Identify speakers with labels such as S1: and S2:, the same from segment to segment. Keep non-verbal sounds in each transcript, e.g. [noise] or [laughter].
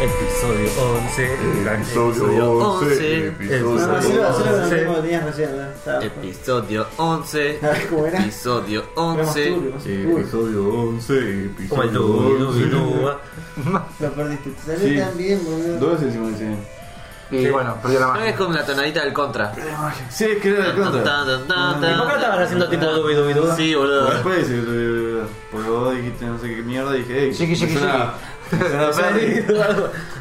S1: Episodio 11. gran
S2: Episodio 11.
S1: Episodio
S2: Episodio
S3: Así lo así lo-
S1: 11.
S3: lo tenías recién, ¿eh? Estaba-
S4: Episodio 11.
S3: ¿Cómo era?
S4: Episodio
S3: Era más
S4: 11.
S3: turbio, más turbio.
S2: Episodio 11.
S1: Como el
S2: Episodio
S1: du- du-
S2: 11.
S1: du-
S3: Lo perdiste. Te salió
S5: Sí.
S3: tan bien, boludo.
S5: Dos décimos encima.
S4: Y-
S5: Sí, bueno, perdió la
S4: No es
S5: magia.
S4: con la tonadita del contra.
S5: Sí, es que era el contra.
S1: ¿Y por qué lo estabas haciendo tipo dubi dubi duba?
S4: Sí, boludo.
S5: Después, eh, porque vos dijiste no sé qué mierda, dije, ey,
S4: Chiqui, chiqui,
S5: me suena- [laughs] me suena Perry.
S1: Ok.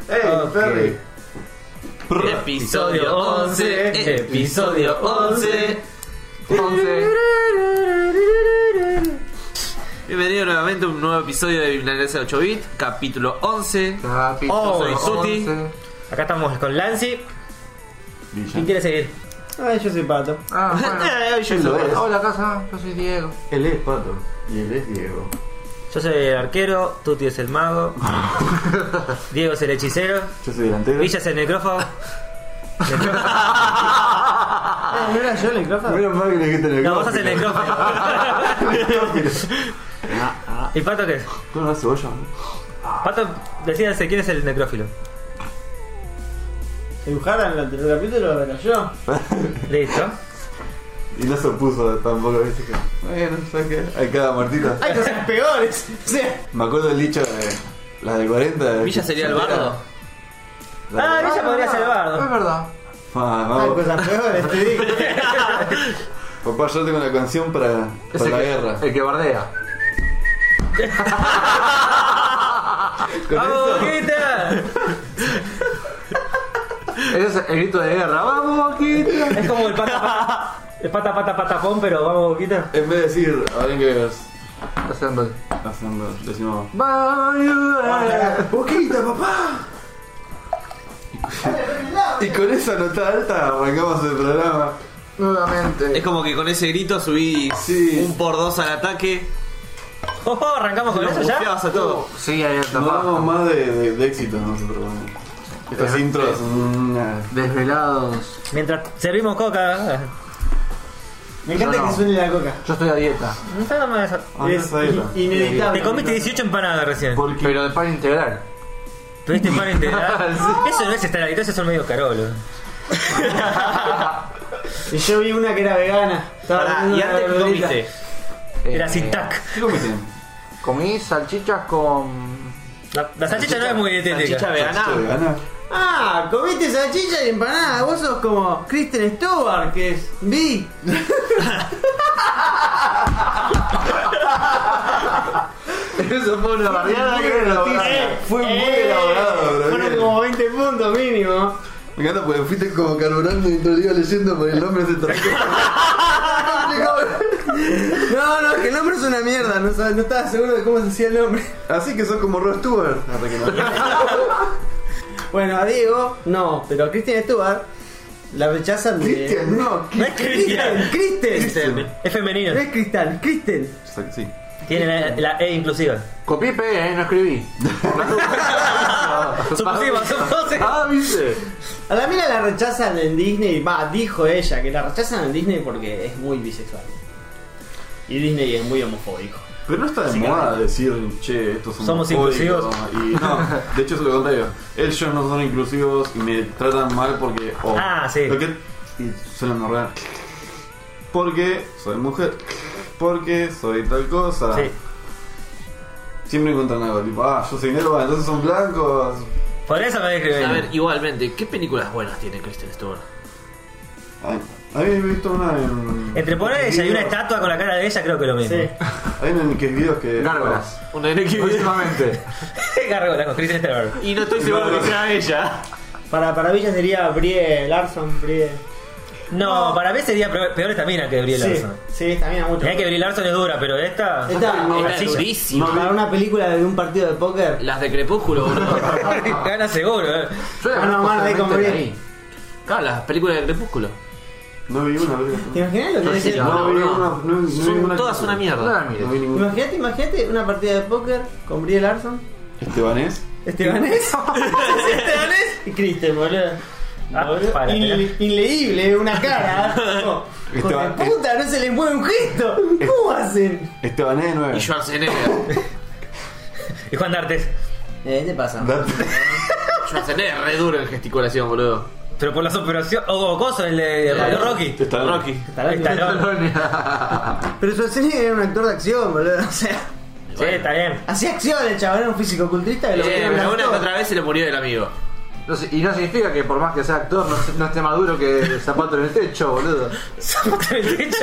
S5: Ey, Perry.
S4: Episodio 11. Episodio 11.
S5: 11.
S4: Bienvenido nuevamente a un nuevo episodio de Biblioteca 8 bit, capítulo 11.
S1: Oh,
S4: soy Suti.
S1: Acá estamos con Lancy. ¿Quién quiere seguir?
S3: Ah, yo soy pato.
S6: Ah,
S4: Eh, yo soy-
S6: bueno. Hola, casa, yo soy Diego.
S5: Él es Pato. Y él es Diego.
S1: Yo soy el arquero, Tuti es el mago, Diego es el hechicero,
S5: Yo soy delantero.
S1: Villa es el necrófago.
S3: ¿No era yo el necrófago?
S5: Menos mal que le dijiste el
S1: No, vos sos el necrófago. ¿Y Pato qué es?
S5: Tú no haces cebolla.
S1: Pato, decídanse quién es el necrófilo.
S3: ¿Dibujaron el anterior capítulo? ¿Era yo?
S1: Listo.
S5: Y no se opuso tampoco, viste que. Bueno, saqué. Ahí queda Martita.
S3: ¡Hay cosas peores! O sea,
S5: Me acuerdo del dicho de. Las de 40.
S4: Villa sería el bardo.
S1: Ah, Villa podría ser el
S6: No es
S1: bardo.
S6: verdad.
S5: Ah,
S3: hay cosas peores, te digo.
S5: [laughs] Papá, yo tengo una canción para,
S4: Es
S5: para la
S4: que-
S5: guerra.
S4: el que bardea.
S5: Con
S3: Ah,
S1: ¡Vamos,
S5: eso,
S1: Boquita!
S4: Ese es el grito de guerra. ¡Vamos, Boquita!
S1: Es como el pata pata, el pata pata patapón, pero vamos, Boquita.
S5: en vez de decir Avengers,
S6: Assemble.
S5: haciendo, decimos.
S2: ¡Boquita, papá!
S5: Y con esa nota alta arrancamos el programa.
S6: Nuevamente.
S4: Es como que con ese grito subís
S5: Sí.
S4: un por dos al ataque.
S1: Oh, oh, arrancamos con
S4: Lo
S1: eso ya.
S4: bufeabas a todo.
S6: Sí, ahí está.
S5: No
S6: pa.
S5: damos más de, de, de éxitos nosotros. bueno. Estas intros mm, son una.
S6: Desvelados.
S1: Mientras servimos coca.
S3: Me encanta
S6: No, no.
S3: que suene la coca.
S6: Yo estoy a dieta.
S1: No, no me des-
S5: Ah,
S3: Es
S5: esa era.
S3: in- inevitable.
S1: Te comiste 18 empanadas recién.
S6: Pero de pan integral.
S1: Tuviste pan
S3: [laughs]
S1: integral. Eso no es estar ahí, eso son medio carolo.
S3: Y yo vi una que era vegana. Estaba
S4: Pará, y
S3: comiendo una
S4: antes que
S3: verdurita.
S4: comiste.
S1: Era
S6: Eh,
S1: sin tac.
S5: ¿Qué comiste?
S6: Comí salchichas con.
S1: La, la salchicha no es muy
S4: Salchicha
S1: dietética.
S5: ¿Te
S4: vegana.
S5: gana?
S3: Ah, comiste salchicha y empanada. Vos sos como Kristen Stewart, que es Vi.
S6: Eso fue una barriada
S5: Muy elaborada. Fue muy elaborado, bro.
S3: Fueron
S5: bien.
S3: como 20 puntos mínimo.
S5: Me encanta porque fuiste como carburando y todo el día leyendo por el nombre se
S3: No, no, que el nombre es una mierda. No, sab- no estaba seguro de cómo se hacía el nombre.
S5: Así que sos como Ross Stewart. Hasta que no.
S3: Bueno, a Diego, no, pero a Kristen Stewart la rechazan de.
S5: Cristian, no.
S1: No es
S3: Kristen,
S1: Cristian.
S3: Kristen.
S5: Cristian.
S1: Es
S3: No
S1: femenino.
S3: es Cristal, Kristen.
S5: Sí.
S1: Tiene la, la E inclusiva.
S6: Copié y pegué, eh, no escribí.
S3: [laughs]
S1: Suposiva, suposiva.
S6: Ah, viste.
S3: A la mina la rechazan en Disney, va, dijo ella que la rechazan en Disney porque es muy bisexual. Y Disney es muy homofóbico.
S5: Pero no está de moda decir, che, estos son
S1: Somos
S5: homofóbicos", Y no, de hecho es lo contrario. Ellos no son inclusivos y me tratan mal porque. o-
S1: Ah, sí.
S5: Porque, y suena normal. Porque soy mujer. Porque soy tal cosa.
S1: Sí.
S5: Siempre encuentran algo. Tipo, ah, yo soy negro, ah, entonces son blancos.
S1: Por eso me
S4: A
S1: describí.
S4: ver, igualmente, ¿qué películas buenas tiene Kristen Stewart?
S5: Ay, Había visto una en.
S1: Entre poner ella y una
S5: videos-
S1: estatua con la cara de ella, creo que lo mismo. [laughs]
S3: Sí.
S5: Hay una en que es videos que.
S6: Gárgolas.
S4: Una de que
S6: Últimamente.
S1: Gargola con Kristen Stewart.
S4: Y no estoy seguro que sea ella.
S3: Para, para Villa sería Brie Larson, Brie.
S1: No, para mí sería peor peor esta mina que Brie
S3: sí,
S1: Larson.
S3: sí, también a mucho.
S1: Mirá que Brie Larson es dura, pero esta.
S3: Esta,
S4: Era
S3: esta-
S4: durísima.
S3: para una película de un partido de póker.
S4: Las de Crepúsculo, boludo.
S1: [laughs] Gana seguro, eh.
S6: Yo la
S3: Mano a
S6: conozco
S3: mano, ahí con
S6: solamente de
S3: Brie.
S6: ahí.
S4: Claro, las películas de Crepúsculo.
S5: No vi una, boludo.
S3: ¿Te imaginas lo que
S4: Sí,
S3: decía?
S4: no,
S5: No vi
S4: no.
S5: una. No, no vi
S4: Son
S5: ninguna
S4: todas
S5: película.
S4: una
S6: No la
S4: mierda.
S5: No vi
S6: mires.
S5: ninguna.
S3: Imagínate, imagínate una partida de póker con Brie Larson,
S5: Estebanés.
S3: Estebanés, Estebanés y Kristen, boludo.
S1: Ah,
S3: Boludo,
S1: para,
S3: inle- inleíble, una cara. No, hijo de
S5: Esteban-
S3: puta, no se les mueve un gesto. ¿Cómo hacen?
S5: Estebanés de 9.
S4: Y Schwarzenegger.
S1: Y Juan D'Artes.
S3: Eh, ¿Qué te pasa?
S5: Date.
S4: Schwarzenegger re duro en gesticulación, boludo.
S1: Pero por las operaciones. O oh, cosas, el de
S4: Eh,
S1: Rocky.
S5: Está
S4: Rocky.
S1: Stallone.
S3: Pero Schwarzenegger era un actor de acción, boludo. [laughs] O sea,
S1: Sí, está bien. [laughs]
S3: hacía acción el chaval, era un físico culturista que lo
S4: Eh,
S3: metía en
S4: pero
S3: un
S4: una que
S3: actor.
S4: otra vez se le murió el amigo.
S6: No sé, y no significa que por más que sea actor no, no esté más duro que zapato en el techo, boludo.
S1: Zapata en el techo.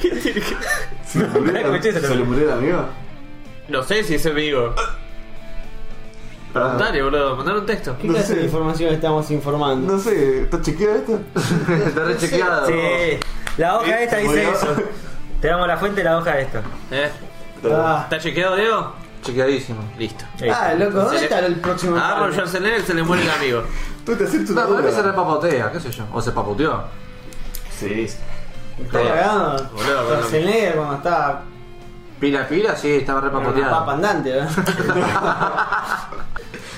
S1: ¿Qué tiene que-
S5: ¿Se le murió
S1: Pará,
S5: el-
S1: escuché, se lo-
S5: se le murió el amigo?
S4: No sé si es amigo.
S5: Pará.
S4: Dale, boludo, mandar un texto.
S3: ¿Qué
S5: No
S3: clase
S5: sé.
S3: de información estamos informando?
S5: Ah, No sé, ¿está chequeado
S4: [laughs]
S5: esto?
S6: Está rechequeado.
S1: Sí. La hoja
S5: Sí,
S1: esta dice
S5: murió.
S1: eso. Te damos la fuente de la hoja de esto.
S4: Eh,
S3: Ah,
S4: ¿Está chequeado, Diego?
S6: Chequeadísimo.
S4: Listo.
S1: Ahí está.
S3: ah, loco, ¿dónde
S4: Se le-
S3: está el próximo?
S4: A Arnold
S3: Marvel?
S4: Schwarzenegger se le muere el amigo.
S5: Tú te haces tu
S6: No, para mí se
S5: duda.
S6: repapotea, qué sé yo. O se papoteó.
S5: Sí.
S3: Me está cagando.
S4: Boludo, boludo.
S3: Schwarzenegger cuando estaba
S6: Pila a pila, sí, estaba
S3: era una papa
S6: repapoteado.
S3: andante,
S4: [laughs]
S3: ¿verdad?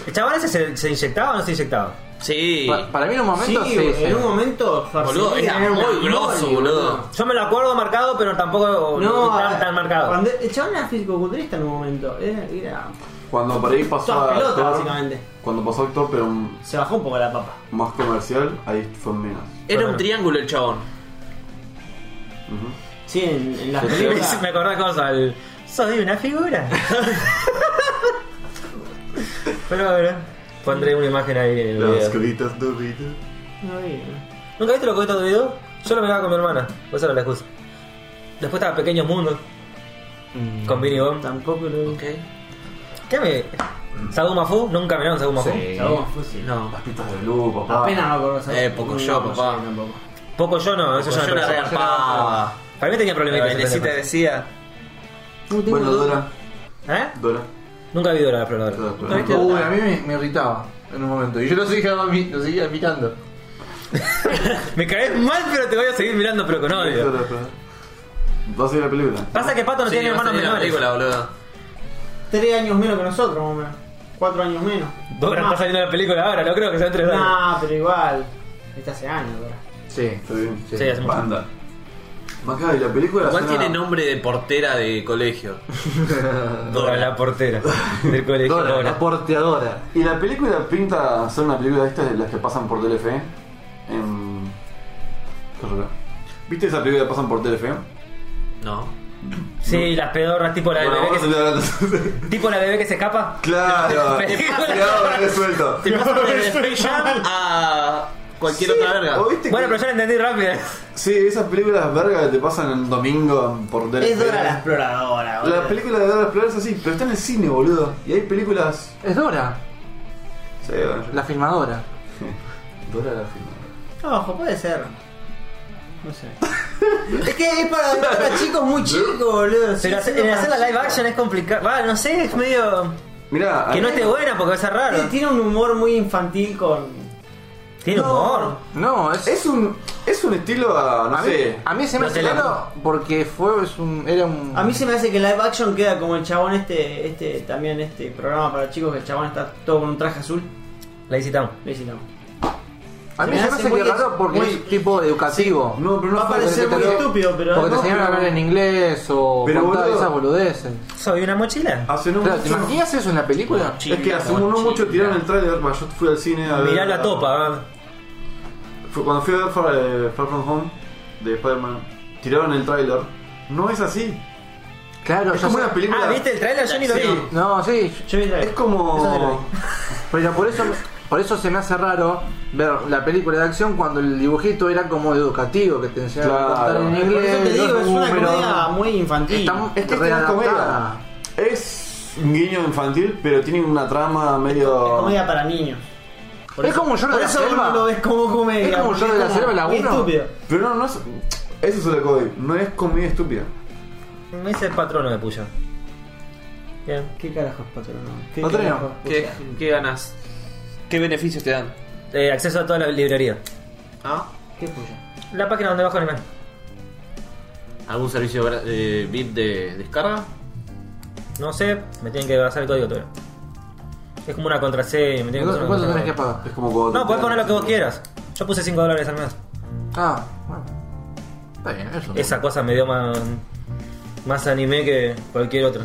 S1: ¿El chaval ese se, se inyectaba o no se inyectaba?
S4: Sí.
S6: Pa- Para mí en un
S3: Sí,
S6: momento sí. sí.
S3: en un momento
S4: Boludo,
S3: Schwarzenegger
S4: era
S3: un
S4: muy
S3: animal,
S4: grosso, boludo.
S1: Yo me lo acuerdo marcado, pero tampoco
S3: No,
S1: tan, tan marcado.
S3: Cuando el chabón era fisicoculturista en un momento, era, era
S5: Cuando por ahí pasó
S3: todas
S5: a
S3: pelotas,
S5: actor,
S3: básicamente.
S5: Cuando pasó a actor, pero un-
S3: Se bajó un poco la papa.
S5: más comercial, ahí fue menos.
S4: Era un triángulo el chabón.
S5: Ujú.
S3: Sí, en, en
S1: [laughs]
S3: las
S1: Me,
S3: películas.
S1: me acordé cosas. El, Soy una
S3: [laughs]
S1: figura. pero bueno, pondré una imagen ahí en el
S5: Las
S1: video.
S5: caritas de vida.
S3: No vi.
S1: ¿Nunca viste los cuentos de video? Yo lo miraba con mi hermana. Vos era la excusa. Después estaba Pequeños Mundos. Con Vinny Bond.
S3: Tampoco lo vi.
S1: ¿Qué me...? ¿Sabu Mafu? ¿Nunca miraron Sabu Mafu?
S3: Chabón, fue sí.
S4: No.
S5: Papitas de luz, papá.
S3: Apenas me acuerdo. ¿sabes?
S4: Eh, poco yo,
S3: No, no
S4: papá. Pues
S3: sé, tampoco.
S1: Poco yo no, eso
S4: Yo
S1: ya no
S4: la
S1: me pareció.
S4: rearpaba.
S1: Para mí tenía
S4: La
S1: problemitas. ese
S4: venecita
S1: teléfono.
S4: decía.
S5: Bueno, Dora.
S1: ¿Eh?
S5: Dora.
S1: Nunca vi Dora la exploradora.
S5: Dora,
S1: ¿No
S5: Dora.
S1: viste?
S6: Uy, a mí me, me irritaba en un momento. Y yo lo seguía, mi- lo seguía mirando.
S1: Me caes mal, pero te voy a seguir mirando, pero con odio.
S5: Dora, Dora. ¿Vas a ir a la película?
S1: Pasa que Pato no
S4: Sí,
S1: tiene
S4: va a
S1: hermanos
S4: salir la
S1: menores.
S4: película, boludo.
S3: Tres años menos que nosotros, más o menos. Cuatro años menos.
S1: Dora
S3: Más.
S1: está saliendo la película ahora, no creo que sea entre Dora.
S3: Nah, pero igual. Está hace años, Dora.
S6: Sí.
S5: Está bien.
S1: Sí, hace mucho.
S5: Banda. Macá, ¿y la película
S4: Igual
S5: suena-
S4: tiene nombre de portera de colegio.
S1: Dora, la portera del colegio.
S6: Dora,
S1: Dora.
S6: la porteadora.
S5: ¿Y la película pinta ser una película de estas de las que pasan por Telefe? En... ¿Qué raro. ¿Viste esa película que pasan por Telefe?
S4: No.
S1: Sí, las pedorras, tipo la,
S5: Bueno,
S1: bebé que
S5: vamos a
S1: se,
S5: hablar-
S1: tipo la bebé que se escapa.
S5: [laughs] Claro,
S1: Película.
S5: claro, resuelto.
S1: Te pasa [laughs] de Space Jam.
S4: A cualquier otra verga.
S5: ¿O viste
S1: [laughs] Bueno,
S5: que-
S1: pero yo la entendí rápido.
S5: Sí, esas películas vergas que te pasan en domingo por Telefe.
S3: Es Dora la exploradora, boludo.
S5: La película de Dora Explorer es así, pero está en el cine, boludo. Y hay películas.
S6: Es Dora,
S5: Sí, bueno,
S6: la filmadora.
S5: yo- Dora la filmadora.
S3: Ojo, puede ser. No sé. [laughs] es que es para, para chicos muy chicos, boludo. Sí,
S1: Pero
S3: sí,
S1: hacer, en
S3: para
S1: hacer la live
S3: chicos.
S1: action es complicado. Va, no sé, es medio.
S5: Mirá,
S1: Que no
S5: a-
S1: esté buena porque va a ser raro.
S3: Sí, Tiene un humor muy infantil con.
S1: Tiene humor.
S6: No, es.
S5: es un. es un estilo a. no
S6: a, mí,
S5: sé.
S6: a mí se me
S1: No
S6: hace
S1: te la-
S6: raro porque fue es un, era un.
S3: A mí se me hace que live action queda como el chabón este, este, también este programa para chicos que el chabón está todo con un traje azul.
S1: La visitamos.
S3: Le dice no.
S6: A mí
S3: se me
S6: se me
S3: hace
S6: hace
S3: muy
S6: que raro porque
S3: muy-
S6: es tipo educativo.
S5: No, pero no
S3: Va a
S5: fue-
S3: parecer
S5: porque
S3: muy
S5: te lo-
S3: estúpido, pero.
S6: porque te
S3: no,
S6: enseñaron a
S3: pero-
S6: hablar en inglés o
S5: Pero,
S6: contar
S5: boludo-
S6: esas boludeces.
S1: Soy una mochila.
S5: Hace no
S6: Claro, ¿te
S5: mucho.
S6: imaginas eso en la película?
S5: Es que hace no mucho tiraron el tráiler, bah, yo fui al cine a ver.
S1: Mirá la topa, va.
S5: Fue cuando fui a ver Far, eh, Far From Home de Spider-Man, tiraron el tráiler. No es así.
S6: Claro,
S5: Es
S6: ya
S5: como
S6: sé-
S5: una película.
S1: Ah, ¿viste el trailer? Yo ni lo
S4: Sí.
S1: vi.
S6: No, sí,
S3: Yo vi la-
S5: Es como.
S6: pero por eso, por eso se me hace raro ver la película de acción cuando el dibujito era como educativo, que te enseñaban
S5: Claro.
S6: a contar en
S3: Por
S6: inglés.
S3: eso te digo,
S6: los
S3: es una
S6: números.
S3: comedia muy infantil.
S6: Estamos-
S5: Es que esta no es
S6: Readaptada.
S5: comedia. Es un guiño infantil, pero tiene una trama medio.
S3: Es comedia para niños.
S6: Es como yo de
S3: por
S6: la
S3: eso
S6: selva.
S3: uno lo ves como comedia.
S6: Es como
S3: porque
S6: yo de la selva, la
S3: muy
S6: uno.
S3: estúpido.
S5: Pero no, no es. Eso es lo que voy. No es comedia estúpida.
S1: Me dice el patrono de Puyo. Bien.
S3: ¿Qué carajo es patrono? ¿Qué
S6: Patrono.
S3: carajo es
S4: ¿Qué,
S3: puta?
S4: ¿Qué ganas? ¿Qué beneficios te dan?
S1: Eh, acceso a toda la librería.
S4: ¿Ah?
S3: ¿Qué puya?
S1: La página donde bajo el anime.
S4: ¿Algún servicio gra- eh, VIP de descarga?
S1: No sé, me tienen que pasar el código todavía. Es como una contraseña, me tienen que pasar
S6: ¿Cuánto
S1: una
S6: cuánto tenés que
S1: contraseña.
S6: pagar?
S5: Es como cuando.
S1: No, podés poner lo que vos quieras. Yo puse 5 dólares al mes.
S6: Ah, bueno. Está bien, eso.
S1: Esa cosa me dio más, más anime que cualquier otra.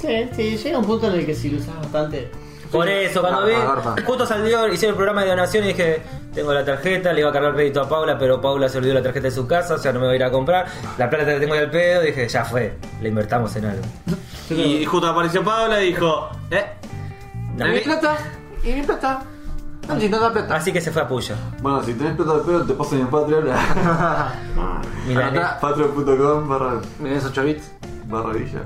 S3: Sí, sí, llega un punto en el que si lo usas bastante.
S1: Por eso, cuando vi,
S6: Garpa, garpa.
S1: justo salió, hicieron el programa de donación y dije, tengo la tarjeta, le iba a cargar crédito a Paula, pero Paula se olvidó la tarjeta de su casa, o sea, no me voy a ir a comprar. La plata la tengo ahí al pedo, dije, ya fue, le invertamos en algo.
S4: Y justo apareció Paula y dijo, ¿eh?
S1: No.
S6: ¿Y mi plata? ¿Y mi plata? No, si no da plata.
S1: Así que se fue a Puyo.
S5: Bueno, si tenés plata de pedo, te pasan en Patreon.
S1: Milane-
S6: Acá.
S5: Patreon.com barra,
S6: Mirá 8 bits.
S5: barra villa.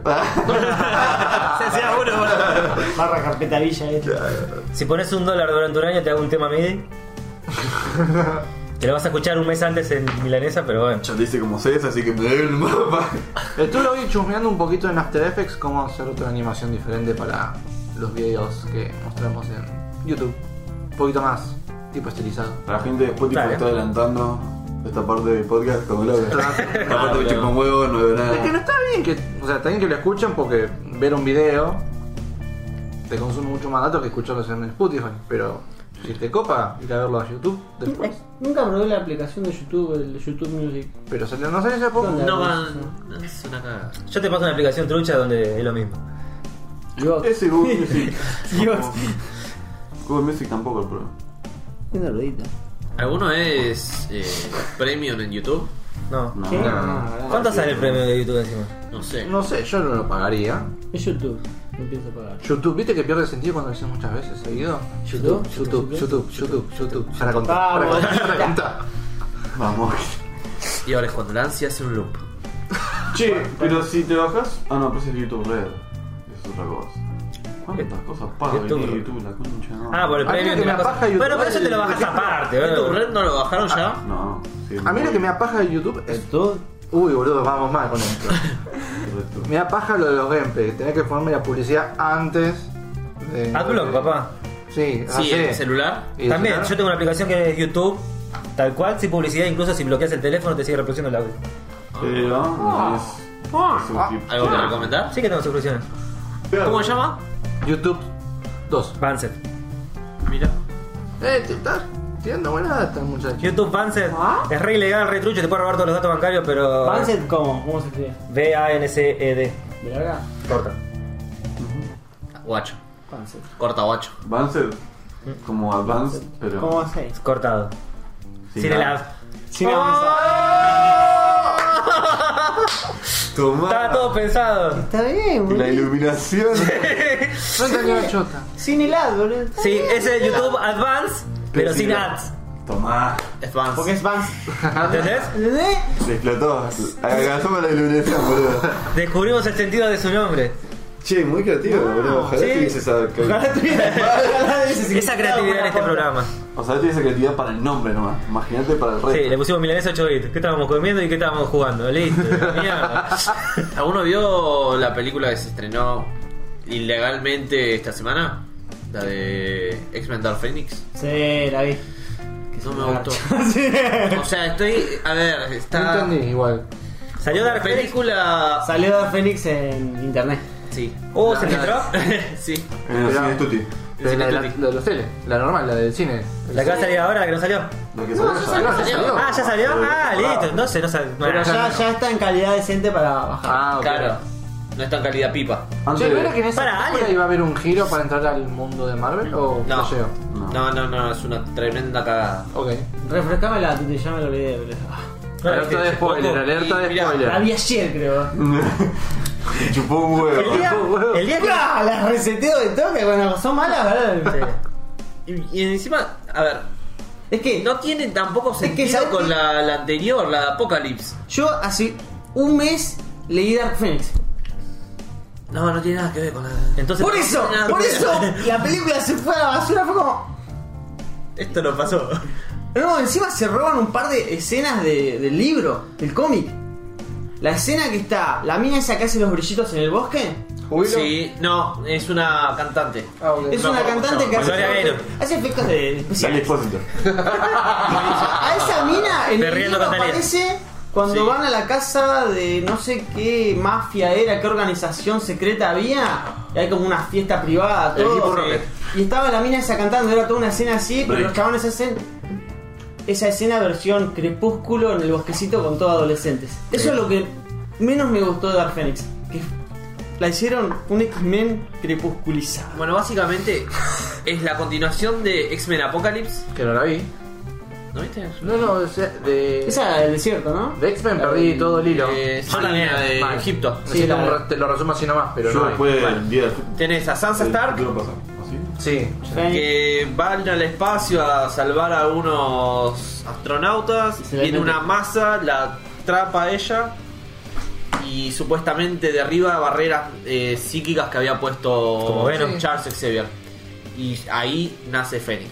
S4: Se hacía uno, boludo.
S3: Barra eh. carpeta villa esta.
S1: eh, Si pones un dólar durante un año, te hago un tema MIDI.
S6: [laughs]
S1: Te lo vas a escuchar un mes antes en milanesa, pero bueno.
S5: Ya te hice como seis, así que me doy el mapa.
S6: Estuve lo vi chusmeando un poquito en After Effects cómo hacer otra animación diferente para los videos que mostramos en YouTube. Un poquito más, tipo estilizado.
S5: La gente de Spotify
S1: Claro.
S5: está adelantando esta parte del podcast como loca.
S6: Claro.
S5: Aparte me chupa un huevo, no veo
S6: Es que no
S5: nada.
S6: está bien que. O sea, está bien que lo escuchen porque ver un video te consume mucho más datos que escucharlos en Spotify. Pero si te copa, ir a verlo a YouTube después.
S3: Nunca probé la aplicación de YouTube, el YouTube Music.
S6: Pero salió, no salió hace poco.
S3: ¿Dónde?
S4: No, man, es una cagada.
S1: Yo te paso una aplicación trucha donde es lo mismo.
S3: Yo,
S5: Ese Google Music.
S3: Dios.
S5: Google Music tampoco el problema.
S3: una rodita.
S4: ¿Alguno es eh, premium en YouTube?
S1: No.
S5: No,
S3: ¿Qué?
S5: no, no.
S1: ¿Cuánto sale el premio de YouTube encima?
S4: No sé.
S6: No sé, yo no lo pagaría.
S3: Es YouTube. No pienso pagar.
S6: YouTube, ¿viste que pierde sentido cuando lo dices muchas veces seguido?
S3: ¿YouTube?
S6: YouTube, YouTube, YouTube, YouTube. Para contar, para
S3: Vamos.
S6: contar, para contar.
S5: Vamos.
S4: Y ahora es cuando la ansia hace un loop.
S5: Che, pero si te bajas. Ah, no, pero ese es YouTube Red. Es otra cosa. ¿Cuántas cosas paga
S1: YouTube
S5: venir
S1: Eh, Red.
S5: YouTube, la concha? No.
S1: Ah, por el
S6: A mí lo
S1: premio. de
S6: que me
S1: la cosa-
S6: apaja YouTube-
S1: Bueno, pero eso te lo
S6: [laughs]
S1: bajas
S6: ¿Qué?
S1: aparte,
S4: ¿Tu
S1: ¿verdad?
S4: red no lo bajaron ya?
S5: No, sí,
S6: A mí lo que me apaja de YouTube es.
S3: ¿Tú?
S6: Uy, boludo, vamos mal con esto.
S5: Correcto.
S6: Me apaja lo de los gameplays. Tenés que ponerme la publicidad antes de.
S1: Adblock, Ah, papá.
S6: Ah, Sí,
S4: Sí, en el celular.
S1: También, yo tengo una aplicación que es YouTube, tal cual, sin publicidad, incluso si bloqueas el teléfono te sigue reproduciendo el audio.
S5: Pero. no es-
S6: Ah.
S5: es un tip.
S4: ¿Algo que recomendar?
S1: Sí Ah. que tengo soluciones.
S4: ¿Cómo se llama?
S6: YouTube 2.
S1: Banset.
S4: Mira.
S6: Eh, te estás tirando buena data, muchacho.
S1: YouTube Banset es re ilegal, re trucho, te puede robar todos los datos bancarios, pero.
S3: ¿Pancet cómo? ¿Cómo se escribe?
S1: B-A-N-C-E-D.
S3: ¿De larga?
S1: Corta.
S4: Guacho.
S3: Pancet.
S4: Corta guacho.
S5: Advanced. Como Advanced, pero.
S3: ¿Cómo hacéis?
S1: Es cortado.
S5: sin
S1: Sin el
S5: nada.
S1: ad.
S3: Sin avanzar.
S1: Estaba
S5: Tomá.
S1: todo pensado.
S3: Está bien,
S5: La
S3: boludo.
S5: iluminación.
S6: No entendí la chota.
S3: Sin el ad, boludo. Está
S1: Sí,
S3: bien.
S1: es el YouTube Advance, pero sin ads.
S5: Tomá.
S4: Advance.
S3: Porque es Vans.
S1: ¿Entendés?
S3: ¿Entendés?
S5: Se explotó. Agazamos la iluminación, boludo.
S1: Descubrimos el sentido de su nombre.
S5: Che, muy creativo, boludo. Ojalá
S1: Ah, sí.
S5: tuviese esa.
S1: Ojalá Esa creatividad en este programa.
S5: Ojalá tuviese creatividad para el nombre nomás. Imagínate para el resto. Eh,
S1: Sí, le pusimos milanesa 8 bits. ¿Qué estábamos comiendo y qué estábamos jugando? Listo. Mierda.
S4: ¿Alguno vio la película que se estrenó ilegalmente esta semana? La de X-Men Dark Phoenix.
S3: Sí, la vi.
S4: No me gustó.
S3: Sí.
S4: O sea, estoy. A ver,
S6: No
S4: está.
S6: entendí igual.
S1: Salió Dark Phoenix.
S4: película.
S3: Salió Dark Phoenix en internet.
S4: Sí.
S1: Oh,
S4: La-
S1: ¿se
S4: la-
S1: filtró?
S4: [laughs] sí.
S5: En el
S6: Mirá.
S5: cine Tutti.
S6: Pero la de, la, la de los tele, la normal, la del cine.
S1: La que va a salir ahora, la que no salió.
S5: Lo que salió ya
S6: Ah, no,
S5: salió.
S6: se salió.
S1: Ah, ya salió. Ah, listo. Entonces no salió.
S3: Pero ya, ya está en calidad decente para bajar.
S6: Ah, ok.
S4: Claro. No es tan calidad pipa.
S6: Che, ¿no era que en esa
S1: Para,
S6: película
S1: alguien-
S6: iba a haber un giro para entrar al mundo de Marvel o
S4: No.
S6: flasheo?
S5: No.
S4: No, no, no, es una tremenda cagada.
S6: Ok.
S3: Refrescame la tuya, ya me lo olvidé. boludo.
S6: Alerta de spoiler, alerta de
S4: Mirá,
S3: La
S6: spoiler.
S3: vi ayer, creo.
S5: [laughs] Chupó un
S1: El
S5: huevo.
S1: día,
S6: huevo.
S1: el día que.
S3: ¡Ah! Las reseteo de toque cuando son malas, ¿verdad?
S4: Y, y encima, a ver,
S3: Es que
S4: no tiene tampoco
S3: que,
S4: sentido
S3: ¿sabes
S4: con
S3: qué?
S4: la, la anterior, la de Apocalypse.
S3: yo hace un mes leí Dark Phoenix.
S4: No, no tiene nada que ver con la.
S1: Entonces,
S3: Por eso,
S4: no,
S3: por
S4: no.
S3: eso la película se fue a la basura. Fue como.
S4: [laughs] Esto no pasó.
S3: No, encima se roban un par de escenas de- del libro, del cómic. La escena que está, la mina esa que hace los brillitos en el bosque.
S6: ¿Jubilo?
S4: Sí, no, es una cantante.
S6: Ah, ok.
S3: Es
S4: No,
S3: una
S4: no,
S3: cantante
S4: no,
S3: que hace,
S1: Gloria Gaynor.
S3: hace efectos de
S5: Dale
S3: especiales.
S5: expósito.
S3: A esa mina en
S1: Te
S3: el
S1: riendo,
S3: libro
S1: Catalina.
S3: aparece cuando
S4: Sí.
S3: van a la casa de no sé qué mafia era, qué organización secreta había. Y hay como una fiesta privada,
S4: El equipo
S3: todo.
S4: Rocket.
S3: Y estaba la mina esa cantando, era toda una escena así, pero
S5: Rick.
S3: los chabones hacen esa escena versión crepúsculo en el bosquecito con todos adolescentes. Eso es lo que menos me gustó de Dark Phoenix. Que la hicieron un X-Men crepusculizado.
S4: Bueno, básicamente es la continuación de X-Men Apocalypse.
S6: Que no la vi.
S4: ¿No viste?
S6: No, no, o sea, de.
S3: Esa era del desierto, ¿no?
S6: De X-Men perdí todo el hilo.
S4: Eh, sí,
S6: Mal,
S4: la de
S6: mal.
S4: Egipto.
S6: Sí,
S3: Sí,
S6: te
S3: la-
S6: lo- te lo resumo así nomás, pero
S5: Yo
S6: no. hay.
S5: después del día del
S4: Tenés a Sansa Stark
S5: futuro pasado. ¿Así?
S6: Sí.
S4: que van al espacio a salvar a unos astronautas.
S3: Y se la
S4: Viene
S3: mete.
S4: una masa, la atrapa a ella y supuestamente derriba barreras eh, psíquicas que había
S1: Como
S4: puesto
S1: Venom.
S4: Charles Xavier. Y ahí nace Fénix.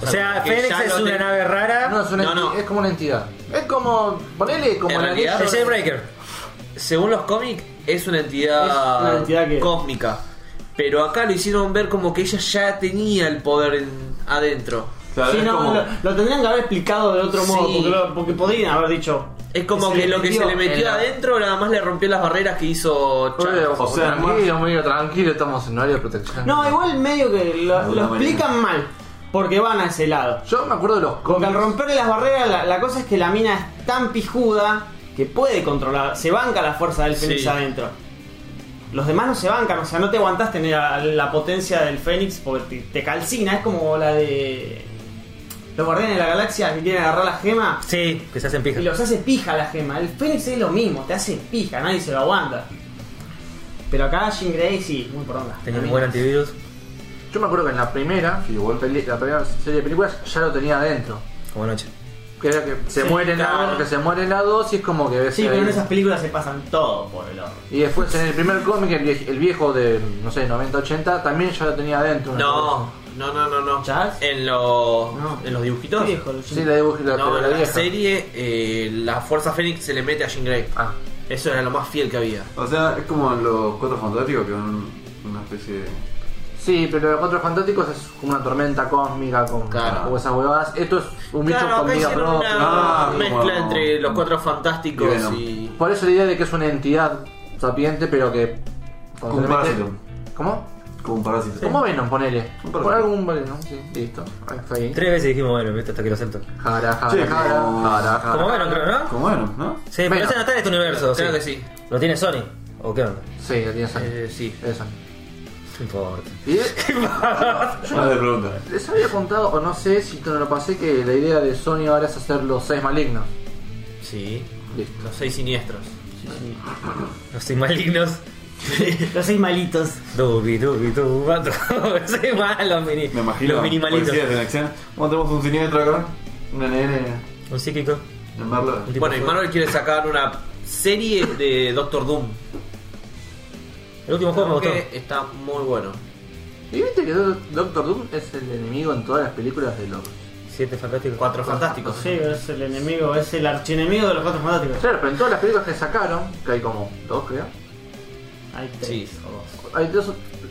S1: O sea,
S4: que
S1: Fénix
S4: ya
S1: es
S4: lo
S1: una
S4: ten-
S1: nave rara.
S6: No, es, una
S4: No,
S6: enti-
S4: no.
S6: es como una entidad. Es como. Ponele como
S4: En
S6: el
S4: realidad,
S6: anillo-
S1: Es el Breaker.
S4: Según los cómics, es una
S3: Es una
S4: entidad,
S3: entidad que-
S4: cósmica. Pero acá lo hicieron ver como que ella ya tenía el poder en- adentro.
S5: Claro,
S3: Sí,
S5: es
S3: no,
S5: como-
S3: lo, lo tendrían que haber explicado de otro
S4: Sí.
S3: modo, porque, lo- porque podrían haber dicho.
S4: Es como
S3: Se
S4: que
S3: le
S4: lo que se
S3: metió
S4: le metió
S6: en la-
S4: adentro nada más le rompió las barreras que hizo Charles.
S6: Oye,
S5: O sea,
S6: tranquilo, amigo, tranquilo, estamos en un área de protección.
S3: No, igual medio que lo,
S5: No,
S3: lo
S5: no,
S3: explican mal, porque van a ese lado.
S6: Yo me acuerdo de los
S3: Porque al
S6: cómics.
S3: romperle las barreras, la, la cosa es que la mina es tan pijuda que puede controlar, se banca la fuerza del Fénix
S4: Sí.
S3: adentro. Los demás no se bancan, o sea, no te aguantás tener a- la potencia del Fénix porque te, te calcina, es como la de. Los guardianes de la galaxia que quieren agarrar la gema
S1: Sí, que se hacen
S3: y
S1: pijas.
S3: los hace pija la gema. El Fénix es lo mismo, te hace pija, nadie se lo aguanta. Pero acá Jean Grey sí, muy poronga.
S1: Tenía
S3: La
S1: un
S3: mina.
S1: buen antivirus.
S6: Yo me acuerdo que en la primera,
S5: Sí, igual.
S6: peli- la primera serie de películas, ya lo tenía adentro.
S1: Como noche.
S6: Que era que se
S3: Sí,
S6: muere la,
S3: claro.
S6: que se muere la 2 y es como que ves
S3: Sí, pero
S6: ahí.
S3: en esas películas se pasan todo por el horno.
S6: Y después en el primer cómic, el, vie- el viejo de, no sé, 90-80, también ya lo tenía adentro.
S4: No, no, no, no, no.
S3: ¿Charles?
S4: En los,
S3: No.
S4: en los dibujitos.
S6: Sí, la dibujo la,
S4: No,
S6: pero la
S4: en la
S6: vieja.
S4: serie eh, la Fuerza Fénix se le mete a Jean Grey.
S6: Ah,
S4: Eso era lo más fiel que había.
S5: O sea, es como en los cuatro fantásticos que son una especie de.
S6: sí, pero los cuatro fantásticos es como una tormenta cósmica con
S4: Claro.
S6: o esas huevadas. Esto es un bicho
S4: Claro,
S6: con
S4: acá
S6: vida
S4: hicieron
S6: propia.
S4: una
S5: Ah,
S4: mezcla
S5: como-
S4: entre los cuatro
S5: Y
S4: fantásticos
S5: Venom.
S4: y.
S6: Por eso la idea de que es una entidad sapiente, pero que.
S5: Como un parásito.
S6: ¿Cómo?
S5: Como un parásito.
S6: ¿Cómo Venom? Ponele.
S5: Un
S6: Por
S5: parásito.
S6: algún Venom, sí, listo. Ahí está ahí.
S1: Tres veces dijimos, bueno, viste, hasta que lo acepto.
S6: Jara, jara,
S5: Sí,
S6: jara,
S5: como-
S6: jara, jara.
S1: Como bueno, creo, ¿no?
S5: Como bueno, ¿no?
S1: Sí, pero
S6: Bueno.
S1: ese no está en este universo.
S4: Creo que sí.
S1: ¿Lo tiene Sony? ¿O qué onda?
S6: Sí, la tienes ahí.
S4: Eh, sí.
S6: Esa.
S1: No importa.
S6: Y
S4: [laughs]
S5: Yo de pregunta.
S6: les había contado, o no sé si te lo pasé, que la idea de Sony ahora es hacer los seis malignos.
S4: Sí.
S6: Listo.
S4: Los seis siniestros.
S1: Los soy malignos.
S3: Los seis malitos.
S1: Dubi, dubi, duba. [laughs] Soy mal, los mini.
S5: Me imagino.
S1: Los minimalitos.
S5: policías en acción. Bueno, tenemos un siniestro acá. Una nene.
S1: Un psíquico.
S5: En Marla.
S1: Un tipo
S4: Bueno, y
S1: fuerte.
S4: Marvel quiere sacar una serie de Doctor Doom.
S1: El último juego me gustó.
S4: Que está muy bueno.
S6: ¿Y viste que Do- Doctor Doom es el enemigo en todas las películas de los...
S1: Siete fantásticos.
S4: Cuatro fantásticos.
S3: Sí, es el enemigo, es el archienemigo de los cuatro fantásticos.
S6: Claro, pero en todas las películas que sacaron, que hay como dos, creo.
S3: Hay
S4: Sí.
S3: tres o dos.
S6: Hay dos...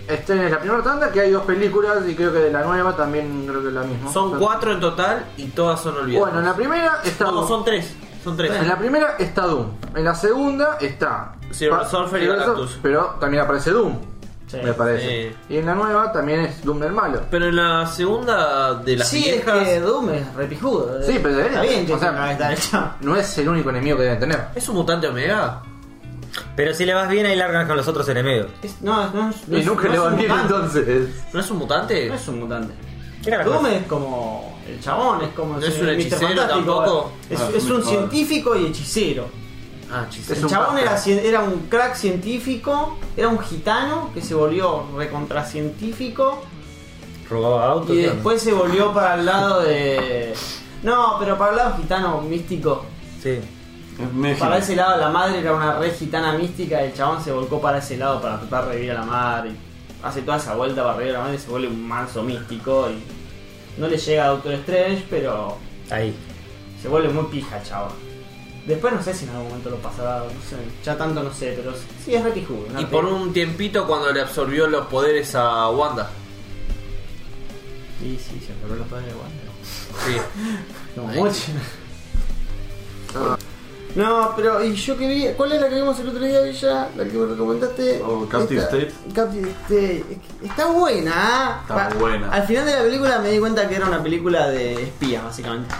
S6: Este es la primera tanda que hay dos películas y creo que de la nueva también creo que es la misma.
S4: Son cuatro en total y todas son olvidadas.
S6: Bueno, en la primera está
S4: No,
S6: Doom.
S4: son tres. Son tres.
S6: En la primera está Doom. En la segunda está.
S4: Silver
S6: Pa-
S4: Surfer y
S6: Silver Surfer,
S4: Galactus.
S6: Pero también aparece Doom.
S3: Sí.
S6: me parece.
S4: Sí.
S6: Y en la nueva también es Doom del malo.
S4: Pero en la segunda de las
S3: Sí, es
S4: viejas.
S3: que Doom es repijudo.
S6: Sí, pero
S3: está bien,
S6: o
S3: o
S6: sea-
S3: sea, está hecho.
S6: No es el único enemigo que deben tener.
S4: ¿Es un mutante Omega?
S1: Pero si le vas bien, ahí largan con los otros enemigos.
S3: Es- no, es- no, es- no
S6: Y
S3: es-
S6: nunca
S3: no
S6: le
S3: es
S6: van
S3: un
S6: bien
S3: mutante.
S6: entonces.
S4: ¿No es un mutante?
S3: No es un mutante.
S1: ¿Qué era la
S3: Doom
S1: cosa?
S3: es como el chabón, es como
S4: No
S3: el
S4: es un
S3: Mr.
S4: hechicero
S3: Fantástico.
S4: tampoco.
S3: Es,
S5: Ah,
S3: es
S5: muy
S3: un
S5: joder.
S3: científico y hechicero.
S4: Ah, chiste.
S6: Es
S3: el
S6: un
S3: chabón
S6: pastel.
S3: era, cien- era un crack científico, era un gitano que se volvió recontracientífico
S1: Robaba autos.
S3: y
S1: ¿qué onda?
S3: después se volvió para el lado de... No, pero para el lado gitano místico.
S1: Sí.
S5: Es México.
S3: Para ese lado la madre era una re gitana mística y el chabón se volcó para ese lado para tratar de revivir a la madre. y hace toda esa vuelta para revivir a la madre y se vuelve un manso místico y no le llega a Doctor Strange, pero
S1: Ahí. [laughs]
S3: se vuelve muy pija, chabón. Después no sé si en algún momento lo pasará, no sé, ya tanto no sé, pero sí es re pijudo, una
S4: Y por
S3: pena.
S4: un tiempito cuando le absorbió los poderes a Wanda.
S3: Y sí, se acabó los padres igual.
S4: Sí.
S3: No,
S4: Ahí.
S3: mucho. No, pero y yo que vi, ¿cuál es la que vimos el otro día, Villa? La que me recomendaste.
S5: Oh, Captive
S3: Esta-
S5: State.
S3: Captive State. Es que Está buena, ¿ah?
S5: Está buena.
S3: Al final de la película me di cuenta que era una película de espías, básicamente.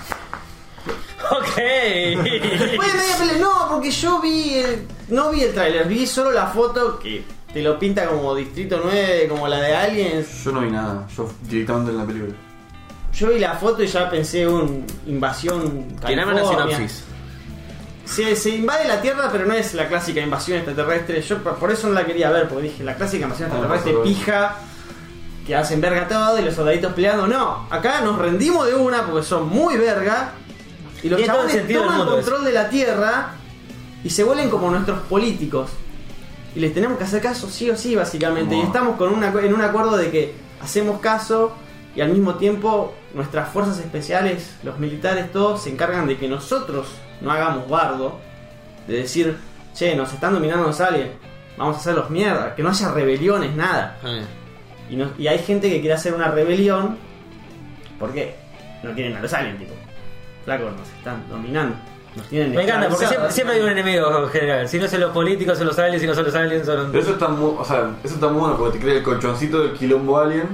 S1: Ok.
S3: [laughs]
S1: [laughs]
S3: Después de media pelea, no, porque yo vi el- No vi el tráiler, vi solo la foto que te lo pinta como Distrito 9, como la de Aliens.
S5: Yo no vi nada, yo directamente en la película.
S3: Yo vi la foto y ya pensé un invasión
S4: Tirame una
S3: California.
S4: sinopsis.
S3: Se, se invade la Tierra, pero no es la clásica invasión extraterrestre. Yo por por eso no la quería ver, porque dije, la clásica invasión
S5: Ah,
S3: extraterrestre
S5: no, no, no.
S3: pija, que hacen verga todo y los soldaditos peleando. No, acá nos rendimos de una porque son muy verga. Y los
S1: Tiene todo el
S3: chavales
S1: sentido del
S3: toman
S1: mundo
S3: control de la Tierra y se vuelven como nuestros políticos. Y les tenemos que hacer caso sí o sí, básicamente. Y
S5: Como-
S3: estamos con una, en un acuerdo de que hacemos caso y al mismo tiempo nuestras fuerzas especiales, los militares, todos se encargan de que nosotros no hagamos bardo. De decir, che, nos están dominando los aliens, vamos a hacerlos mierda, que no haya rebeliones, nada.
S4: Ah,
S3: Y, no- y hay gente que quiere hacer una rebelión porque no quieren a los aliens, tipo. Flaco, nos están dominando. Nos tienen
S1: Me encanta, porque siempre,
S3: esclavizados.
S1: siempre hay un enemigo en general. Si no son los políticos, son los aliens, si no son los aliens, son...
S5: Pero eso está muy, o sea, eso está muy bueno porque te crea el colchoncito del quilombo alien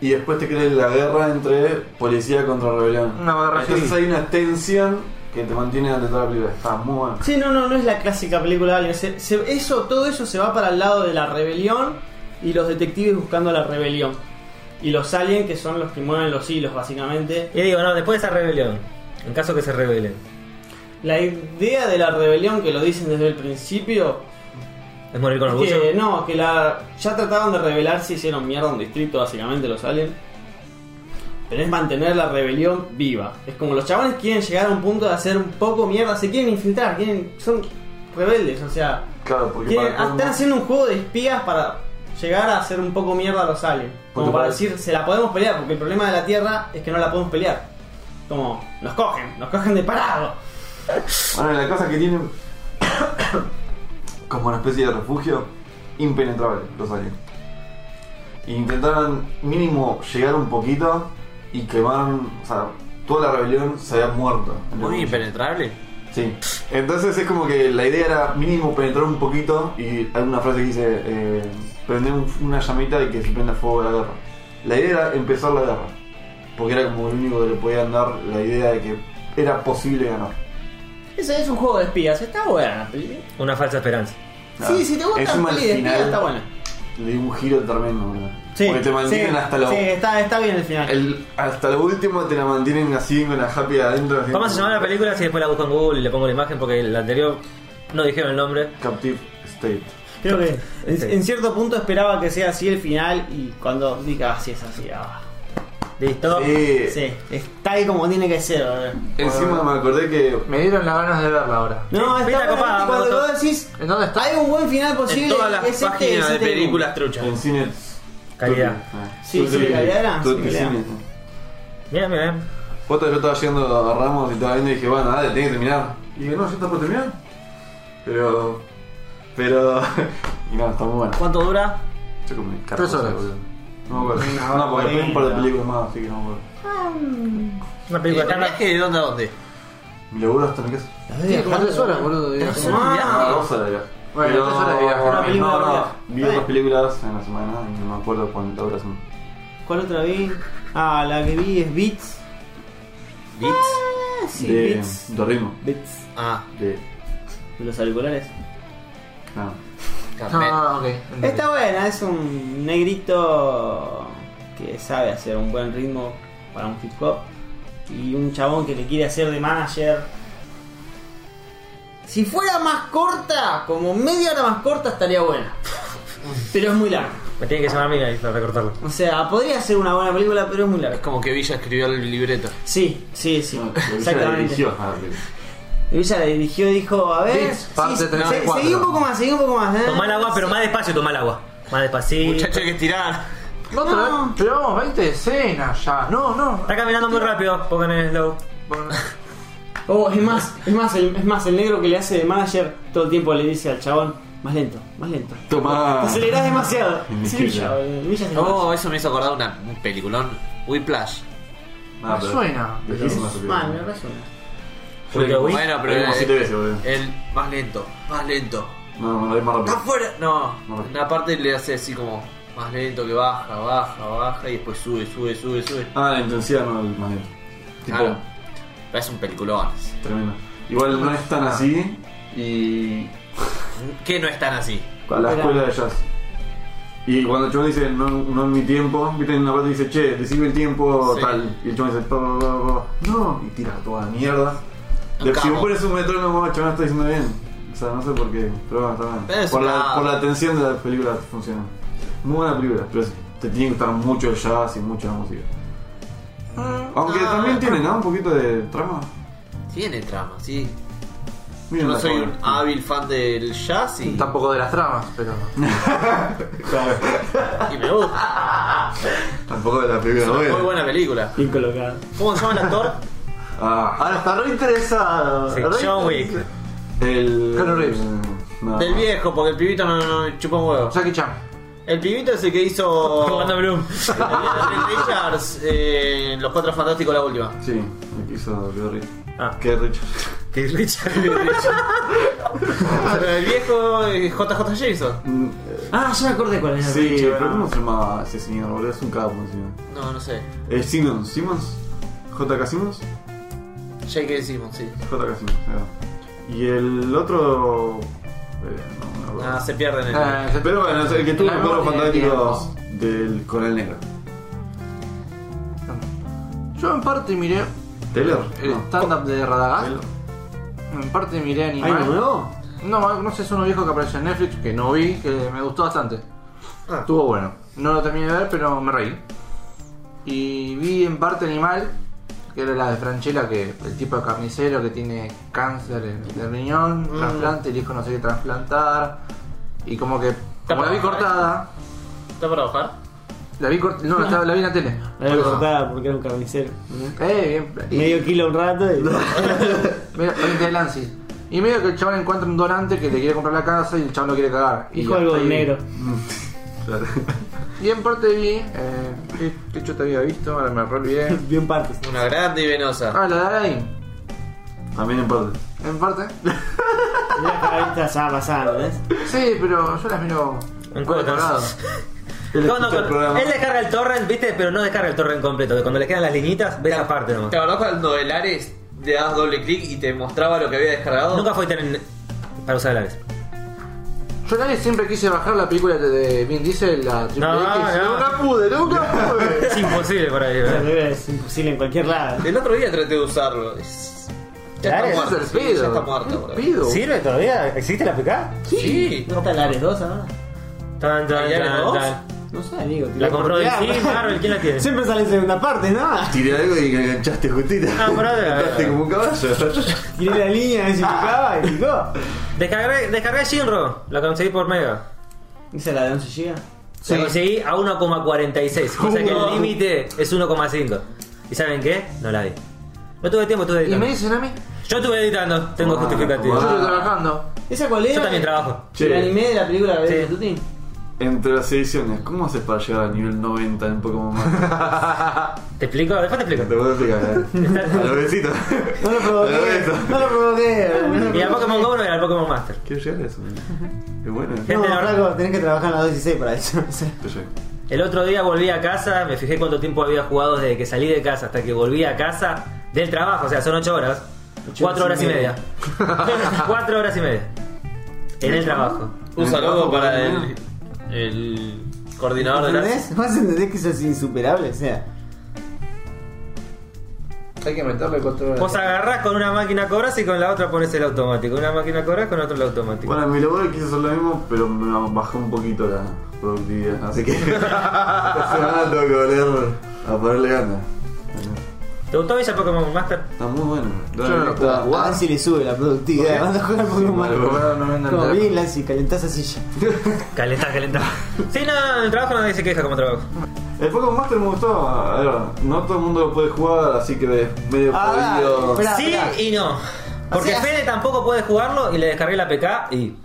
S5: y después te crea la guerra entre policía contra rebelión.
S6: Una guerra
S5: Entonces
S6: civil.
S5: hay una tensión que te mantiene ante toda la película. Está muy bueno.
S3: Sí, no, no, no es la clásica película de aliens. Se- se- eso, todo eso se va para el lado de la rebelión y los detectives buscando la rebelión. Y los aliens que son los que mueven los hilos, básicamente.
S1: Y digo, no, después de esa rebelión, en caso que se rebelen,
S3: La idea de la rebelión, que lo dicen desde el principio,
S1: es morir con
S3: es
S1: orgullo.
S3: que no, que la ya trataron de revelar si hicieron mierda un distrito, básicamente los aliens. Pero es mantener la rebelión viva. Es como los chavales quieren llegar a un punto de hacer un poco mierda, se quieren infiltrar, quieren, son rebeldes, o sea,
S5: Claro, porque
S3: quieren-
S5: para colmo-
S3: están haciendo un juego de espías para llegar a hacer un poco mierda a los aliens. Como
S5: Porque
S3: para
S5: para-
S3: decir, se la podemos pelear, porque el problema de la Tierra es que no la podemos pelear. Como, nos cogen, nos cogen de parado.
S5: Bueno, la cosa que tienen [coughs] como una especie de refugio impenetrable los aliens. Intentaron mínimo llegar un poquito y quemaron, o sea, toda la rebelión se había muerto. entre
S4: Muy
S5: comillas.
S4: impenetrable.
S5: Sí. Entonces es como que la idea era mínimo penetrar un poquito y hay una frase que dice eh, prender un- una llamita y que se prenda fuego la guerra. La idea era empezar la guerra. Porque era como el único que le podían dar la idea de que era posible ganar.
S3: Ese es un juego de espías, está buena la película.
S1: Una falsa esperanza.
S5: Ah,
S3: Sí, si te gusta
S5: Encima
S3: la
S5: al
S3: peli de espías,
S5: final
S3: está buena.
S5: Le dio un giro tremendo, boludo. Porque te mantienen
S3: sí,
S5: hasta lo.
S3: Sí, está, está bien el final.
S5: el- hasta lo último te la mantienen así con la happy adentro. así-
S1: Vamos a llamar a la película si después la busco en Google y le pongo la imagen porque el anterior no dijeron el nombre.
S5: Captive State.
S3: Creo que en,
S1: Sí.
S3: en cierto punto esperaba que sea así el final y cuando dije así es así. ah.
S1: Listo.
S5: Sí.
S3: Sí, es tal como tiene que ser. boludo.
S5: Encima me acordé que
S6: Me dieron las ganas de verla ahora.
S3: No,
S1: Sí,
S3: está
S1: está
S3: buena,
S1: copada,
S3: ¿viste? cuando
S1: me gustó.
S3: vos decís
S6: ¿En dónde está?
S3: hay un buen final posible.
S4: En todas las
S3: es este,
S4: páginas
S3: es
S4: de
S3: este".
S4: películas truchas.
S5: En cine.
S1: Calidad.
S3: Sí, sí, calidad era, sí, calidad.
S1: Mira, mira.
S5: Posta, yo estaba yendo a Ramos y estaba viendo y dije, bueno, dale, tiene que terminar. Y dije, no, ya está por terminar. Pero. Pero. [laughs] y no, está muy bueno.
S1: ¿Cuánto dura?
S5: Yo comí
S6: Tres horas.
S5: boludo. No me acuerdo.
S3: Una
S5: No, porque tengo un par de
S3: cuarenta.
S5: películas más, así que no me acuerdo.
S1: Una película
S4: ¿El
S1: tan
S4: Eh, viaje de dónde a dónde?
S5: Mi laburo hasta en casa.
S6: Tiene como tres horas, boludo. digo.
S5: Ah,
S3: Ah,
S5: dos horas de viaje.
S6: Bueno,
S5: Pero-
S6: tres horas de viaje,
S3: una película
S5: No,
S3: por
S5: no,
S3: día.
S5: vi
S3: Está
S5: otras
S3: bien.
S5: películas en la semana y no me acuerdo cuántas horas son.
S3: ¿Cuál otra vi? Ah, la que vi es Beats.
S4: Beats.
S3: Ah, sí,
S5: de,
S3: Beats.
S5: de ritmo.
S3: Beats.
S4: Ah,
S5: De.
S3: De los auriculares.
S5: No.
S4: café.
S6: No, ok.
S3: Está buena, es un negrito que sabe hacer un buen ritmo para un hip hop y un chabón que le quiere hacer de manager. Si fuera más corta, como media hora más corta
S4: [laughs]
S3: estaría buena. Pero es muy larga.
S1: Me tiene que llamar Mira ahí para recortarlo.
S3: O sea, podría ser una buena película, pero es muy
S4: Es
S3: larga.
S4: como que Villa escribió el libreto.
S3: Sí, sí, sí.
S5: No, ella la
S3: Exactamente.
S5: dirigió. Ah, ok.
S3: Ella la dirigió y dijo, a ver,
S6: Bits, parte
S3: sí,
S6: tres
S3: se-
S6: de cuatro.
S3: seguí un poco más, seguí un poco más. ¿eh?
S1: Tomá el agua, pero más despacio tomá el agua. Más despacito.
S4: Muchacho hay que estirar.
S6: No, pero-
S3: No.
S6: pero vamos, 20 escenas ya. No, no.
S1: Está caminando muy rápido, pongan en slow.
S6: Bueno,
S3: Oh, es más, es más, el, es más, el negro que le hace de manager todo el tiempo le dice al chabón, más lento, más lento.
S5: Tomá.
S3: Acelerás demasiado. [laughs] Sí, eh, Villa, boludo, Villa es el
S4: Oh, eso me hizo acordar una, un peliculón. Whiplash.
S5: No,
S6: Me
S5: pero-
S6: suena.
S5: Lejísimo
S3: manager.
S5: superior.
S3: Man, me resuena.
S1: Porque uy,
S4: Bueno, pero
S5: Lo vimos
S4: eh,
S5: siete veces, boludo.
S4: el más lento, más lento.
S5: No, no, lo vi más
S4: ¡Está
S5: rápido.
S4: afuera! No,
S5: No.
S4: la parte le hace así como más lento que baja, baja, baja y después sube, sube, sube, sube.
S5: Ah, la intensidad no, el más lento. Tipo,
S4: Claro. Pero es un peliculón.
S5: tremendo. Igual no es tan así y.
S4: que no es tan así.
S5: A la escuela de jazz. Y cuando el chabón dice, no, no en mi tiempo, viste, en una parte dice, che, decime el tiempo,
S4: Sí.
S5: tal. Y el chabón dice, pa, pa, pa, pa, pa. no, y tira toda la mierda.
S4: Un
S5: Le- Si
S4: cabo.
S5: vos pones un metrónomo, el chabón está diciendo bien. O sea, no sé por qué, pero bueno, está bien.
S4: Pero es
S5: por, la,
S4: una-
S5: por la atención de la película funciona. Muy buena película, pero es- te tiene que gustar mucho el jazz y mucho la música. Aunque
S4: ah,
S5: también
S4: no.
S5: tiene, ¿no? Un poquito de trama.
S4: Tiene trama, sí. Yo
S5: Miren
S4: no
S5: la
S4: soy un
S5: cámara. [laughs]
S4: hábil fan del jazz y,
S6: Tampoco de las tramas, pero.
S4: y me gusta.
S5: [laughs] Tampoco de la película,
S4: Es una muy
S5: novela.
S4: buena película.
S3: Bien colocado.
S4: ¿Cómo se llama el
S5: [laughs]
S4: actor?
S5: Ah,
S6: Ahora está re interesado.
S1: Sí,
S6: re
S1: John Wick.
S6: interesado.
S5: el.
S6: Keanu Reeves.
S5: no.
S4: Del viejo, porque el pibito no, no, no chupa un huevo.
S6: Jackie Chan.
S4: El pibito es el que hizo.
S1: Orlando Bloom.
S4: Daniel Richards eh, Los Cuatro Fantásticos, la última.
S5: Sí, me quiso Keanu Reeves.
S1: Ah,
S5: Qué rico.
S1: que Richard.
S4: Pero el viejo eh, es JJ Jason.
S5: Mm,
S3: Ah, ya me acordé cuál era.
S5: Sí,
S3: Richard,
S5: pero
S3: ¿no?
S5: ¿cómo se llamaba ese señor, boludo? Es un capo encima.
S4: No, no sé.
S5: Eh, Simmons, Simmons, JK Simmons,
S4: J.K. Simmons, sí.
S5: JK Simmons, ahí va. Y el otro. eh, no, no, me
S4: Ah,
S5: acuerdo.
S4: se pierden en el.
S6: Eh, se-
S5: Pero bueno, es el que tuvo
S6: La
S5: los cuadros
S6: memoria del
S5: fantásticos del Coronel Negro.
S6: Yo en parte miré
S5: ¿Taylor?
S6: el
S5: No.
S6: stand-up de Radagast.
S5: ¿Taylor? [laughs]
S6: En parte miré
S3: ¿Hay uno
S6: Animal.
S3: nuevo?
S6: No, no sé, es uno viejo que apareció en Netflix que no vi, que me gustó bastante. Estuvo bueno. No lo terminé de ver, pero me reí. Y vi en parte Animal, que era la de Franchella, que el tipo de carnicero que tiene cáncer en- de riñón, trasplante, el hijo no sé qué trasplantar. Y como que, como la vi cortada,
S4: ¿Está para bajar?
S6: la vi cortada, no, estaba- la vi en la tele.
S3: La había cortado porque era un carnicero. ¿no?
S6: Eh, bien. y-
S3: Eh. Medio kilo un rato [laughs] y.
S6: Medio, frente de Lancy. Y medio que el chabón encuentra un donante que le quiere comprar la casa y el chabón lo quiere cagar. Y
S3: Dijo
S6: hasta
S3: algo
S6: ahí vi.
S3: negro.
S5: Claro.
S6: Y en parte vi. Eh, ¿qué, qué te había visto? Ahora me re olvidé.
S3: [laughs] Bien partes.
S4: Una grande y venosa.
S6: Ah, la de Alain.
S5: También en parte.
S6: En parte.
S3: Mirá que ahí está ya pasando, ¿ves?
S6: Sí, pero yo las miro.
S1: En
S6: por
S1: cuotas.
S6: separado.
S5: Él
S1: No,
S5: escucha
S1: no,
S5: el programa.
S1: él descarga el torrent, viste, pero no descarga el torrent completo. Que cuando le quedan las liñitas, ve la parte nomás.
S4: ¿Te acordás cuando el Ares le dabas doble clic y te mostraba lo que había descargado?
S1: Nunca fue tan. para usar el Ares.
S6: Yo la vez siempre quise bajar la película de- de Vin Diesel, la Triple
S1: No,
S6: X.
S1: no.
S6: Nunca pude, nunca pude.
S1: Es imposible por ahí, ¿verdad?
S3: Es imposible en cualquier lado.
S4: El otro día traté de usarlo. Es- Ya
S1: Claro,
S4: está
S1: es
S4: muerto.
S6: el
S4: sí, ya está
S6: pedo.
S4: muerto. boludo.
S6: Pido.
S1: ¿Sirve todavía? ¿Existe la PK?
S4: Sí.
S3: ¿No está la Ares 2 ahora?
S1: Tan, tan,
S4: ¿Hay
S1: tan,
S4: algo?
S1: tan.
S3: No sé, amigo.
S1: La compró
S3: de
S1: DC, Marvel, ¿quién la tiene?
S3: Siempre sale en segunda parte, ¿no?
S5: Tiré algo y enganchaste justita.
S1: Ah, pará, pará,
S5: Entraste
S1: pará.
S5: como un caballo.
S3: Tiré la línea, me chupaba y picó.
S1: Descargué, descargué Shinro, la conseguí por Mega.
S3: ¿Esa es la de 11 GB?
S1: La conseguí a 1,46. O sea que el
S6: Uh.
S1: límite es 1,5. ¿Y saben qué? No la vi. No tuve tiempo, estuve
S6: Y me
S1: editando.
S6: dicen a mí.
S1: Yo estuve editando, tengo
S5: Ah,
S1: justificativo.
S6: Yo
S5: Ah.
S6: estoy trabajando.
S3: ¿Esa cuál era?
S1: Yo también trabajo.
S5: Che.
S3: ¿El anime de la película de
S1: Sí.
S3: Tuti?
S5: Entre las ediciones, ¿cómo haces para llegar al nivel 90 en Pokémon Más?
S1: ¿Te explico? Después te
S5: [laughs] Te
S1: explico.
S5: puedo explicar, ¿eh? A lo besito.
S3: No lo
S5: A lo
S3: provoqué.
S5: besito.
S3: No lo provoqué. no lo
S1: Y al
S3: provoqué.
S1: Pokémon GO no y al Pokémon Master.
S5: Quiero llegar a eso. Qué bueno.
S1: Gente,
S3: No,
S1: la verdad-
S3: Franco, tenés que trabajar en las 2 y 6 para eso.
S5: Yo llegué.
S1: El otro día volví a casa, me fijé cuánto tiempo había jugado desde que salí de casa hasta que volví a casa del trabajo, o sea, son 8 horas.
S3: Ocho
S1: 4 horas
S3: horas
S1: y
S3: y
S1: media. [laughs] 4 horas y media. En el trabajo.
S4: Un saludo
S5: Trabajo
S4: para
S5: para
S4: el, el coordinador de la...
S3: ¿Entendés? Vos entendés que eso es insuperable, o sea.
S6: Hay que meterle cuatro horas.
S1: Vos agarrás con una máquina cobras y con la otra pones el automático. Una máquina cobras con otra el automático.
S5: Bueno, en mi labor quise hacer lo mismo, pero me bajé un poquito la productividad. Así que [laughs] esta semana tengo que volver a ponerle ganas.
S1: ¿Te gustó Villa Pokémon Master?
S5: Está muy bueno.
S6: Yo no lo puedo
S5: Está-
S6: jugar.
S3: A ver si le sube la productividad. Vas a jugar Pokémon
S5: Sí,
S3: Go.
S5: boludo.
S6: Pero no vendan
S3: Como
S6: nada.
S3: bien, Lancy, calentás la silla.
S6: [laughs]
S1: Calentá, calentá. Sí, no, en el trabajo nadie se queja como trabajo.
S5: El Pokémon Master me gustó. A ver, no todo el mundo lo puede jugar, así que medio
S3: Ah,
S5: jodido.
S3: espera. Nah,
S1: sí
S3: mirá.
S1: y no. Porque
S3: Así- así-
S1: Fede tampoco puede jugarlo y le descargué la PK y.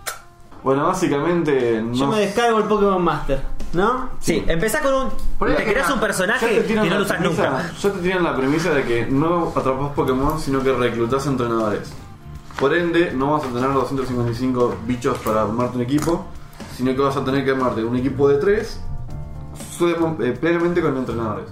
S5: Bueno, básicamente no.
S3: Yo me descargo el Pokémon Master, ¿no?
S1: Sí, empezás con un.
S6: Por ahí
S1: te
S6: la
S1: creas
S6: queja.
S1: un
S5: Ya
S1: personaje
S5: te
S1: y
S5: tiran
S1: no
S5: la
S1: lo usas
S5: premisa-
S1: nunca.
S5: Ya te tiran la premisa de que no atrapas Pokémon, sino que reclutas entrenadores. Por ende, no vas a tener 255 bichos para armarte un equipo, sino que vas a tener que armarte un equipo de 3 plenamente con eh, entrenadores.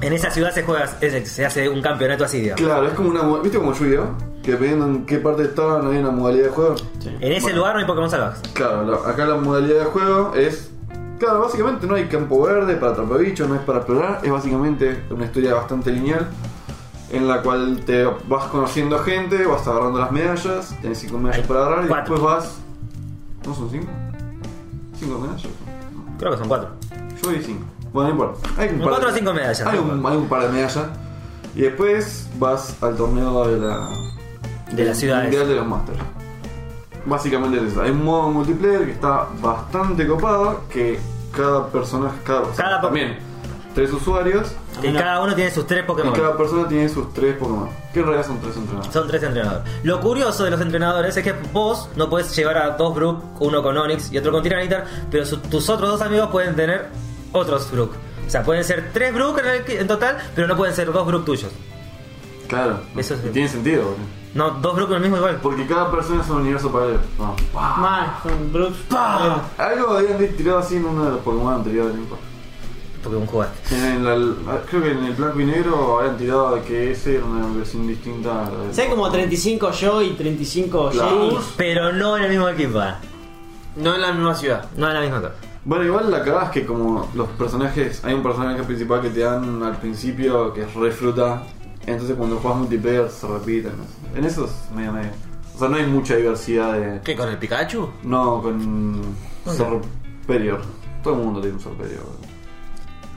S1: En esa ciudad se juega, es- se hace un campeonato así, digamos.
S5: Claro, es como una. mo- ¿Viste como yu Que dependiendo en qué parte estaban, había una modalidad de juego.
S1: En ese lugar no hay Pokémon salvajes.
S5: Claro, la- acá la modalidad de juego es. Claro, básicamente no hay campo verde para atrapar bichos, no es para explorar, es básicamente una historia bastante lineal en la cual te vas conociendo gente, vas agarrando las medallas, tenés 5 medallas
S1: Hay
S5: para agarrar y
S1: cuatro.
S5: después vas. ¿No son 5? 5 medallas.
S1: Creo que son cuatro.
S5: Yo vi 5. Bueno, no importa. Hay un
S1: Un
S5: par
S1: cuatro
S5: de-
S1: o cinco medallas,
S5: Hay
S1: no
S5: un,
S1: importa.
S5: hay un par de medallas. Y después vas al torneo de la.
S1: De las ciudades.
S5: Mundial de los Masters. Básicamente es eso. Hay un modo multiplayer que está bastante copado. Que cada personaje. Cada,
S1: Cada po-
S5: También. Tres usuarios.
S1: Y cada uno tiene sus tres
S5: Y
S1: Pokémon.
S5: cada persona tiene sus tres Pokémon. Que en realidad son tres entrenadores.
S1: Son tres entrenadores. Lo curioso de los entrenadores es que vos no puedes llevar a dos Brook, uno con Onix y otro con Tiranitar, pero su- tus otros dos amigos pueden tener otros Brook. O sea, pueden ser tres Brook en, el- en total, pero no pueden ser dos Brook tuyos.
S5: Claro.
S1: Eso es-
S5: Y tiene sentido, boludo.
S1: No, dos Brook en el mismo igual.
S5: Porque cada persona es un universo paralelo. No.
S3: Más, son Brooks.
S1: Ah.
S3: ¡Pah!
S5: Algo habían tirado así en uno de los Pokémon anteriores, no importa.
S1: Pokémon jugaste.
S5: En el- creo que en el blanco y negro habían tirado de que ese era una versión distinta. a la de-
S3: Si hay como 35 yo y 35
S5: Claro.
S3: James.
S1: Pero no en el mismo equipo. ah.
S4: No en la misma ciudad.
S1: No en la misma cosa.
S5: Bueno, igual la cagás que como los personajes, hay un personaje principal que te dan al principio que es re fruta. Entonces cuando juegas multiplayer se repiten. En eso es medio medio. O sea, no hay mucha diversidad de...
S4: ¿Qué? ¿Con el Pikachu?
S5: No, con Sorperior. Todo el mundo tiene un Sorperior.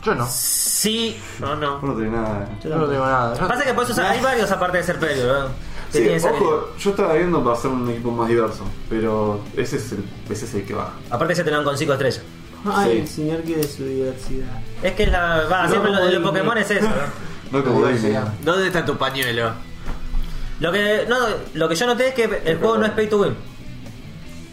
S6: Yo no.
S1: Sí.
S4: No, no.
S5: Vos No tenés nada.
S6: Yo no tengo nada. Yo-
S1: Pasa que puedes usar. Hay varios aparte de ser Perio, ¿no? Que
S5: Sí,
S1: tienen esa-
S5: ojo, yo estaba viendo para hacer un equipo más diverso, pero ese es el, ese es el que va.
S1: Aparte ya te lo dan con 5 estrellas.
S3: Ay,
S5: Sí.
S3: el señor que de su diversidad.
S1: Es que es la. Va,
S5: No,
S1: siempre lo de los
S5: no.
S1: Pokémon es eso, ¿no?
S5: [laughs] No como Disney.
S4: ¿Dónde está tu pañuelo?
S1: Lo que, no, lo que yo noté es que el juego no es pay to win.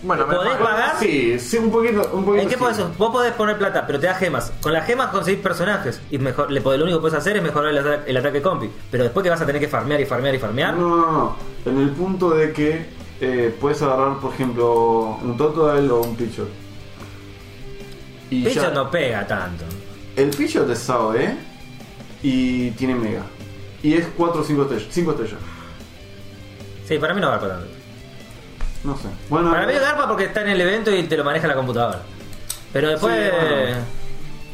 S6: Bueno, me
S1: ¿Podés
S6: pago.
S1: pagar?
S5: Ah, Sí, sí, un poquito. Un poquito
S1: ¿En qué
S5: sí.
S1: podés? Vos podés poner plata, pero te da gemas. Con las gemas conseguís personajes. Y mejor, le, lo único que puedes hacer es mejorar el, ata- el ataque compi. Pero después que vas a tener que farmear y farmear y farmear.
S5: No, no, no. En el punto de que eh, puedes agarrar, por ejemplo, un Totodile o un Pichot. Y
S1: Pichot
S5: ya-
S1: no pega tanto.
S5: El Pichot es Sao, ¿eh? Y tiene Mega. Y es 4 o 5 estrellas. 5 estrellas.
S1: Sí, para mí no garpa tanto.
S5: No sé. Bueno, eh,
S1: Para mí garpa porque está en el evento y te lo maneja la computadora. Pero después.
S5: Sí, bueno.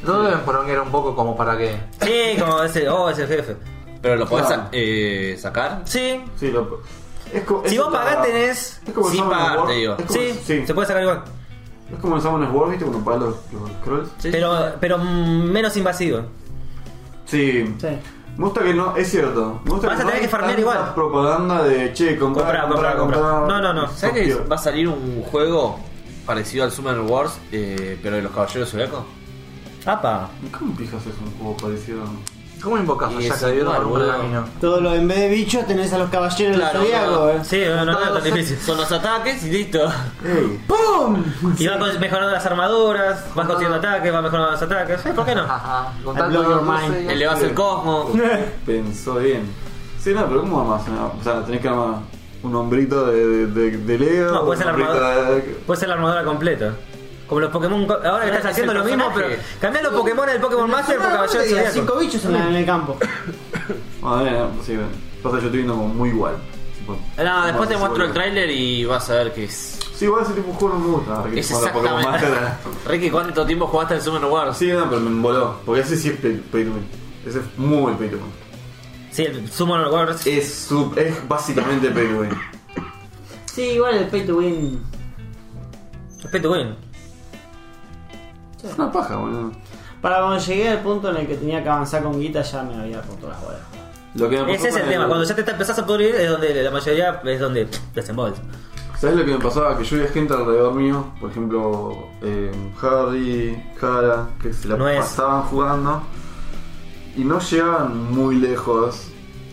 S6: Todo deben poronguear un poco como para que.
S1: Sí, como ese. Oh, es el jefe.
S4: ¿Pero lo podés
S5: Claro.
S4: sa- eh, sacar?
S1: Sí.
S5: Sí, lo. Es co-
S1: Si
S5: es
S1: vos
S5: la-
S1: pagás, tenés-
S5: Es como el
S4: sin
S5: Summoner's
S4: pagar,
S5: War.
S4: te digo.
S5: Es como-
S1: Sí, se puede sacar igual.
S5: Es como el Summoner's War, ¿viste? Cuando pagas los, los scrolls.
S4: Sí,
S1: pero, pero mm, menos invasivo.
S5: Sí.
S3: Sí.
S5: Me gusta que no, es cierto. Me gusta
S1: Vas a
S5: no
S1: tener
S5: hay
S1: que farmear
S5: tanta
S1: igual.
S5: propaganda de che, comprar,
S1: Comprá,
S5: comprar,
S1: comprá,
S5: comprar.
S1: comprá. No, no, no.
S4: ¿Sabes que
S5: Sofía.
S4: va a salir un juego parecido al Summer Wars, eh, pero de los Caballeros Zodiaco?
S1: Apa.
S5: ¿Cómo pijas es un juego parecido?
S6: ¿Cómo invocas a
S4: Y
S6: Jack
S4: es
S6: de Dios
S4: igual,
S6: por un
S4: boludo.
S6: camino?
S3: Todo lo en vez de bichos tenés a los caballeros
S4: Claro,
S3: del zodiaco,
S4: claro.
S3: eh.
S1: Sí, no, no, no era tan difícil.
S4: Son los ataques y listo.
S5: Ey,
S3: ¡Pum!
S1: Y va con- mejorando las armaduras, vas
S4: Ah.
S1: consiguiendo ataques, va mejorando los ataques. Sí, ¿Por qué no?
S6: Ajá, con
S3: I blow your
S6: tanto
S3: mind.
S6: dulce y-
S4: Elevas el cosmo.
S5: [laughs] pensó bien. Sí, no, pero ¿cómo armas? una- O sea, tenés que armar un hombrito de, de, de, de Lego.
S1: No, puede
S5: un
S1: ser la
S5: hombrito
S1: armadura.
S5: de-
S1: Puede ser la armadura completa. Como los Pokémon. co- Ahora que
S4: Es
S1: estás haciendo
S4: el
S1: lo mismo, pero.
S4: personaje.
S1: Cambiá los Pokémon del Pokémon Master por Caballero del
S3: Tenía
S1: Zodiaco.
S3: cinco bichos en, la- en el campo.
S5: A ver, eh, sí, bueno. Pasa, yo estoy viendo como muy igual. supongo.
S4: Ah, No,
S5: Como
S4: después te
S5: se
S4: muestro el
S5: vuelve.
S4: tráiler y vas a ver que es.
S5: Sí, igual ese tipo de juego no me gusta. ahora que
S4: Es
S5: tengo la Pokémon
S4: exactamente.
S5: Master.
S4: Ricky, ¿cuánto tiempo jugaste al Summer Wars?
S5: Sí, no, pero me emboló. Porque ese sí es pay pay to win. Ese es muy pay to win.
S1: Sí, el Summoner Wars.
S5: Es, sub- es básicamente pay
S4: [laughs]
S5: to win.
S3: Sí, igual el pay to win.
S1: Respeto, win.
S5: Es una paja, boludo.
S3: Para cuando llegué al punto en el que tenía que avanzar con guita ya me había roto las bolas.
S5: Lo que me pasó
S1: Ese es
S5: con
S1: el tema. Cuando ya te está- empezás a pudrir, es donde la mayoría es donde desenvolves.
S5: ¿Sabes lo que me pasaba? Que yo veía gente alrededor mío, por ejemplo, eh, Harry, Jara, que se la
S1: No es.
S5: pasaban jugando y no llegaban muy lejos.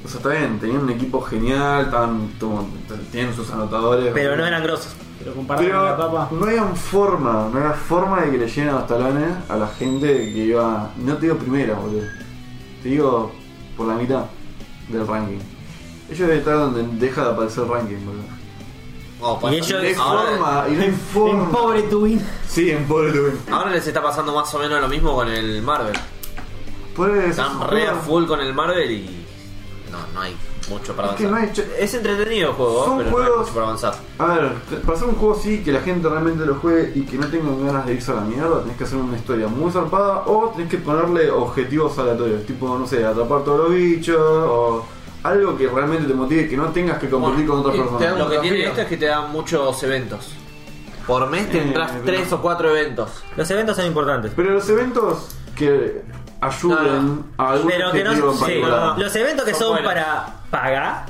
S5: O sea, está bien, tenían un equipo genial, estaban, tu- tenían sus anotadores.
S1: Pero no eran grosos.
S3: Pero comparado con la
S5: Pero
S3: papa.
S5: no había forma, no había forma de que le lleguen a los talones a la gente que iba. No te digo primera, boludo. Te digo por la mitad del ranking. Ellos deben estar donde deja de aparecer el ranking, boludo.
S4: Oh, pasa-
S1: Y ellos-
S5: No hay
S4: ahora,
S5: pues, forma, y no hay
S3: En
S5: forma.
S3: pobre tu win.
S5: Sí, en pobre
S4: ahora les está pasando más o menos lo mismo con el Marvel.
S5: Puede ser Pues, un
S4: Están re a
S5: juego-
S4: full con el Marvel y. No, no hay mucho para
S5: Es que no
S4: avanzar.
S5: hay ch-
S4: Es entretenido el juego,
S5: Son
S4: pero no hay
S5: juegos-
S4: mucho para avanzar.
S5: A ver, para hacer un juego así que la gente realmente lo juegue y que no tengan ganas de irse a la mierda, tenés que hacer una historia muy zarpada o tenés que ponerle objetivos aleatorios, tipo, no sé, atrapar todos los bichos o algo que realmente te motive, que no tengas que
S4: Bueno,
S5: competir
S4: eh,
S5: con
S6: y
S5: otras
S6: te
S5: personas.
S6: hago-
S4: Lo que tiene
S6: Desafío.
S4: esto es que te dan muchos eventos. Por mes tendrás
S5: pero-
S4: tres o cuatro eventos.
S1: Los eventos son importantes.
S5: Pero los eventos que ayuden
S4: No, no.
S5: a algún
S1: Pero que
S5: objetivo
S1: no.
S5: en
S1: sí,
S5: particular.
S1: Los eventos que
S4: Son
S1: son
S4: buenos.
S1: para pagar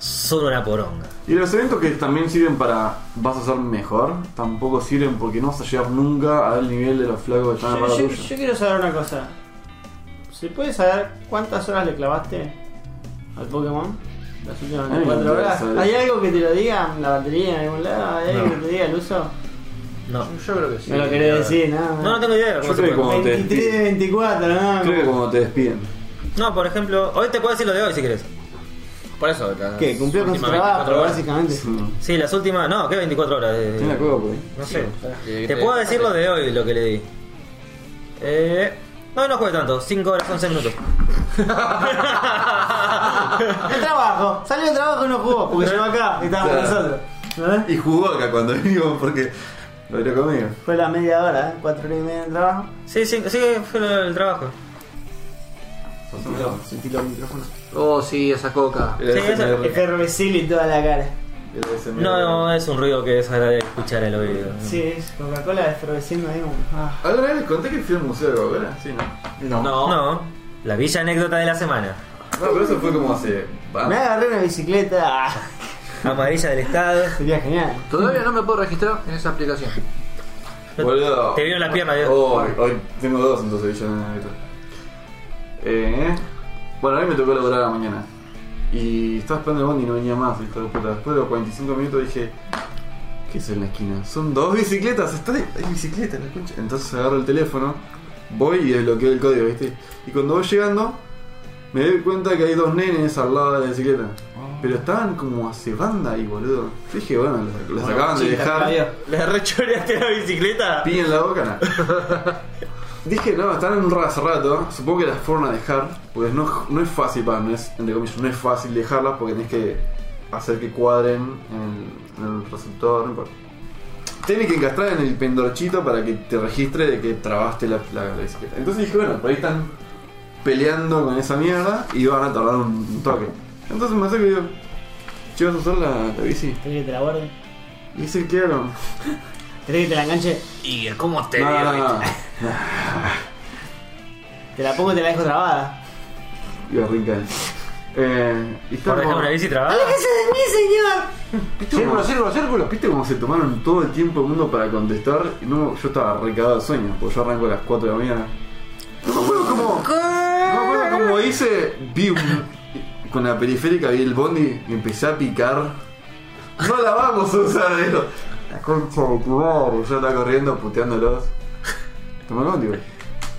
S1: son una poronga.
S5: Y los eventos que también sirven para vas a ser mejor, tampoco sirven porque no vas a llegar nunca al nivel de los flacos que están al
S3: Yo,
S5: lado
S3: yo-
S5: tuyo.
S3: yo quiero saber una cosa. ¿Se puede saber cuántas horas le clavaste al Pokémon? Las últimas
S5: Ay,
S3: 24
S5: no
S3: horas.
S5: saber.
S3: ¿Hay algo que te lo diga? ¿La batería en algún lado? ¿Hay algo
S5: No.
S3: que te diga el uso?
S1: No.
S6: Yo creo que sí.
S3: No lo querés decir, nada.
S1: No, no tengo idea. de cómo
S5: Yo
S1: se
S5: creo que
S1: puede.
S5: como te
S3: 23 de
S5: despiden,
S3: 24, no.
S5: creo que como te despiden.
S1: No, por ejemplo, hoy te puedo decir lo de hoy si quieres.
S4: Por eso. las
S3: Que cumplió con su
S4: últimas
S3: trabajo,
S4: 24 horas.
S3: básicamente.
S1: Sí, las últimas. No, ¿qué 24 horas? Eh,
S5: Tiene la cueva por ahí.
S1: No sé.
S4: Sí,
S1: Te
S4: sí.
S1: puedo decir lo de hoy, lo que le di. Eh, no, no jugué tanto. 5 horas,
S5: [laughs]
S1: 11 minutos.
S3: [laughs] El trabajo. Salió el trabajo y no jugó, porque llegó acá y estábamos
S5: Claro.
S3: nosotros. ¿Verdad?
S5: Y jugó acá cuando [laughs] vino porque lo vino conmigo.
S3: Fue la media hora, ¿eh? Cuatro horas y media de trabajo.
S1: Sí, sí, sí, fue lo- el trabajo.
S5: Sentí el micrófono.
S6: Oh, sí, esa coca.
S5: Era
S1: Sí,
S5: SMR.
S1: eso-
S3: Efervescil y toda la cara.
S5: Era SMR.
S1: No, no, es un ruido que es agradable escuchar el oído.
S5: Ah.
S3: Sí, es Coca-Cola efervescil, no digo. Ah.
S5: ¿Alguna vez les conté que fui al museo de Coca-Cola? Sí, ¿no?
S4: No.
S6: No.
S1: No, la villa anécdota de la semana.
S5: No, pero eso fue como hace... va,
S3: Me agarré una bicicleta. Ah,
S1: Amarilla del Estado.
S3: Sería genial.
S6: Todavía no me puedo registrar en esa aplicación.
S5: Boludo.
S1: Te vieron las piernas, Dios.
S5: Hoy, hoy tengo dos, entonces yo no necesito. Eh, bueno, a mí me tocó laburar a la mañana. Y estaba esperando el bondi y no venía más, hijo de puta. Después de los 45 minutos dije, ¿qué es en la esquina? Son dos bicicletas, está ahí, hay bicicletas en la concha. Entonces agarro el teléfono, voy y desbloqueo el código, ¿viste? Y cuando voy llegando, me doy cuenta que hay dos nenes al lado de la bicicleta. Pero estaban como hace banda ahí, boludo. Dije, bueno, los, los acaban de
S3: Chita,
S5: dejar.
S3: Flavio.
S1: ¿Le rechoreaste la bicicleta?
S5: Piña en la
S4: [laughs]
S5: boca, no. Dije, no, están en un rato hace rato. Supongo que las fueron a dejar. Pues no, no es fácil, para no es, entre comillas, no es fácil dejarlas porque tenés que hacer que cuadren en el, en el receptor. No importa. Tenés que encastrar en el pendorchito para que te registre de que trabaste la, la, la bicicleta. Entonces dije, bueno, por ahí están peleando con esa mierda y van a tardar un, un toque. Entonces me acerco y digo, che, vas a usar la, la bici.
S3: ¿Querés que te la guarde?
S5: Y dice, claro.
S3: ¿Querés que te la enganche?
S4: ¿Y cómo te
S5: No,
S4: digo?
S5: no, no.
S3: Te la pongo y te la dejo trabada.
S5: Y arranca él. Eh, y
S1: ¿Por
S5: estamos,
S1: dejar una bici trabada?
S3: de mí, señor!
S5: ¿viste,
S6: Círculo,
S5: cómo,
S6: círculo, círculo.
S5: viste cómo se tomaron todo el tiempo del mundo para contestar? Y no, yo estaba recagado de sueño, porque yo arranco a las 4 de la mañana. No me acuerdo cómo. No me acuerdo cómo hice. Vi un- con la periférica, vi el bondi y empecé a picar. No la vamos a usar, digo. La concha de tu madre. Yo estaba corriendo, puteándolos. Toma el bondi, güey.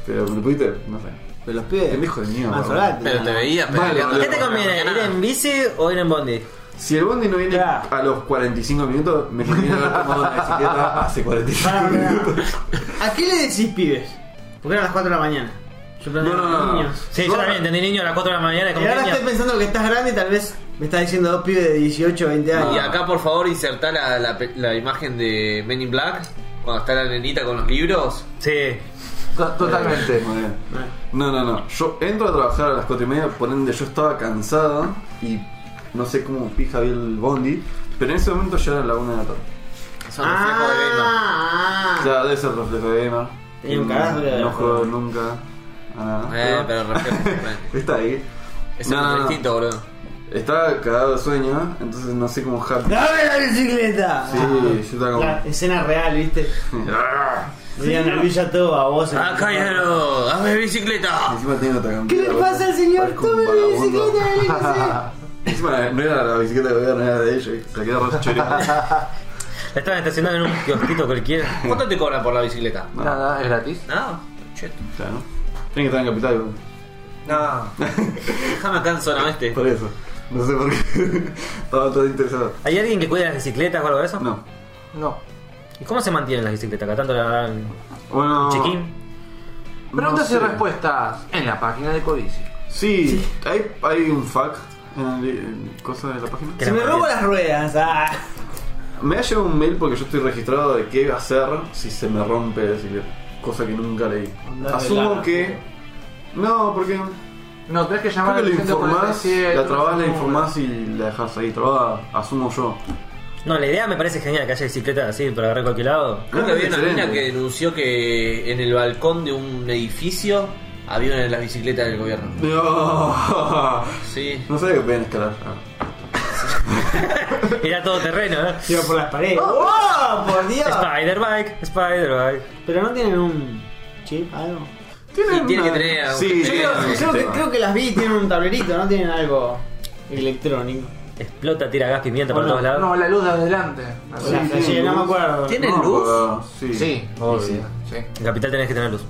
S5: Pero me lo pudiste, no sé.
S3: Pero los pibes.
S5: Pendejo de mierda.
S3: Mansolate.
S4: Pero te veía
S5: Vale,
S4: peleando.
S5: vale.
S1: ¿Qué te conviene? ¿Ir en bici o ir en bondi?
S5: Si el bondi no viene
S3: Ya.
S5: a los 45 minutos, me conviene haber tomado la
S3: [laughs]
S5: bicicleta hace 45 minutos.
S3: ¿A qué le decís pibes? Porque eran las 4 de la mañana. Yo planteo
S5: No, no, no, no.
S3: niños.
S1: Sí, yo también entendí niño a las 4 de la mañana.
S3: Y
S1: como
S3: ahora
S1: niño.
S3: estoy pensando que estás grande y tal vez me estás diciendo dos pibes de 18 20 años.
S4: Y acá, por favor, insertá la, la pe- la imagen de Men in Black. Cuando está la nenita con los libros.
S1: Sí.
S6: To- Totalmente.
S5: Muy bien.
S3: Bueno,
S5: No, no, no. Yo entro a trabajar a las 4 y media, por ende yo estaba cansado y no sé cómo pija vi el bondi, pero en ese momento ya era la 1 de la tarde.
S4: Son reflejos de Venga.
S3: ah, ah.
S5: Ya debe ser reflejo de gamer.
S3: Tenía un cagazo de-
S5: No juego nunca. a nada.
S4: Eh, pero reflejo de
S5: [laughs]
S4: Venga.
S5: Está ahí.
S4: Es
S5: No, no, no.
S4: distinto, boludo.
S5: Estaba cagado de sueño, entonces no sé cómo happy.
S3: ¡Dame la bicicleta! Ah.
S5: Sí, yo estaba como.
S3: La escena real, ¿viste? Veían el villa todo a vos.
S4: ¡Acá no! ¡Hazme bicicleta!
S5: Encima tengo otra
S3: ¿Qué le pasa al señor?
S5: Parezco un
S3: ¡Tome la
S5: vagabundo.
S3: bicicleta de la
S5: Encima no era la bicicleta que había, no era de ellos, se quedó re choreo.
S1: La estaban estacionando en un kiosquito cualquiera.
S4: ¿Cuánto te cobran por la bicicleta?
S6: [laughs] Nada, es gratis.
S4: Nada. Cheto.
S5: Claro. Tienen que estar en capital, boludo.
S6: No.
S4: Déjame acá en zona oeste.
S5: por eso. No sé por qué. [laughs] Estaba todo interesado.
S1: ¿Hay alguien que cuide las bicicletas o algo de eso?
S5: No.
S6: No.
S1: ¿Y cómo se mantienen las bicicletas acá? Tanto la...
S5: Bueno.
S1: Check-in.
S6: Preguntas
S5: No
S6: y
S5: sé.
S6: respuestas en la página de Codicia.
S5: Sí, Hay, hay un fact en, en cosas de la página.
S1: Que
S3: Se
S1: la
S3: me
S1: mayoría-
S3: robo las ruedas. ah.
S5: Me ha llegado un mail porque yo estoy registrado de qué hacer si se me rompe el ciclo, Cosa que nunca leí.
S3: Andar de
S5: Asumo
S3: lana,
S5: que. No, Ah, porque.
S6: No, tenés que llamar
S5: Creo que
S6: al
S5: lo informás,
S6: 147,
S5: la trabás, la
S6: no,
S5: informás y la dejás ahí trabada. Asumo yo.
S1: No, la idea me parece genial que haya bicicletas así para agarrar cualquier lado.
S4: Creo que había una
S5: Excelente.
S4: mina que denunció que en el balcón de un edificio había una de las bicicletas del gobierno.
S5: [laughs] No,
S4: Sí.
S5: no sé qué pueden escalar.
S1: Era todo terreno, [laughs] ¿eh?
S3: Tiro por las paredes. ¡Oh, por Dios!
S1: Spider-Bike, Spider-Bike.
S3: Pero no tienen un chip, algo.
S4: Y tiene que tener algún
S5: Sí,
S4: sistema.
S5: creo-
S4: Sí.
S3: Creo que,
S5: Sistema.
S3: creo que las vi tienen un tablerito, no tienen algo electrónico.
S1: Explota, tira gas, pimienta por
S3: Bueno,
S1: todos lados.
S6: No, la luz de adelante.
S3: O
S6: Sí,
S3: la
S5: sí,
S3: flashera, no
S5: luz.
S3: me acuerdo.
S4: ¿Tiene
S5: No,
S4: luz?
S5: pero- Sí.
S6: sí,
S5: obvio.
S6: sí. sí.
S1: En Capital tenés que tener luz.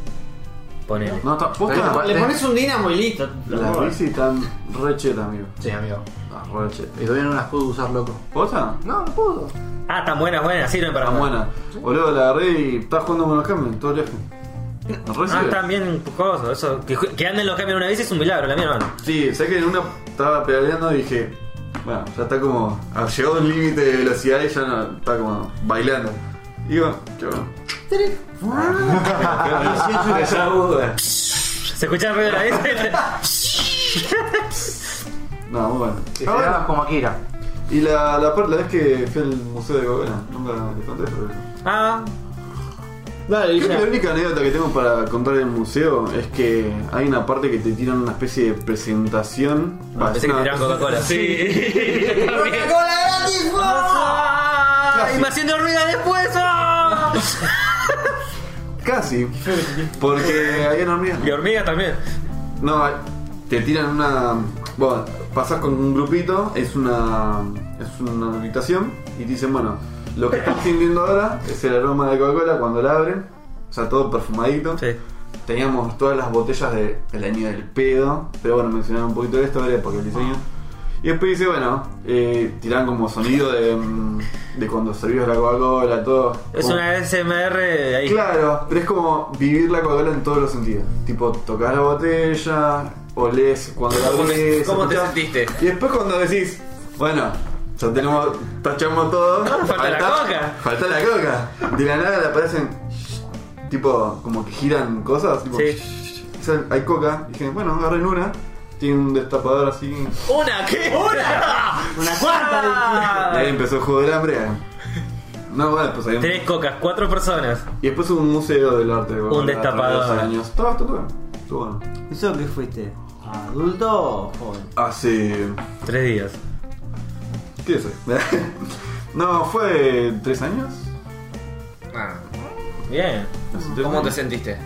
S1: Ponele.
S5: No, está.
S6: Pero
S5: Posta.
S6: igual-
S3: Le pones un dinamo y listo.
S5: Las bici están rechet, amigo.
S6: Sí, amigo.
S5: Ah, rechet.
S6: Y todavía no las pude usar, loco.
S5: ¿Posta?
S6: No, no pudo.
S1: Ah, tan buenas, buenas, sirven para
S5: Tan
S1: jugar.
S5: buena. Boludo, la agarré y estaba jugando con los camiones todo el viaje. Re
S1: Ah,
S5: sirve.
S1: están bien cosas, eso. Que, ju- que anden los camiones una vez es un milagro, la mía hermano.
S5: Sí, sé que en una estaba pedaleando y dije, bueno, ya está como. ah, Llegó un límite de velocidad y ya no, está como bailando. Y bueno, qué bueno. [laughs]
S4: [laughs]
S5: Ya, bueno.
S1: Se escucha el ruido de la bici. [laughs]
S5: No, muy bueno.
S6: Te
S5: Ah,
S6: esperabas como Akira.
S5: bueno. Y la, la, per- la vez que fui al museo de Gobena, nunca le conté, pero.
S1: ah,
S3: Dale,
S5: Creo que
S3: ya.
S5: la única anécdota que tengo para contar del museo es que hay una parte que te tiran una especie de presentación. Va,
S1: Ah, pensé
S5: es
S1: que
S5: una-
S1: tiraban Coca-Cola. Sí. [laughs]
S3: ¡Coca-Cola gratis!
S4: Ah,
S3: ¡guau!
S1: ¡Ay, me haciendo ruido después! ¡ah!
S5: Casi. Porque había una hormiga.
S1: Y hormigas también.
S5: No, te tiran una. Bueno, pasas con un grupito, es una. Es una habitación y te dicen, bueno, lo que
S1: [laughs]
S5: estás sintiendo ahora es el aroma de Coca-Cola cuando la abren. O sea, todo perfumadito.
S1: Sí.
S5: Teníamos todas las botellas de el año del pedo. Pero bueno, mencionaron un poquito de esto, ¿vale? Porque el diseño. Y después dice, bueno, eh, tiran como sonido de, mm, de cuando servías la Coca-Cola, todo.
S1: Es
S5: Como-
S1: una SMR ahí.
S5: Claro, pero es como vivir la Coca-Cola en todos los sentidos. Tipo, tocas la botella, olés cuando la
S4: ¿Cómo te-
S5: olés.
S4: cómo te
S5: escuchás.
S4: sentiste?
S5: Y después cuando decís, bueno, ya tenemos, tachamos todo.
S1: [laughs] falta la coca.
S5: Falta la coca. De la nada le aparecen, tipo, como que giran cosas. Tipo,
S1: Sí.
S5: o sea, hay coca. Y dije, bueno, agarren una. Tiene un destapador así.
S1: ¿Una qué? ¡Una!
S3: ¡Una cuarta!
S1: Ah, eh.
S5: Y ahí empezó el juego del hambre. No, bueno, pues ahí.
S1: Tres cocas, cuatro personas.
S5: Y después hubo un museo del arte. bueno,
S1: Un destapador.
S5: hace años. Todo, todo, todo. Estuvo bueno.
S3: ¿Eso qué fuiste? ¿Adulto o joven?
S5: Hace.
S1: Tres días.
S5: ¿Qué sé? [laughs] no, fue. ¿Tres años?
S4: Ah.
S1: Bien.
S5: Hace tres
S4: ¿Cómo te
S5: años.
S4: sentiste?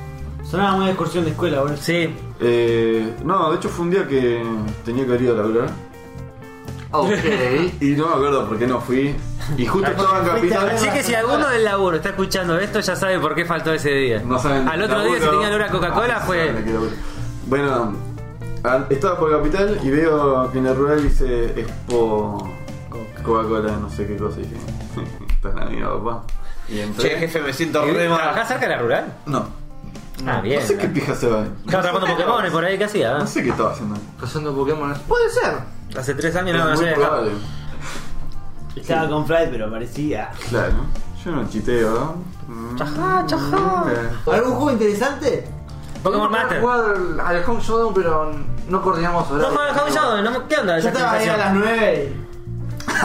S3: Sonaba muy de excursión de escuela, boludo.
S1: Sí.
S5: Eh, no, de hecho fue un día que tenía que haber ido a laburar.
S6: [laughs] Ok.
S5: Y no me acuerdo por qué no fui. Y justo estaba en Capital.
S1: Así que si alguno del laburo está escuchando esto, ya sabe por qué faltó ese día.
S5: No saben.
S1: Al otro día, si
S5: laburo.
S1: tenía olor a Coca-Cola,
S5: Ah,
S1: fue.
S5: saben de qué laburo. Bueno, al- estaba por Capital y veo que en el rural dice Expo Coca-Cola, no sé qué cosa. Y dije, [laughs] esta es la mía, papá. Y entré.
S4: Che, jefe, me siento re mal.
S1: ¿Trabajás cerca de la rural?
S5: No,
S1: Ah, bien.
S5: no sé qué pija se va.
S1: Estaba atrapando Pokémon por ahí, ¿qué hacía?
S5: No sé qué estaba haciendo.
S6: Cazando Pokémon. Puede ser.
S1: Hace tres años
S5: Es
S1: no me
S5: muy
S1: había dejado.
S5: probable.
S3: Estaba con Fly, pero parecía.
S5: Claro, yo no chiteo. ¿no? Mm.
S1: Chajá, chajá.
S5: Eh,
S3: ¿Algún juego interesante?
S1: Pokémon Master.
S6: Jugar al- al Home Showdown, pero no coordinamos
S1: No
S6: horario.
S1: juega House Shadow, no- ¿qué onda?
S3: Yo
S1: esa
S3: estaba ahí a
S1: actualización?
S3: las 9. [laughs]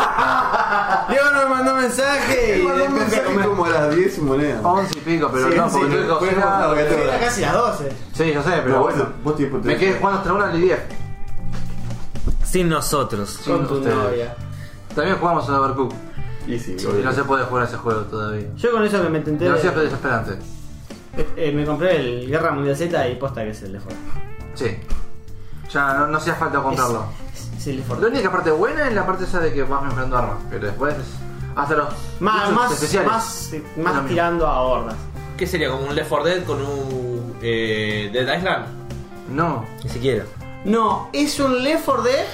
S3: Diego nos mandó mensaje. y
S5: mandó un
S3: después
S5: mensaje
S3: me-
S5: como a las 10 y monedas.
S6: 11 y pico, pero
S5: Sí,
S6: no,
S5: sí,
S6: porque
S5: no,
S6: tuve que
S5: fue una
S6: cocinar.
S5: larga-
S3: Era casi las 12.
S6: Sí, yo sé, pero
S5: Pero
S6: bueno.
S5: bueno, vos tipo
S6: Me quedé jugando hasta una y 10.
S1: Sin nosotros.
S6: Sí,
S3: Con tu
S6: ustedes.
S3: novia.
S6: También jugamos a Overcooked.
S5: Y sí,
S6: Y
S5: obvio.
S6: no se puede jugar a ese juego todavía.
S3: Yo con eso que me tenté.
S6: Demasiado desesperante.
S3: eh, eh, me compré el Guerra Mundial Z y posta que es el mejor.
S6: Sí. Ya, no, no hacía falta comprarlo.
S3: Es el
S6: La
S3: mejor.
S6: única parte buena es la parte esa de que vas mejorando armas, pero después hasta los
S3: Más,
S6: bichos
S3: más,
S6: especiales.
S3: más, eh,
S6: Es lo
S3: más
S6: mismo.
S3: tirando a hordas.
S4: ¿Qué sería? ¿Como un Left 4 Dead con un eh, Dead Island?
S6: No,
S1: Ni siquiera.
S3: No, es un Left 4 Dead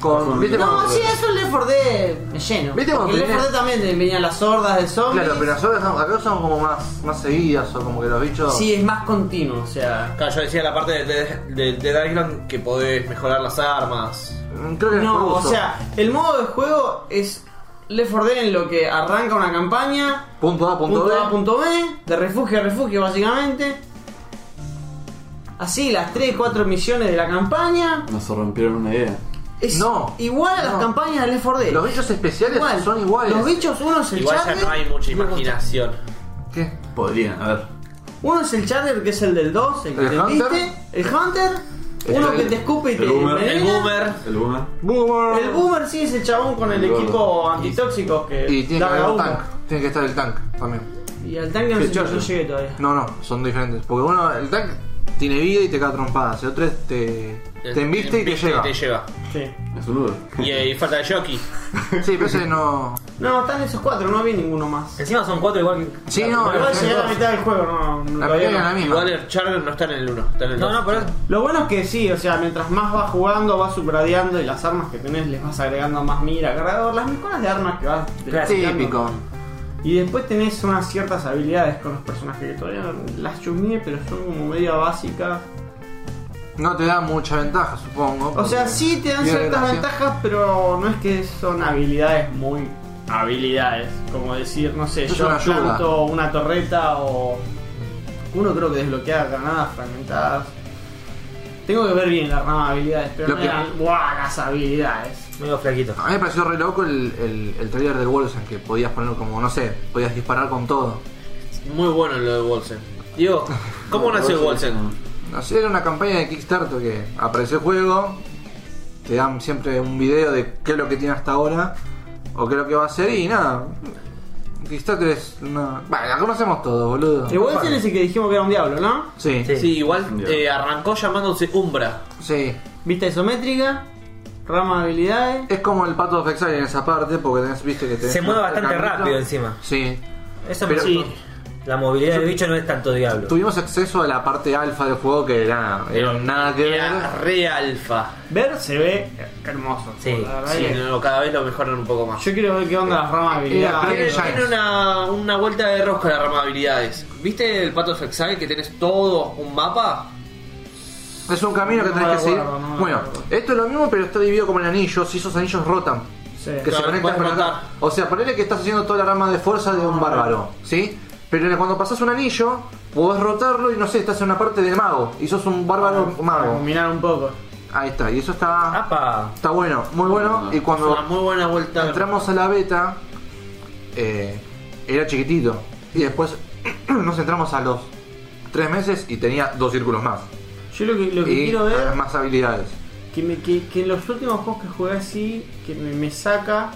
S6: Con, ¿viste
S3: No,
S6: cuando-
S3: sí, eso es Left 4 Dead. Me lleno.
S6: ¿Viste cuando
S3: Porque Left
S6: tenés-
S3: 4 Dead también venían las hordas de zombies.
S6: Claro, pero nosotros son- acá son como más, más seguidas o como que los bichos.
S3: Sí, es más continuo, o sea.
S4: Claro, yo decía la parte de, de, de- de Dead Island que podés mejorar las armas.
S6: Mm, Creo que es por
S3: No, o
S6: uso.
S3: sea, el modo de juego es Left 4 Dead en lo que arranca una campaña.
S6: Punto A, punto,
S3: punto
S6: B.
S3: A, punto B, de refugio a refugio básicamente. Así, las 3, 4 misiones de la campaña.
S5: Nos rompieron una idea.
S3: Es
S6: No,
S3: igual a las
S6: no.
S3: campañas del Left 4 Dead.
S6: Los bichos especiales
S3: Igual.
S6: son iguales.
S3: Los bichos, uno es el
S4: Igual ya
S3: Charger.
S4: no hay mucha imaginación.
S6: ¿Qué?
S5: Podrían, a ver.
S3: Uno es el Charger, que es el del 2, el que
S6: ¿El
S3: te
S6: Hunter?
S3: viste. El Hunter. Uno
S6: el-
S3: que te escupe y te.
S2: el boomer.
S4: El
S3: envenena.
S4: boomer.
S5: El boomer.
S6: Boomer.
S3: El Boomer sí es el chabón con el
S5: El gordo.
S3: equipo antitóxico que.
S6: Y tiene que
S3: larga
S6: haber un
S3: humo.
S6: tank. Tiene que estar el tank también.
S3: Y al tanque no,
S5: Sí,
S3: sé, no
S5: Charger.
S3: llegué todavía.
S6: No, no, son diferentes. Porque uno, el tank tiene vida y te cae a trompadas. El otro es te, te enviste y te
S4: Enviste
S6: llega.
S4: Te lleva.
S3: Sí.
S5: Es un nudo.
S4: Y, ahí falta de jockey.
S6: Sí, pero ese
S3: [laughs]
S6: no.
S3: No, están esos cuatro, no vi ninguno más.
S1: Encima son cuatro igual que.
S6: Sí, no,
S3: Pero igual
S6: los
S3: llegué a la
S6: dos.
S3: mitad del juego, no.
S6: La
S3: todavía
S6: pelea
S3: no.
S6: es la misma.
S4: Igual el Charger no está en el 1, está en el 2.
S1: No, no, pero.
S3: Lo bueno es que sí, o sea, mientras más vas jugando, vas upgradeando y las armas que tenés les vas agregando más mira, cargador, las mejoras de armas que vas desbloqueando.
S6: Típico.
S3: Y después tenés unas ciertas habilidades con los personajes que todavía no las chusmeé, pero son como media básicas.
S6: No te da mucha ventaja, supongo.
S3: O sea,
S6: porque-
S3: sí te dan
S6: Tiene
S3: ciertas
S6: gracia.
S3: ventajas, pero no es que son habilidades muy habilidades, como decir, no sé,
S6: Es
S3: yo
S6: una ayuda.
S3: planto una torreta o uno creo que desbloquea granadas fragmentadas. Tengo que ver bien las ramas de habilidades, pero
S6: Lo
S3: no
S6: que-
S3: eran "Buah, las habilidades.
S1: Medio flaquito.
S6: A mí me pareció re loco el, el, el trailer del Wolfenstein, que podías poner como, no sé, podías disparar con todo.
S4: Muy bueno lo de Wolsen. Digo, ¿cómo nació Wolsen?
S6: No sé, era una campaña de Kickstarter que apareció el juego, te dan siempre un video de qué es lo que tiene hasta ahora o qué es lo que va a hacer y nada. Kickstarter es una. Bueno, la conocemos todos, boludo.
S3: El Wolfen es el que dijimos que era un diablo, ¿no?
S6: Sí, sí.
S1: Sí.
S4: Sí, igual eh, arrancó llamándose Umbra.
S3: Vista isométrica, rama de habilidades.
S6: Es como el Pato of Exile en esa parte, porque tenés, viste que tenés
S1: Se mueve
S6: un
S1: bastante
S6: carrito.
S1: rápido encima.
S6: Sí.
S1: Eso me
S6: Pero-
S1: sí. La movilidad del bicho no es tanto diablo.
S6: Tuvimos acceso a la parte alfa del juego que era, era nada que
S4: Era
S6: ver.
S4: re alfa.
S3: Ver se ve hermoso.
S1: Sí,
S3: la verdad
S4: Sí,
S3: que-
S4: no, cada vez lo mejoran un poco más.
S3: Yo quiero ver qué onda las ramas de
S6: Era
S4: Tiene,
S3: habilidades.
S6: Giants.
S4: tiene una, una vuelta de rosca la rama de habilidades. ¿Viste el Pato of Exile que tenés todo un mapa?
S6: Es un camino que
S3: No
S6: tenés
S3: me
S6: que seguir.
S3: acuerdo, no me
S6: bueno,
S3: acuerdo.
S6: esto es lo mismo, pero está dividido como en anillos. Y esos anillos rotan.
S3: Sí.
S6: que
S4: Claro,
S6: se conectan
S4: puedes
S6: para acá.
S4: rotar.
S6: O sea, ponele que estás haciendo toda la rama de fuerza de un bárbaro, ¿sí? Pero cuando pasas un anillo, podés rotarlo y no sé, estás en una parte de mago. Y sos un
S4: Ah,
S6: bárbaro
S3: Para
S6: mago.
S3: combinar un poco.
S6: Ahí está, y eso
S1: Ah,
S6: está,
S1: ¡Apa!
S6: está bueno, muy bueno.
S4: Es
S6: Y
S4: una
S6: cuando
S4: muy buena vuelta.
S6: entramos a la beta, eh, era chiquitito. Y después [clears throat] nos entramos a los tres meses y tenía dos círculos más.
S3: Yo lo que, lo que
S6: Y
S3: quiero ver,
S6: más habilidades.
S3: que, me- que- que en los últimos juegos que jugué así, que me, me saca,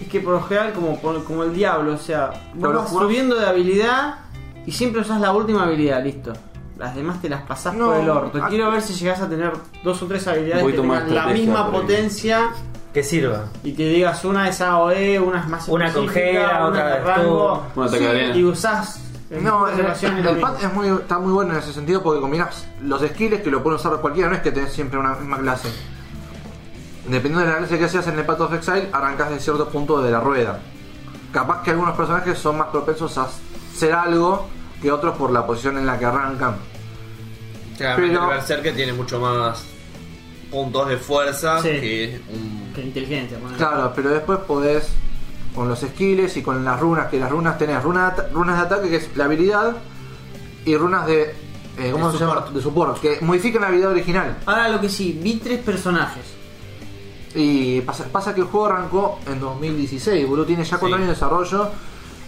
S3: es que por lo general, como, por- como el diablo, o sea, vos
S6: Pero
S3: vas
S6: jugás-
S3: subiendo de habilidad y siempre usás la última habilidad, listo. Las demás te las pasás
S6: No,
S3: por el orto.
S6: ah-
S3: Quiero ver si llegás a tener dos o tres habilidades
S5: Un
S3: que
S5: poquito más
S3: tengan la
S5: estrategia
S3: misma
S5: por ahí.
S3: potencia
S1: Que sirva.
S3: y que digas una es AOE, una es más
S1: Una con
S3: específica,
S1: Gera,
S3: una
S1: otra
S3: de
S1: de
S3: rango.
S5: Una ataque de arena.
S3: Y usás. eh, en
S6: No, eh,
S3: muchas
S6: el,
S3: ocasiones
S6: el
S3: lo mismo.
S6: pad es muy, está muy bueno en ese sentido porque combinás los skills que lo pueden usar cualquiera, no es que tenés siempre una misma clase. Dependiendo de la clase que seas en el Path of Exile, arrancás de cierto punto de la rueda. Capaz que algunos personajes son más propensos a hacer algo que otros por la posición en la que arrancan.
S4: Claramente
S6: Pero-
S4: el Berserker tiene mucho más puntos de fuerza
S3: Sí.
S4: que un...
S3: Que inteligencia, bueno.
S6: Claro, pero después podés con los skills y con las runas, que las runas tenés runas de, ata- runas de ataque, que es la habilidad, y runas de... eh, ¿Cómo
S4: De
S6: se llama?
S4: support.
S6: De support, que modifican la habilidad original.
S3: Ahora lo que sí, vi tres personajes.
S6: Y pasa, pasa que el juego arrancó en 2016, boludo, tiene ya 4
S4: Sí.
S6: años de desarrollo.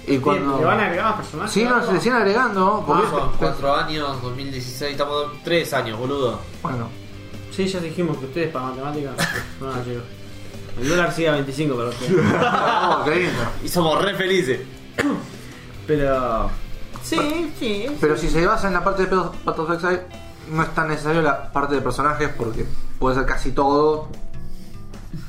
S6: Y cuando.
S3: ¿Le van a agregar más personajes?
S6: Sí, no, se le siguen agregando. porque-
S4: Son 4 años, 2016, estamos 3 años, boludo.
S6: Bueno,
S3: Sí, ya dijimos que ustedes para matemáticas. [laughs] No, no, chicos. El dólar sigue a 25 para ustedes.
S6: no, qué lindo.
S4: Y somos re felices.
S3: Pero. Sí, sí.
S6: Pero si se basa en la parte de Path of Exile, no es tan necesario la parte de personajes porque puede ser casi todo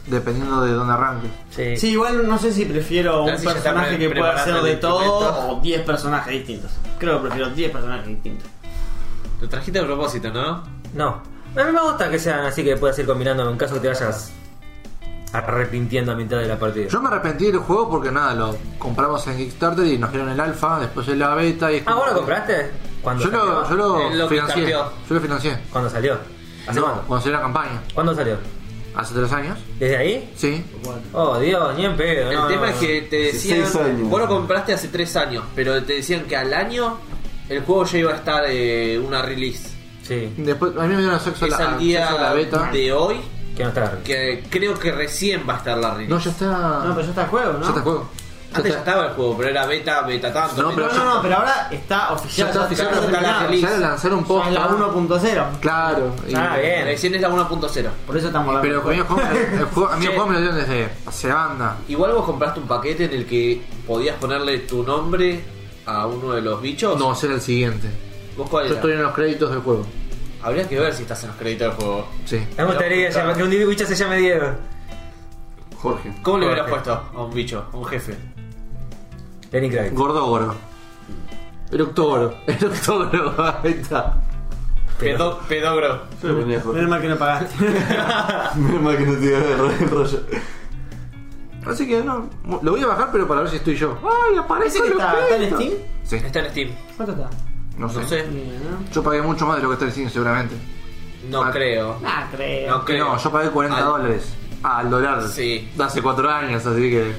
S6: dependiendo de dónde arranques.
S1: Sí.
S3: Sí, igual no sé si prefiero un
S4: Nancy ya está
S3: personaje
S4: pre-
S3: que pueda hacer
S4: preparando
S3: de
S4: el
S3: todo
S4: instrumento.
S3: o 10 personajes distintos. Creo que prefiero 10 personajes distintos.
S4: Lo trajiste a propósito, ¿no?
S1: No. A mí me gusta que sean así que puedas ir combinando en caso que te vayas arrepintiendo a mitad de la partida.
S6: Yo me arrepentí del juego porque nada, lo compramos en Kickstarter y nos dieron el alfa, después en la beta y... es
S1: ah,
S6: como-
S1: ¿vos lo compraste? Cuando
S6: Yo
S1: salió.
S6: lo, yo lo
S4: Él lo
S6: financié.
S4: kickstarteó.
S6: Yo lo financié.
S1: ¿Cuándo salió? ¿Hace
S6: No,
S1: cuánto?
S6: cuando salió la campaña.
S1: ¿Cuándo salió?
S6: Hace tres años.
S1: ¿Desde ahí?
S6: Sí.
S1: Oh, Dios, ni en pedo.
S4: El
S1: no,
S4: tema
S1: no,
S4: es que te decían.
S5: 16 años.
S4: Vos lo compraste hace 3 años, pero te decían que al año el juego ya iba a estar eh, una release.
S1: no. Sí,
S6: Después, a mí me dieron acceso a
S4: es
S6: la,
S4: al día
S6: acceso a la beta.
S4: de hoy,
S1: que no está
S4: que creo que recién va a estar la release.
S6: No, ya está...
S3: No, pero ya está el juego, ¿no?
S6: Ah. Ya está el juego. Ya
S4: Antes ya
S6: está-
S4: estaba el juego, pero era beta, beta tanto.
S6: No,
S4: beta-
S6: pero
S3: No, no, no, pero ahora está oficial.
S6: Ya está oficial,
S4: ya está
S3: terminado.
S4: la release.
S6: Ya le lanzaron
S3: Ya
S6: post.
S3: es la 1.0.
S6: Claro. y-
S1: Ah, bien.
S4: Recién es la 1.0.
S3: Por eso estamos hablando.
S6: Pero con el juego, el juego- a mí el
S4: Sí.
S6: juego me lo dieron desde hace banda.
S4: Igual vos compraste un paquete en el que podías ponerle tu nombre a uno de los bichos.
S6: No, será el siguiente.
S4: ¿Vos cuál
S6: Yo
S4: era?
S6: estoy en los créditos del juego.
S4: Habría que ver si estás en los créditos del juego.
S6: Sí.
S1: Me gustaría llamar- que un bicho se llame Diego.
S5: Jorge.
S4: ¿Cómo le
S1: Jorge.
S4: hubieras puesto a un bicho, a un jefe?
S1: Lenny Kravitz.
S6: Gordogoro. Eructogoro. Eructogoro. Ahí está.
S4: Pedo- pedogro.
S5: Soy pendejo.
S3: Menos mal que no
S5: [laughs]
S3: pagaste.
S5: Menos mal que no te iba a agarrar el rollo.
S6: Así que no. Lo voy a bajar, pero para ver si estoy yo. ¡Ay, aparece
S3: Parece que
S6: los
S3: está, está en
S6: créditos!
S3: Steam.
S6: Sí.
S4: Está en Steam.
S3: ¿Cuánto está?
S6: No sé.
S4: No sé.
S3: Bien, ¿no?
S6: Yo pagué mucho más de lo que está en Steam, seguramente.
S4: No
S6: Ah.
S4: creo.
S3: Nah, creo.
S4: No creo.
S6: No, yo pagué 40
S4: Al-
S6: dólares Ah, al dólar.
S4: Sí.
S6: De hace 4 años, así que.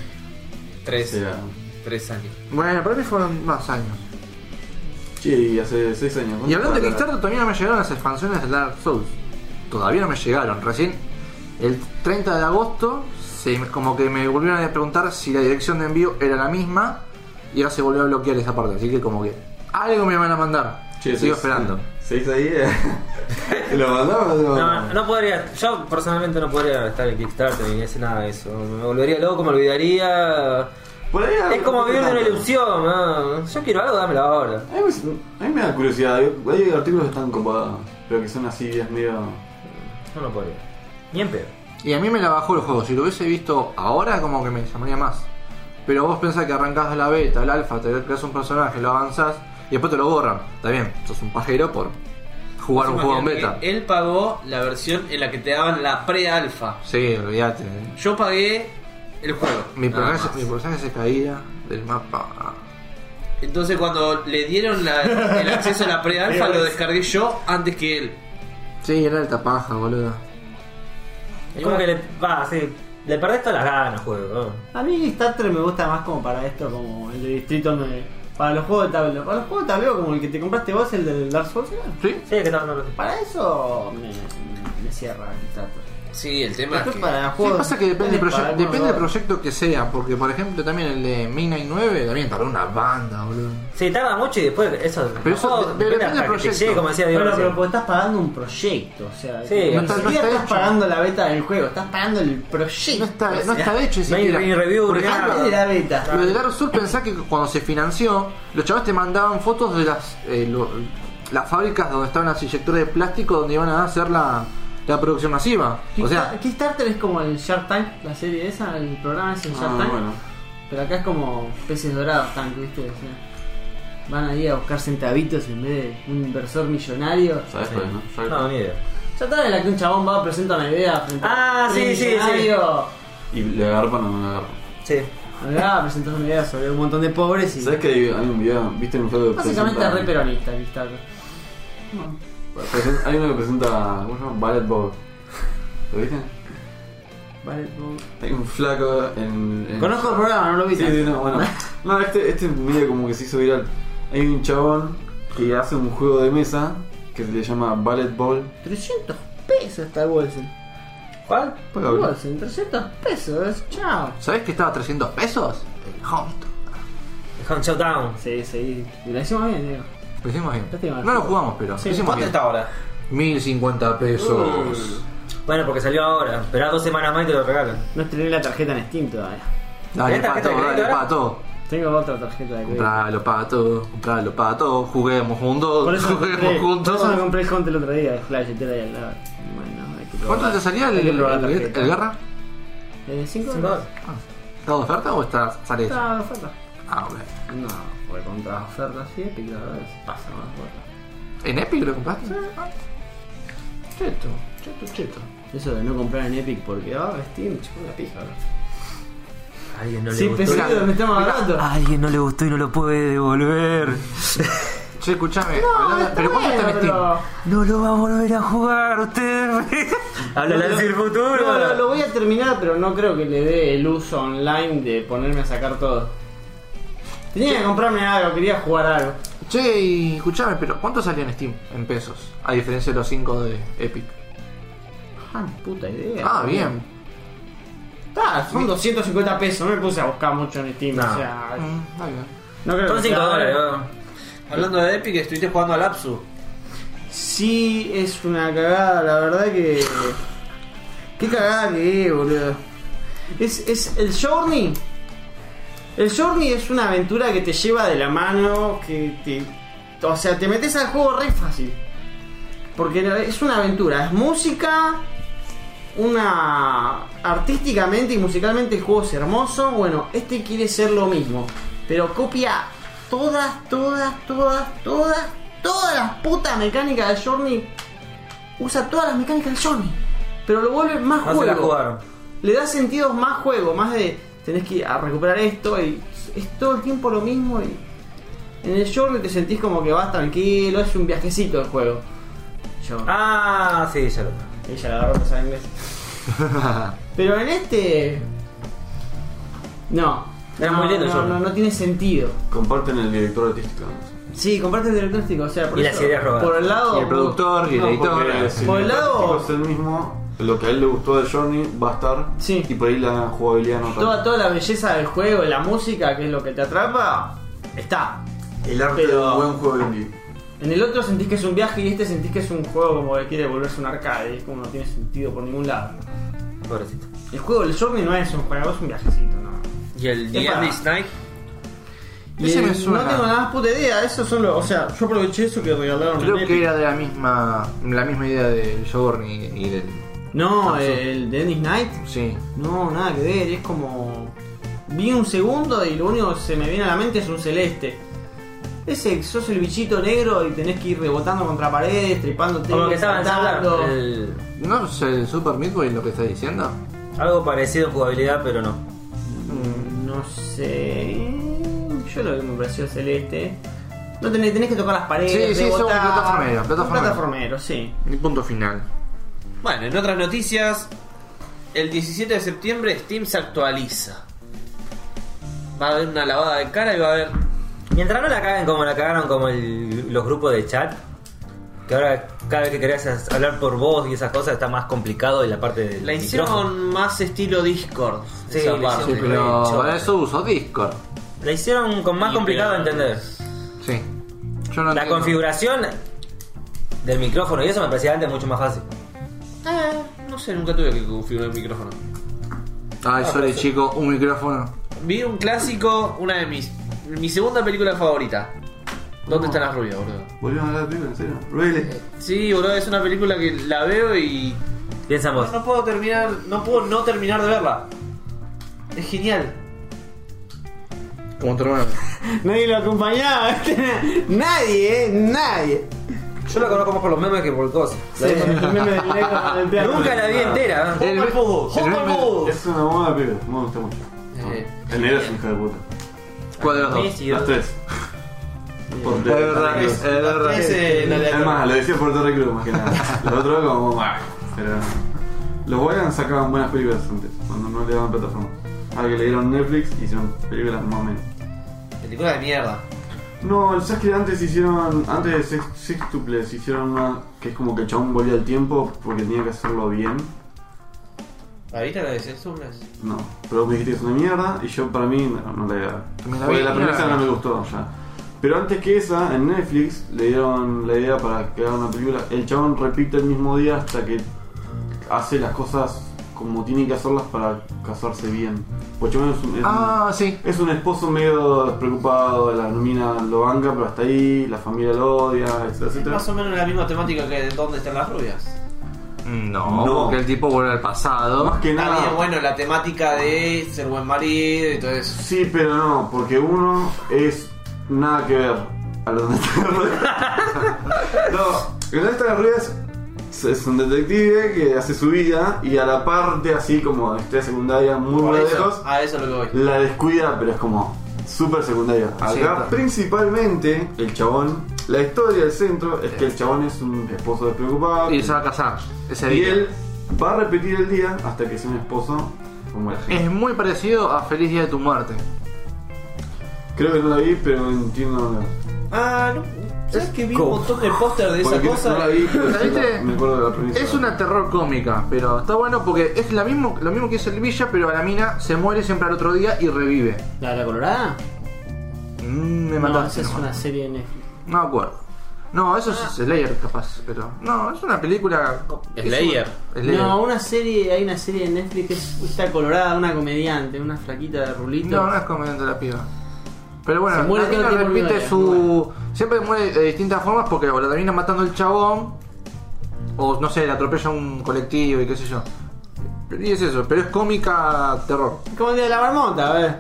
S4: Tres.
S5: Será.
S4: Tres años.
S6: Bueno, para mí fueron más años.
S5: Che, y hace 6 años.
S6: Y
S5: ¿cuánto
S6: hablando de
S5: tarda?
S6: Kickstarter, todavía no me llegaron las expansiones de Dark Souls. Todavía no me llegaron. Recién el 30 de agosto, se, me- como que me volvieron a preguntar si la dirección de envío era la misma. Y ahora se volvió a bloquear esa parte. Así que, como que algo me van a mandar.
S5: Che,
S6: Sigo
S5: seis-
S6: esperando.
S5: ¿Seis ahí? eh. [laughs] ¿Te lo mandamos? o te lo
S1: No,
S5: mandamos?
S1: no podría. Yo personalmente no podría estar en Kickstarter ni hacer nada de eso. Me volvería loco, me olvidaría.
S5: Por ahí
S1: Es como vivir de una
S5: tanto.
S1: ilusión. ¿no? Yo quiero algo, dámelo ahora.
S5: A mí, me, a mí me da curiosidad. Hay, hay artículos que están copados, pero que son así, es medio.
S1: Yo no podría. Ni en pedo.
S6: Y a mí me la bajó el juego. Si lo hubiese visto ahora, como que me llamaría más. Pero vos pensás que arrancás de la beta, el alfa, te creas un personaje, lo avanzás y después te lo borran. Está bien, sos un pajero por jugar un juego en
S4: Imagínate
S6: beta.
S4: que Él pagó la versión en la que te daban la pre-alfa.
S6: Sí, olvídate. eh.
S4: Yo pagué el juego.
S6: Mi
S4: nada
S6: personaje,
S4: más.
S6: mi personaje se caía del mapa.
S4: Entonces cuando le dieron la- el acceso a la pre-alfa lo descargué yo antes que él.
S6: Sí, era alta paja, boludo.
S1: Es como que le. Va, sí. Le perdés todas las ganas, juego. ¿no?
S3: A mí Kickstarter me gusta más como para esto, como el de distrito donde- Para los juegos de tablero. Para los juegos de tablero como el que te compraste vos, el del Dark Souls. ¿era?
S6: ¿Sí?
S1: Sí, que no, no lo sé.
S3: Para eso me, me- me cierra Kickstarter.
S4: Sí, el tema es
S3: Después
S4: que...
S3: para
S6: Sí,
S3: juegos...
S6: pasa que depende, del proye-
S3: para algunos
S6: depende del
S3: juegos.
S6: proyecto que sea, porque por ejemplo también el de Midnight 9 también tardó una banda, boludo.
S1: Sí, tarda mucho y después eso.
S6: Pero eso
S1: no,
S6: de- pero depende
S1: hasta
S6: del
S1: que te
S6: proyecto.
S1: llegue, como decía Diego.
S3: Bueno,
S1: recién.
S3: pero porque estás pagando un proyecto, o sea,
S1: Sí.
S3: ni
S1: No
S6: está- no
S3: siquiera
S6: está
S3: estás
S6: hecho.
S3: pagando la beta del juego, estás pagando el proyecto.
S6: No está, no está hecho ni
S1: no hay
S6: siquiera.
S1: ni review,
S6: Por
S1: ni
S6: ejemplo,
S1: nada.
S3: Antes de la beta.
S6: Lo de Dark Souls pensá que cuando se financió, los chavales te mandaban fotos de las eh, lo- las fábricas donde estaban las inyectores de plástico donde iban a hacer la, la producción masiva. O sea,
S3: Kickstarter- Kickstarter es como el Shark Tank, la serie esa, el programa es el Shark
S5: Ah,
S3: Tank.
S5: bueno.
S3: Pero acá es como peces dorados tank, ¿viste? O sea, van ahí a buscar centavitos en vez de un inversor millonario.
S5: ¿Sabes cuál es, no? Ya-
S1: No, ni idea.
S3: Ya está en la que un chabón va, presenta una idea frente
S1: Ah,
S3: a un
S1: sí, sí, sí.
S3: millonario.
S5: Y le agarpan o no le agarpan.
S1: Sí.
S3: Va a presentar una idea sobre un montón de pobres y...
S5: ¿Sabes que hay, hay un video? ¿Viste un juego que
S3: Básicamente es
S5: presenta-
S3: re peronista Kickstarter.
S5: presen- Hay uno que presenta. ¿Cómo se llama? Ballet Bob. ¿Lo viste?
S3: Vale, no.
S5: Hay un flaco en. en-
S3: Conozco el programa, no lo vi.
S5: Sí, sí, no,
S3: [laughs]
S5: bueno. No, este, este medio como que se hizo viral. Hay un chabón que hace un juego de mesa que se le llama Ballet Ball.
S3: 300 pesos está el Bolsen.
S1: ¿Cuál?
S5: Paga, boludo.
S3: Bolsen, 300 pesos, chao.
S6: ¿sabés que estaba a 300 pesos? El Hunt.
S1: Hunt Showdown.
S3: Sí, sí, y la hicimos bien, digo.
S6: Lo hicimos bien.
S3: Lástima.
S6: No lo jugamos, pero lo hicimos
S4: ¿Cuánto
S6: bien.
S4: está ahora?
S6: 1050 pesos.
S1: Bueno, porque salió ahora. Esperá dos semanas más y te lo regalan.
S3: No estrené la tarjeta en Steam todavía.
S6: Dale,
S1: ¿Esta
S6: paga
S1: tarjeta
S6: todo,
S1: de
S6: dale,
S1: crédito
S6: paga todo.
S3: Tengo otra tarjeta de crédito.
S6: Compralo, paga todo. Compralo, paga todo. Juguemos
S3: Por
S6: juntos.
S3: eso, me
S6: Juguemos
S3: compré, por eso me
S6: juntos.
S3: compré el Hunt el otro día, el Flash, el ahí al lado. Bueno, hay que probar.
S6: ¿Cuánto te salía el,
S3: Hay que
S6: el,
S3: probar la
S6: el-
S3: tarjeta.
S6: el guerra?
S3: Eh, 5
S1: Cinco
S3: dólares.
S1: dólares.
S6: ¿Está de oferta o está, sale eso?
S3: Está oferta.
S6: Ah, bueno.
S3: No, porque contra las ofertas sí, Epic la verdad es pasa más ofertas.
S6: ¿En Epic lo compraste? Cheto, cheto, cheto.
S3: Eso de no comprar en Epic porque, ah, Steam, chupó la pija, bro.
S1: A alguien no le
S3: Sin
S1: gustó.
S3: pedido, me estamos hablando.
S6: ah,
S1: A alguien no le gustó y no lo puede devolver.
S6: Che, escuchame. hablando- ¿Pero cuánto está en Steam?
S1: No lo va a volver a jugar usted. Háblale
S3: No,
S1: así el futuro.
S3: No, lo, lo voy a terminar, pero no creo que le dé el uso online de ponerme a sacar todo. Tenía que comprarme algo, quería jugar algo.
S6: Che, y escuchame, pero ¿cuánto salió en Steam en pesos? A diferencia de los 5 de Epic.
S3: Ah, ni puta idea.
S6: Ah, bien.
S3: Está, son 250 pesos, no me puse a buscar mucho en Steam,
S1: No.
S3: o sea.
S6: Mm, está bien.
S3: No creo
S1: Son
S3: que
S1: 5
S3: sea-
S1: dólares. ¿no?
S4: Ah, Hablando de Epic, estuviste jugando al Apsu.
S3: Sí, es una cagada, la verdad que. Qué cagada que es, boludo. Es, es el Journey. El Journey es una aventura que te lleva de la mano, que te. O sea, te metes al juego re fácil. Porque la- es una aventura, es música. Una. Artísticamente y musicalmente el juego es hermoso. Bueno, este quiere ser lo mismo. Pero copia todas, todas, todas, todas, todas las putas mecánicas del Journey. Usa todas las mecánicas del Journey. Pero lo vuelve más
S1: No
S3: juego
S1: se la jugaron.
S3: le da sentido más juego, más de tenés que ir a recuperar esto y es todo el tiempo lo mismo y en el journey te sentís como que vas tranquilo, es un viajecito el juego. Yo,
S1: Ah, sí, ya lo.
S3: ella la agarró esa [laughs] inglés. Pero en este no,
S1: Es
S3: no,
S1: muy lindo el
S3: no,
S1: Journey.
S3: no, no tiene sentido.
S5: Comparten el director artístico. ¿no?
S3: Sí, comparte el diagnóstico, o sea, por
S1: Y
S3: eso-
S1: las ideas robadas.
S3: por el lado
S6: Y el productor y el
S5: No,
S6: editor.
S5: porque si
S3: Por el
S5: director
S3: lado-
S5: artístico Es el mismo. Lo que a él le gustó de Johnny va a estar.
S3: Sí.
S5: Y por ahí la jugabilidad no
S3: toda
S5: tanto.
S3: toda la belleza del juego, la música, que es lo que te atrapa, está.
S5: El arte
S3: pero-
S5: de un buen juego indie.
S3: En el otro sentís que es un viaje y este sentís que es un juego como que quiere volverse un arcade, es como no tiene sentido por ningún lado.
S1: Pobrecito.
S3: El juego del Journey no es un juego, es un viajecito, ¿no?
S4: Y el
S3: Es
S4: día
S3: para-
S4: de Snake.
S3: Y
S6: Ese me
S3: eh,
S6: suena.
S3: No tengo nada más puta idea, eso solo, o sea, yo aproveché eso que regalaron.
S6: Creo
S3: en
S6: que
S3: Epic.
S6: era de la misma, la misma idea del Journey y del.
S3: No,
S6: Samsung.
S3: el de Dennis Knight,
S6: Sí.
S3: no, nada que ver, es como... Vi un segundo y lo único que se me viene a la mente es un celeste. Ese, sos el bichito negro y tenés que ir rebotando contra paredes, tripándote.
S1: Como que estaba
S3: saltando.
S1: avanzando.
S4: Eh,
S1: El...
S6: ¿No es el Super Meat Boy lo que estás diciendo?
S1: Algo parecido en jugabilidad, pero no.
S3: Mm, No sé. Yo lo que me pareció celeste. No tenés, tenés que tocar las paredes.
S6: Sí, sí, es un
S3: rebotar.
S6: plataformero,
S3: Un
S6: plataformero.
S3: plataformero, sí.
S6: Mi punto final.
S4: Bueno, en otras noticias, el 17 de septiembre Steam se actualiza. Va a haber una lavada de cara y va a haber.
S1: Mientras no la caguen como la cagaron como el- los grupos de chat, que ahora cada vez que querés as- hablar por voz y esas cosas está más complicado y la parte del
S4: La
S1: micrófono.
S4: hicieron más estilo Discord.
S1: Sí,
S4: esa
S1: le
S4: parte.
S1: hicieron-
S6: Sí,
S1: re
S6: pero
S1: chota.
S6: eso usó Discord.
S1: La hicieron con más
S4: Y
S1: complicado de
S4: pero-
S1: entender.
S6: Sí. Yo no
S1: La
S6: entiendo.
S1: configuración del micrófono y eso me parecía antes mucho más fácil.
S4: Eh, no sé, nunca tuve que configurar el micrófono.
S6: Ay, [laughs] sorry, chico, un micrófono.
S4: Vi un clásico, una de mis. Mi segunda película favorita. ¿Dónde están las rubias, boludo?
S5: Volvieron a la película, en serio. Really.
S4: Sí, boludo, es una película que la veo y.
S1: Piensa en vos.
S4: No, no puedo terminar. No puedo no terminar de verla. Es genial.
S6: Como tu hermano.
S3: Nadie lo acompañaba. [laughs] nadie, eh. Nadie.
S1: Yo la conozco más por los memes que por cosas.
S3: Sí, el meme del negro con el perro.
S1: Nunca la vi entera. ¿eh?
S6: El, el-
S5: Es una buena película. Me gusta mucho.
S4: Eh,
S5: El negro es un hijo de puta.
S6: ¿Cuál de los dos?
S1: Messi,
S5: Las tres. Por
S6: Es verdad, es verdad.
S4: ese, la de-
S5: Es más, lo decía por Terry Crews más que nada. Los otros como. "Bah", Pero. Los Wayans sacaban buenas películas antes, cuando no le daban plataforma. Ahora que le dieron Netflix, hicieron películas más o menos.
S4: Película de mierda.
S5: No, el que antes hicieron. Antes de Sex- Sextuples hicieron una que es como que el chabón volvía al tiempo porque tenía que hacerlo bien.
S4: ¿La viste la de Sextubles?
S5: No, pero vos me dijiste que es una mierda y yo para mí no, no la voy a ver.
S6: Me la
S5: Porque
S6: vi,
S5: la
S6: me la
S5: premisa
S6: vi.
S5: no me gustó ya. Pero antes que esa, en Netflix le dieron la idea para crear una película. El chabón repite el mismo día hasta que hace las cosas como tiene que hacerlas para casarse bien. Porque el chabón es un, es un-
S6: Ah, sí.
S5: es un esposo medio despreocupado, la mina lo banca, pero hasta ahí, la familia lo odia, etcétera,
S4: Es
S5: etcétera.
S4: más o menos la misma temática que de ¿Dónde están las rubias?
S6: Mm, No,
S5: No.
S6: porque el tipo vuelve al pasado.
S5: Más que
S4: Está
S5: nada.
S4: bien, bueno, la temática de ser buen marido y todo eso.
S5: Sí, pero no, porque uno es nada [laughs] que ver a los de No, el de estas ruedas es un detective que hace su vida y a la parte así como historia secundaria muy
S4: Por
S5: muy
S4: eso,
S5: lejos
S4: a eso es lo que voy.
S5: la descuida pero es como súper secundaria acá
S6: Cierto.
S5: principalmente el chabón la historia del centro es que el chabón es un esposo despreocupado
S6: Y se va a casar ese
S5: y
S6: día.
S5: él va a repetir el día hasta que sea un esposo como la gente
S6: Es muy parecido a Feliz Día de tu Muerte.
S5: creo que no la vi pero entiendo dónde va.
S4: Ah, no. ¿Sabes que vi un
S1: ¿Cómo?
S4: montón de póster de esa
S5: Porque
S4: cosa?
S5: no la vi, pero sí
S6: ¿La
S5: la-
S6: viste?
S5: me acuerdo de la premisa.
S6: Es una terror cómica, pero está bueno porque es la mismo, lo mismo que hizo el Villa, pero a la mina se muere siempre al otro día y revive.
S3: ¿La de la colorada?
S6: Mm, me
S3: No,
S6: mataste.
S3: esa es
S6: no,
S3: una Ah. serie de Netflix.
S6: no me acuerdo. No, eso es Slayer capaz, pero. No, es una película. es un-
S4: Slayer.
S6: Slayer.
S3: No, una serie, hay una serie de Netflix que es está colorada, una comediante, una flaquita de rulito.
S6: No, no es comediante la piba. Pero bueno,
S3: Se muere
S6: la
S3: todo
S6: mina
S3: el tiempo
S6: repite
S3: olvidada,
S6: su. Siempre muere de distintas formas porque o la termina matando el chabón, o no sé, le atropella un colectivo y qué sé yo. Y es eso, pero es cómica terror.
S3: Como el día de la marmota, a ver.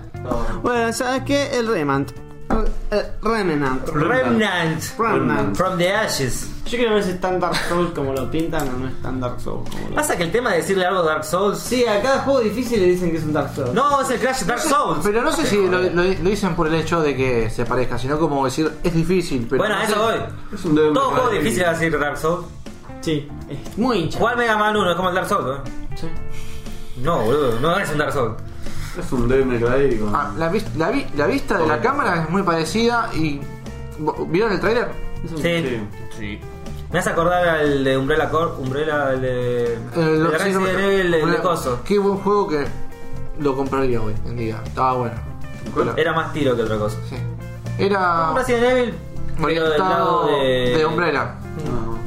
S3: Bueno, ¿sabes qué? El Remnant. El, el Remnant.
S1: Remnant.
S3: Remnant.
S1: From the Ashes.
S3: Yo quiero ver si es tan Dark Souls como lo pintan o no es tan Dark Souls como lo
S1: Pasa que el tema de decirle algo a Dark Souls.
S3: Sí, a cada juego difícil le dicen que es un Dark Souls.
S1: No, es el Crash Dark Souls.
S6: Pero no sé si lo, lo- lo dicen por el hecho de que se parezca, sino como decir es difícil. Pero
S1: bueno,
S6: no
S1: a
S6: sé-
S1: eso voy.
S5: Es un dedo
S1: Todo
S5: muy
S1: juego
S5: grande.
S1: difícil va a decir Dark Souls.
S3: Sí, es muy hincha.
S1: Jugar Mega Man 1 es como el Dark Souls, ¿eh?
S3: Sí.
S1: No, boludo, no es un Dark Souls.
S5: Es un Devil May Cry con-
S6: Ah, la, vis- la vi- la vista de la cámara es muy parecida y. ¿Vieron el trailer?
S3: Es un-
S1: Sí.
S5: Sí.
S4: Sí.
S1: Me hace acordar al de Umbrella Corp, Umbrella, el de.
S6: Eh,
S1: el de Resident Evil, el de Coso.
S6: Qué buen juego que lo compraría hoy en día. Estaba bueno. Pero-
S1: Era más tiro que otra cosa.
S6: sí. Era
S1: Resident Evil, pero del lado
S6: orientado
S1: de.
S6: de hombrera.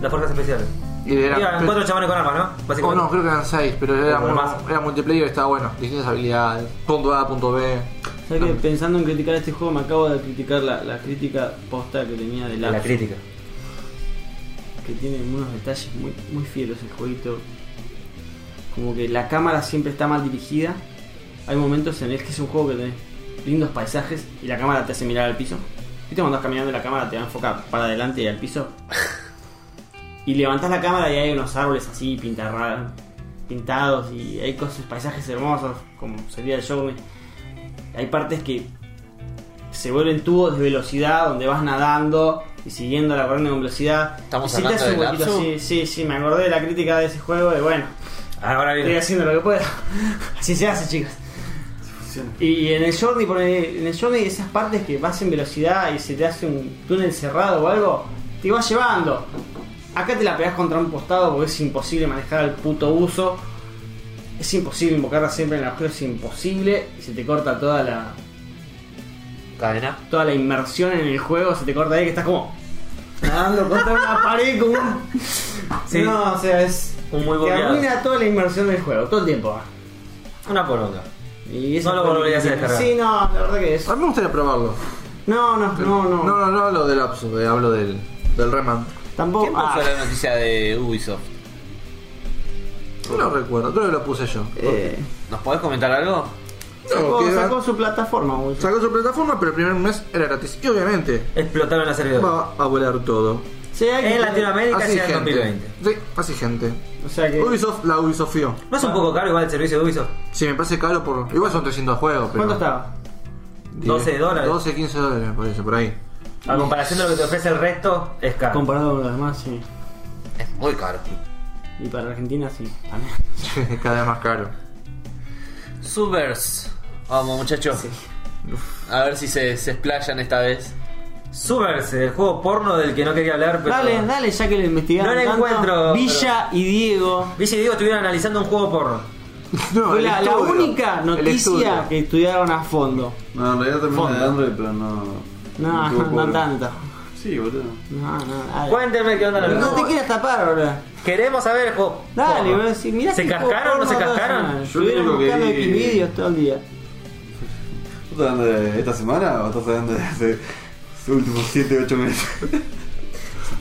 S1: Las fuerzas especiales.
S6: Y era,
S1: Iban cuatro chabones con armas, ¿no?
S3: Oh,
S6: o
S1: Básicamente.
S6: no, creo que eran seis, pero era,
S1: Como
S6: mu-
S1: más.
S6: era multiplayer y estaba bueno. Distintas habilidades. Punto A, punto B.
S3: ¿Sabes que pensando en criticar este juego me acabo de criticar la, la crítica posta que tenía de
S1: La crítica.
S3: que tiene unos detalles muy, muy fieros el jueguito. Como que la cámara siempre está mal dirigida. Hay momentos en el que es un juego que tenés lindos paisajes y la cámara te hace mirar al piso. Viste cuando vas caminando y la cámara te va a enfocar para adelante y
S4: [laughs]
S3: al piso. Y levantás la cámara y hay unos árboles así pintarra- pintados y hay cosas, paisajes hermosos, como sería el show. Hay partes que se vuelven tubos de velocidad donde vas nadando y siguiendo la corriente con velocidad.
S4: ¿Estamos
S3: Y si te
S4: hablando
S3: hace
S4: de
S3: un huequito,
S4: Dark
S3: Sí, sí, sí, me acordé de la crítica de ese juego y bueno,
S1: Ah, Ahora
S3: estoy
S1: bien.
S3: haciendo lo que puedo. Así se hace, chicas. Y en el Journey, por el- en el Journey esas partes que vas en velocidad y se te hace un túnel cerrado o algo, te vas llevando. Acá te la pegás contra un postado porque es imposible manejar el puto uso. Es imposible invocarla siempre en el agujero, es imposible. Y se te corta toda la,
S4: Cadena.
S3: toda la inmersión en el juego, se te corta ahí que estás como nadando
S1: [laughs]
S3: contra una pared como un...
S1: Sí.
S3: No, o sea, es...
S1: Un muy
S3: Te
S1: bobeado.
S3: arruina toda la inmersión del juego, todo el tiempo.
S1: Una por otra.
S3: Y eso
S1: No lo
S3: fue-
S1: volverías a descargar.
S3: Sí, no, la verdad que eso.
S6: A mí me gustaría probarlo.
S3: No, no, no,
S6: No,
S3: no.
S6: no, no hablo del Apsu, eh, hablo del, del Reman.
S3: Tampoco.
S4: ¿Quién puso
S3: ah,
S4: la noticia de Ubisoft?
S6: No lo recuerdo, creo que lo puse yo.
S3: eh,
S4: ¿Nos podés comentar algo?
S6: No,
S3: sacó,
S6: que-
S3: sacó su plataforma, güey.
S6: Sacó su plataforma, pero el primer mes era gratis. Y obviamente
S1: Explotaron la servidora.
S6: va a volar todo.
S3: Sí, hay que-
S1: En Latinoamérica
S6: Así
S1: llega en
S6: gente.
S1: 2020.
S6: Sí, así gente.
S3: O sea que.
S6: Ubisoft la Ubisofió.
S1: ¿No es un poco caro igual el servicio de Ubisoft?
S6: Sí, me parece caro por. Igual son 300 juegos, pero.
S3: ¿Cuánto estaba?
S1: 12 dólares.
S6: 12, 15 dólares, por eso, por ahí. [laughs]
S1: A comparación de lo que te ofrece el resto, es caro.
S3: Comparado con los demás, sí.
S4: Es muy caro.
S3: Y para Argentina, sí. También.
S6: Cada vez más caro.
S4: Subers. Vamos, muchachos. A ver si se, se explayan esta vez.
S1: Subers, el juego porno del que no quería hablar, pero.
S3: Dale, dale, ya que lo investigaron.
S1: No la
S3: tanto.
S1: encuentro,
S3: Villa y Diego.
S1: Villa y Diego estuvieron analizando un juego porno.
S6: No,
S3: Fue
S6: el
S3: la, la
S6: estudio.
S3: única
S6: El estudio.
S3: noticia que estudiaron a fondo.
S5: No, en realidad también
S1: Fondo.
S5: era de Android, pero no.
S3: No,
S5: tuvo
S3: [laughs] no,
S5: cobre.
S3: tanto.
S5: Sí, boludo.
S3: No, no, dale.
S1: Cuéntenme qué onda la
S3: no,
S1: verdad.
S3: te quieras tapar, bro.
S1: Queremos saber el juego.
S3: Dale,
S1: porno.
S3: bro. Si mirá
S1: ¿Se
S3: si puedo
S1: cascaron o no
S3: porno
S1: se
S3: toda
S1: cascaron?
S3: semana.
S1: Yo
S3: Estuvieron
S5: lo único que
S3: buscando
S5: vi-
S3: Xvideos todo el día.
S5: ¿Estás hablando de esta semana o estás hablando de hace los últimos 7, 8 meses?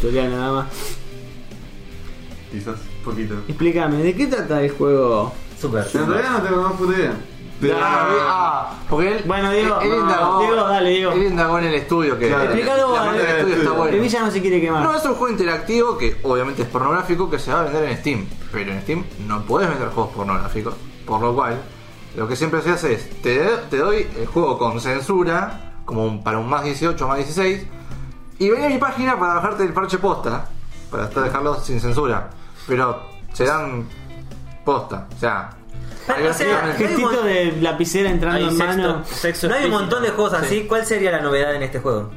S3: Tutorial nada más.
S5: [laughs] Quizás, poquito.
S3: Explícame, ¿de qué trata el juego?
S1: Subers.
S5: En realidad no tengo más puta idea. De-
S6: Ah, vi- ah, porque él,
S3: Bueno, Diego,
S6: él, él
S3: no,
S6: indagó,
S3: Diego, dale, Diego.
S6: él indagó en el estudio que
S5: Claro.
S3: Explícalo, eh.
S5: La
S3: Ah, bueno,
S5: parte del
S6: el estudio está
S5: estudio.
S6: bueno.
S3: El Villa no se quiere quemar.
S6: No, es un juego interactivo que obviamente es pornográfico que se va a vender en Steam. Pero en Steam no puedes vender juegos pornográficos. Por lo cual, lo que siempre se hace es, te, te doy el juego con censura, como un- para un más 18, más 16, y vení a mi página para bajarte el parche posta, para hasta dejarlo sin censura. Pero se dan posta, o sea...
S1: Pero, Ah, o sea,
S6: agresivamente.
S3: Gestito de lapicera entrando
S4: Hay
S3: en
S4: sexto-
S3: mano.
S4: sexo
S1: No hay un
S4: explícito.
S1: montón de juegos así. ¿Cuál sería la novedad en este juego?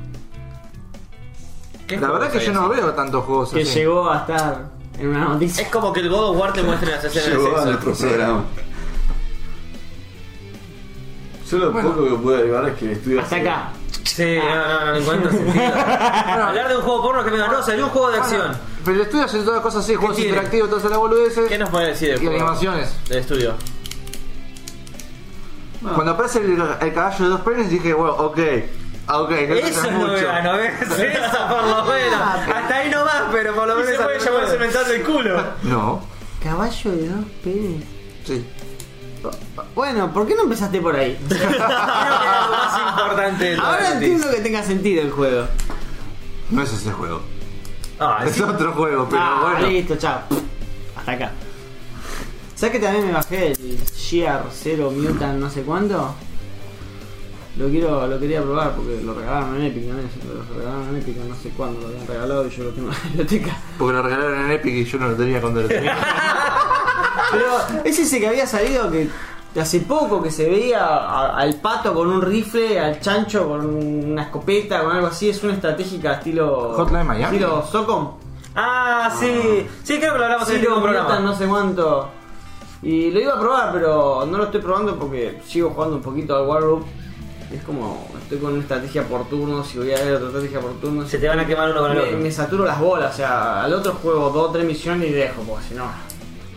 S4: ¿Qué
S6: la verdad
S4: juegos
S6: que yo
S4: hay
S6: no
S4: así?
S6: veo tantos juegos
S3: Que
S6: así.
S3: llegó a estar en una
S4: Es
S3: noticia.
S4: como que el God of War te muestre
S3: [laughs]
S4: las escenas de
S5: Llegó a
S4: sexo.
S5: nuestro programa. Yo lo poco que puedo derivar es que estudio.
S3: Hasta
S5: hace-
S3: acá.
S1: Sí, no, no, no, no [laughs] encuentro sentido. Hablar de un juego porno que me ganó, salió un juego de acción.
S6: Pero el estudio hace todas cosas así, juegos
S1: tiene?
S6: interactivos, todas las boludeces.
S4: ¿Qué nos puede decir del
S6: Y
S4: juego?
S6: animaciones.
S4: Del estudio.
S1: Ah.
S6: Cuando aparece el, el caballo de dos penes dije, bueno, ok, ah, ok, no te
S1: Eso es
S6: hagas
S1: Ah,
S6: mucho.
S1: novedad, ¿no [laughs] ves? Eso por lo menos. Hasta ahí nomás, pero por lo menos. esa novedad.
S4: del culo.
S6: No.
S3: Caballo de dos penes.
S6: Sí.
S3: Bueno, ¿por qué no empezaste por [laughs] ahí?
S1: Creo que era lo más importante de todo.
S3: Ahora
S1: Valentín.
S3: entiendo que tenga sentido el juego.
S6: No es ese juego.
S1: Ah,
S6: Es
S1: sí.
S6: otro juego, pero
S3: ah,
S6: bueno.
S3: listo, chao. Hasta acá. ¿Sabes que también me bajé el Gear 0 Mutant no sé cuánto? Lo quiero, lo quería probar porque lo regalaron en Epic, ¿no? Lo regalaron en Epic, no sé cuándo lo habían regalado y yo lo tengo en la biblioteca.
S6: Porque lo regalaron en Epic y yo no lo tenía cuando
S1: [laughs]
S6: lo tenía.
S3: Pero es ese que había salido que de hace poco que se veía a- al pato con un rifle, al chancho con una escopeta, con algo así, es una estratégica estilo.
S6: Hotline Miami.
S3: Estilo Socom.
S1: Ah, sí. Sí, creo que lo hablamos en el
S3: Sí,
S1: último
S3: con
S1: programa.
S3: Mutant no sé cuánto. Y lo iba a probar, pero no lo estoy probando porque sigo jugando un poquito al Warloop. Es como, estoy con una estrategia por turnos y voy a ver otra estrategia por turnos.
S1: Se te van a quemar uno con el
S3: me,
S1: otro.
S3: me saturo las bolas, o sea, al otro juego dos o tres misiones y dejo, porque si no,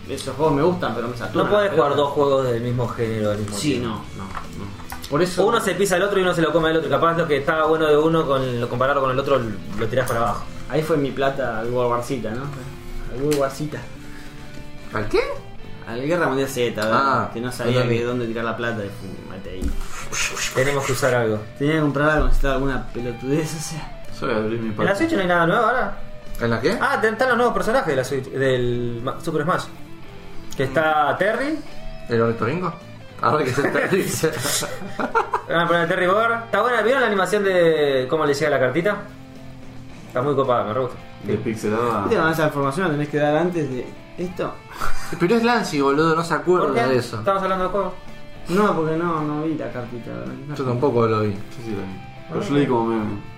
S3: esos juegos me gustan, pero me saturan.
S1: No puedes
S3: Pero-
S1: jugar dos juegos del mismo género al mismo
S3: Sí,
S1: tiempo.
S3: no, no, no. Por eso.
S1: Uno se pisa al otro y uno se lo come al otro. Capaz lo que estaba bueno de uno, con lo compararlo con el otro, lo tirás para abajo.
S3: Ahí fue mi plata al World Warcita, ¿no? Al World Warcita.
S6: ¿Al qué?
S3: Al Guerra Mundial Z, ¿verdad?
S6: Ah,
S3: que no sabía
S6: entendí.
S3: que dónde tirar la plata y fum, mate ahí.
S1: Tenemos que usar algo.
S3: Tenía que comprar algo, necesitaba alguna pelotudez, o sea.
S5: Yo voy a abrir mi
S1: ¿En la
S5: parte.
S1: Switch no hay nada nuevo ahora?
S6: ¿En la qué?
S1: Ah, te- están los nuevos personajes de la Switch, del Ma- Super Smash. Que está Terry,
S6: ¿El ornitorrinco? Ahora que se está
S1: [laughs]
S6: dice.
S1: van a poner a Terry Bogard. Está buena, ¿vieron la animación de cómo le llega la cartita? Está muy copada, me re gusta.
S5: De
S6: Ah.
S5: pixelada.
S3: ¿Viste con esa información la tenés que dar antes de esto?
S6: Pero es Lancy, boludo, no se
S1: ¿Por qué?
S6: acuerda de eso.
S1: Estamos hablando de juego.
S3: No, porque no, no vi la cartita. la verdad.
S6: Yo tampoco lo vi.
S5: Yo sí la vi. Pero yo leí como meme.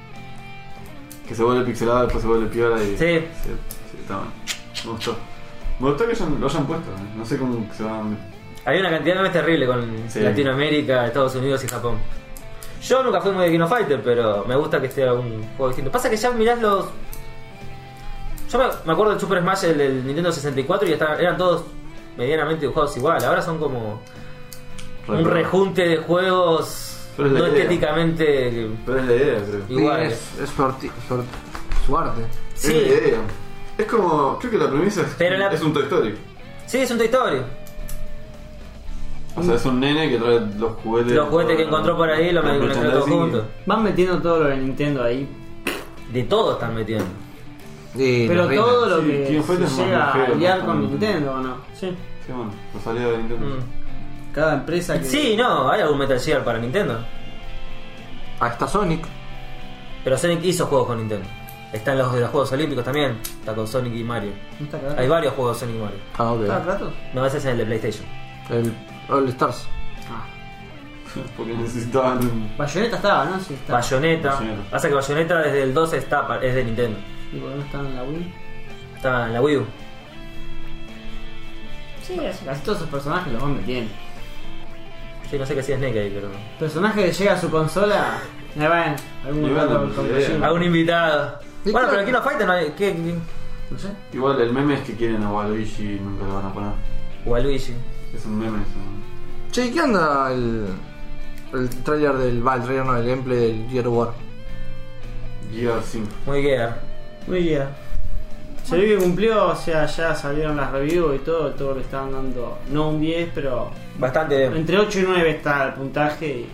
S5: Que se vuelve pixelada, después se vuelve piola y.
S1: Sí.
S5: Sí, sí, está mal. Me gustó. Me gustó que hayan- lo hayan puesto. eh. No sé cómo se van.
S1: Había una cantidad de memes terrible con
S5: Sí.
S1: Latinoamérica, Estados Unidos y Japón. Yo nunca fui muy de Kino Fighter, pero me gusta que sea un juego distinto. Pasa que ya mirás los. Yo me, me acuerdo del Super Smash, el del Nintendo 64, y estaban- eran todos medianamente dibujados igual. Ahora son como un
S5: Retro.
S1: rejunte de juegos
S5: Pero es la
S1: no
S5: idea.
S1: estéticamente
S5: Pero es la idea, creo.
S1: iguales.
S6: Es, es sorti- sor- suerte.
S5: Es la idea. Es como. Creo que la premisa es,
S1: Pero la-
S5: es un Toy Story.
S1: Sí, es un Toy Story.
S5: O sea, es un nene que trae los juguetes.
S1: Los juguetes que encontró por ahí lo
S5: los
S1: mezcló todos
S5: merchandising
S1: juntos.
S3: Van metiendo todo lo de Nintendo ahí.
S1: De todo están metiendo.
S6: Y
S3: Pero
S6: los
S3: todo lo
S5: Sí,
S3: que
S5: King of
S3: se
S5: Fighters es más
S3: llega a
S5: ligero,
S3: aliar
S5: más
S3: con
S5: también.
S3: Nintendo, ¿o no? Sí.
S5: y- Sí, bueno, lo salió de Nintendo.
S1: Mm.
S3: Cada empresa que.
S1: Sí, no, hay algún Metal Gear para Nintendo.
S6: rines. Ah, está Sonic.
S1: Pero Sonic hizo juegos con Nintendo. Están los de los Juegos Olímpicos también. Está con Sonic y Mario.
S3: ¿No está
S1: Hay
S3: cagado?
S1: varios juegos de Sonic y Mario.
S6: Ah,
S3: ¿Está
S6: ok.
S3: Kratos?
S1: No, ese es el de PlayStation.
S6: El All Stars.
S3: Ah.
S5: Porque necesitaban. un-
S3: Bayonetta estaba, ¿no? Sí, estaba.
S1: Bayonetta.
S5: Bayonetta.
S1: Pasa que Bayonetta desde el 12 está, pa- es de Nintendo.
S3: ¿Y por qué no estaba en la Wii?
S1: Está en la Wii U.
S3: Sí, casi todos esos personajes los van metiendo.
S1: Sí, no sé qué hacía Snake ahí, pero...
S3: Personaje que llega a su consola. Ya van, algún
S5: Y bueno,
S3: contrato con
S5: sí.
S3: Kojima.
S1: Algún invitado.
S6: ¿Y
S1: Bueno,
S6: qué?
S1: pero aquí no Fighter no hay... ¿Qué? qué?
S3: No sé.
S5: Igual el meme es que quieren a Waluigi y nunca lo van a poner.
S1: O a Luigi.
S5: Es un meme eso. ¿no?
S6: Che, ¿qué onda el, el trailer del. Va, el trailer no, el gameplay del Gear War?
S5: Gear 5.
S1: Muy gear.
S3: Muy bien. Se ve que cumplió, o sea, ya salieron las reviews y todo, todo le estaban dando, no un 10, pero
S1: Bastante bien.
S3: entre 8 y 9 está el puntaje y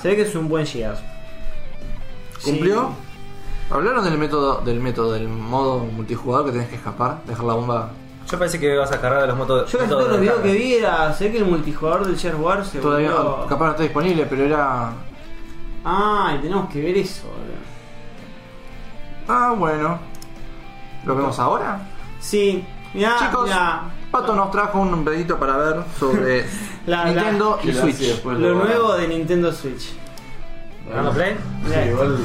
S3: se ve que es un buen llegazo.
S6: ¿Cumplió? ¿Hablaron del método, del método, del modo multijugador que tenés que escapar? Dejar la bomba
S1: Yo pensé que ibas a cargar de los motos.
S3: Yo casi todos los videos que vi era, sé que el multijugador del Share War se
S6: todavía, ah,
S3: volvió-
S6: capaz no está disponible, pero era...
S3: Ah, y tenemos que ver eso. boludo.
S6: Ah, bueno. ¿Lo vemos ahora?
S3: Sí, mirá,
S6: Chicos,
S3: mirá,
S6: Pato nos trajo un pedito para ver sobre
S3: [laughs] La- la-
S6: Nintendo y
S5: Gracias,
S6: Switch.
S5: pues,
S3: lo
S5: la-
S3: nuevo de Nintendo Switch.
S1: ¿Ganando play?
S3: Mirá,
S5: Sí, igual.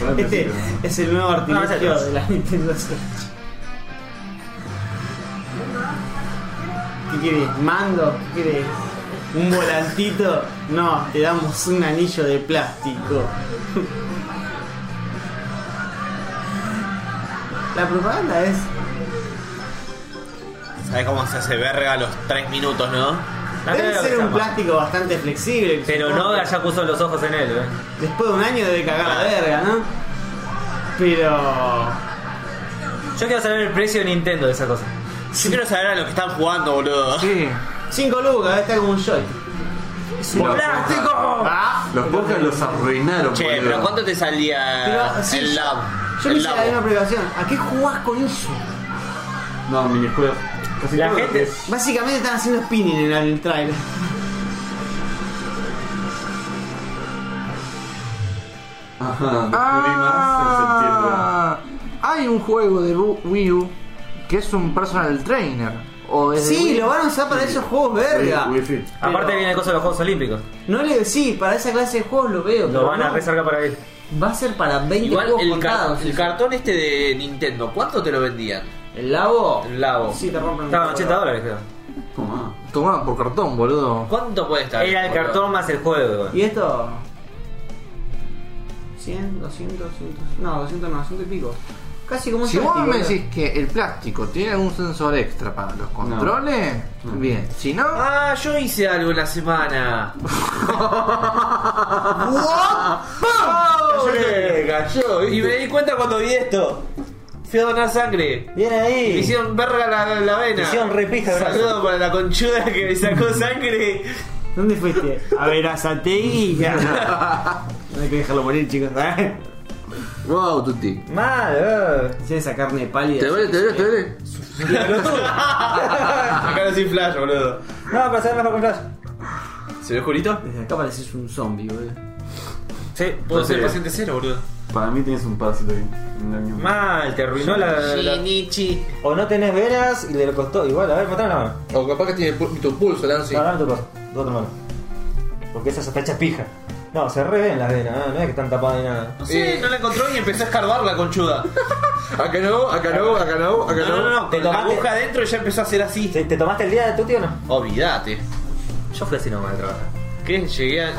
S5: realmente
S3: Este
S5: sí, ¿no?
S3: es el nuevo artilugio
S1: No, ese no.
S3: de la Nintendo Switch. ¿Qué querés? ¿Mando? ¿Qué querés? ¿Un volantito? No, te damos un anillo de plástico. La propaganda es.
S4: ¿Sabes cómo se hace verga a los 3 minutos, no?
S1: La
S3: Debe
S1: primera vez
S3: ser
S1: que
S3: un
S1: llama.
S3: plástico bastante flexible.
S1: Pero
S3: supongo.
S1: no, ya puso los ojos en él, eh.
S3: Después de un año debe cagar la verga, ¿no? Pero.
S1: Yo quiero saber el precio de Nintendo de esa cosa.
S4: Yo quiero saber a lo que están jugando, boludo.
S6: Sí.
S3: 5 lucas, está como un joy.
S1: [laughs] ¡Es
S5: un
S1: plástico!
S3: Ah,
S5: Los podcasts los arruinaron,
S4: Che,
S5: boludo.
S4: pero ¿cuánto te salía
S3: Pero, sí,
S4: el
S3: yo-
S4: lab?
S3: Yo me
S4: el
S3: hice la misma
S4: labo.
S3: privación. ¿A qué jugás con eso?
S5: No, minijuegos. Casi
S1: La
S5: todo lo
S1: gente-
S5: que es-
S3: Básicamente están haciendo spinning en el trailer.
S5: Ajá, descubrí más
S6: Ah, hay un juego de Bu- Wii U que es un personal trainer. O es de
S3: Sí,
S6: Wii-
S3: lo van a usar para esos juegos
S5: en
S3: verga.
S5: septiembre. Wi- Wi-Fi.
S1: Aparte
S3: Pero-
S1: viene el coso de los Juegos Olímpicos.
S3: No le sí, para esa clase de juegos lo veo.
S1: Lo
S3: pero
S1: van a
S3: no.
S1: reservar para ahí.
S3: Va a ser para 20
S4: Igual
S3: juegos
S4: el, car-
S3: contados.
S4: el cartón este de Nintendo, ¿cuánto te lo vendían?
S3: ¿El labo?
S4: El labo.
S3: Sí, te rompen. el
S1: Estaban
S3: culo.
S1: 80 dólares, creo.
S5: Tomá.
S6: Tomado por cartón, boludo.
S4: ¿Cuánto puede estar?
S1: Era el
S4: boludo?
S1: cartón más el juego,
S3: ¿Y esto? 100, 200, 200. No, 200 no, 200 y pico. Casi como un
S6: Si vos
S3: joystick,
S6: me
S3: boludo.
S6: decís que el plástico tiene algún sensor extra para los controles, bien. Si no,
S4: Ah, yo hice algo en la [laughs] semana.
S1: ¡Pobre!
S4: Cayó, y me di cuenta cuando vi esto. Fui a donar sangre.
S1: Bien
S4: Y Me
S1: ahí.
S4: hicieron verga la, la vena.
S1: Me hicieron repija, bro.
S4: Saludo para la conchuda que me sacó sangre.
S3: ¿Dónde fuiste? A ver, a Sategui. [laughs] no hay que dejarlo morir, chicos.
S6: wow, tutti.
S1: Mal, [laughs] eh.
S3: Hice esa carne pálida.
S6: ¿Te duele, te duele, te duele?
S4: Acá no sin flash, boludo.
S1: [laughs] No, para saber mejor con Flash.
S4: ¿Se ve Julito?
S3: Desde acá pareces un zombie, boludo.
S1: Sí,
S4: Puedo
S5: Sí.
S4: ser paciente cero, boludo.
S5: Para mí tienes un parásito ahí. en la ñoña.
S1: mal, te arruinó la, la-
S4: Shinichi.
S1: O no tenés veras y le costó. Igual, a ver, matame la mano.
S6: O capaz que tiene pu- tu pulso, Lancy.
S1: No, no me tocó. Dos otra mano. Porque esa está hecha pija. No, se revén las venas, ¿eh? no es que están tapadas ni nada.
S4: No sé,
S6: Eh.
S4: no la encontró y empezó a escarbar la conchuda.
S6: Acá no, acá no, acá no, acá
S4: [laughs] No, no, no,
S1: Te
S4: con la
S1: tomaste-
S4: aguja adentro y ya empezó a hacer así.
S1: ¿Te, te tomaste el día de tu tío o no?
S4: Olvídate.
S1: Yo fui así nomás de trabajar.
S4: ¿Qué? Llegué a.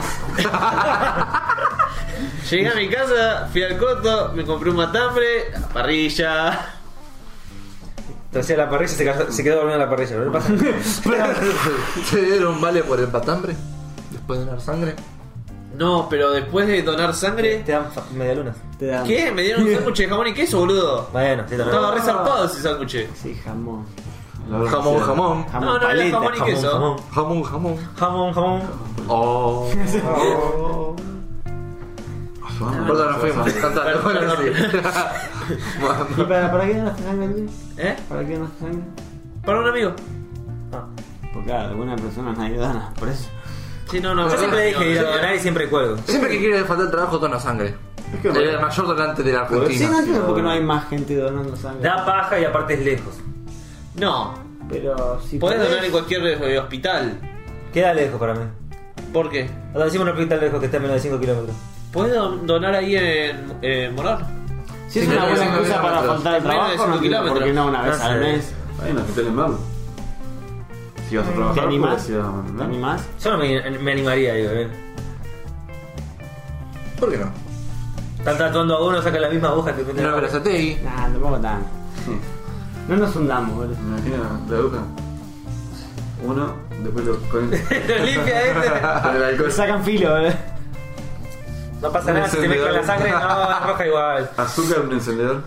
S4: Llegué a mi casa, fui al coto, me compré un matambre, la parrilla.
S1: Entonces la parrilla se, cayó- se quedó dormido en la parrilla, ¿no pasa?
S6: [laughs]
S1: [laughs]
S6: ¿Se dieron vale por el patambre? Después de dar sangre.
S4: No, pero después de donar sangre.
S1: Te dan fa- media luna.
S3: Te dan-
S4: ¿Qué? Me dieron un sándwich de jamón y queso, boludo.
S1: Bueno, sí, también.
S4: Estaba resarpado ese sándwich.
S3: Sí, jamón.
S5: La verdad
S6: Jamón,
S5: que sí.
S6: jamón.
S3: Jamón
S4: No, no, era
S3: paleta,
S4: jamón y queso.
S1: jamón,
S6: Jamón, jamón.
S1: jamón, jamón.
S6: Oh. Ah. Perdón, nos fuimos. Cantando. Bueno, sí. [laughs]
S3: ¿Y para, para qué no está sangre, Luis?
S4: ¿Eh?
S3: ¿Para qué no está sangre?
S4: Para un amigo.
S1: Ah.
S3: Porque claro, algunas personas nadie dona, por eso.
S4: Sí, no, no.
S1: Yo siempre dije ir a donar y siempre cuelgo.
S6: Siempre que quiere faltar el trabajo, dona sangre.
S5: Es que
S6: El
S5: bueno.
S6: mayor donante de la
S3: Pues Sí, no
S6: Argentina.
S3: entiendo por qué no hay más gente donando sangre.
S1: Da paja y aparte es lejos.
S4: No.
S3: Pero si
S4: Podés
S3: podés-
S4: donar en cualquier eh, hospital.
S1: Queda lejos para mí.
S4: ¿Por qué?
S1: O sea, decimos un hospital lejos que está a menos de 5 kilómetros.
S4: Podés don- donar ahí en, en Morón.
S3: Si es
S6: Sí,
S3: una
S6: pero
S3: buena
S6: no
S3: excusa
S6: hay
S3: para
S6: kilómetros.
S3: faltar
S4: Menos
S3: al
S4: de
S3: trabajo,
S4: cinco
S3: no entiendo por qué
S4: kilómetros.
S3: no una vez
S1: No
S3: al
S1: sé.
S3: mes.
S5: Hay un hospital en Merlo. Si vas a trabajar,
S3: ¿Te
S5: pues,
S3: animás?
S5: si vas a mandar.
S3: ¿Te animás?
S1: Yo no me, me animaría, digo, eh.
S6: ¿Por qué no?
S1: Están tatuando a uno, sacan la misma aguja que meten
S6: No, pero Sategui.
S3: Nah, tampoco tanto.
S5: Sí.
S3: No nos hundamos, boludo.
S5: Me imagino la aguja. Uno, después lo con con
S1: Lo limpia
S6: [laughs]
S1: este.
S5: el
S3: Le
S5: alcohol.
S3: sacan filo, eh. boludo.
S1: No pasa nada, si se mezcla la sangre, no, es roja igual.
S5: Azúcar, un encendedor.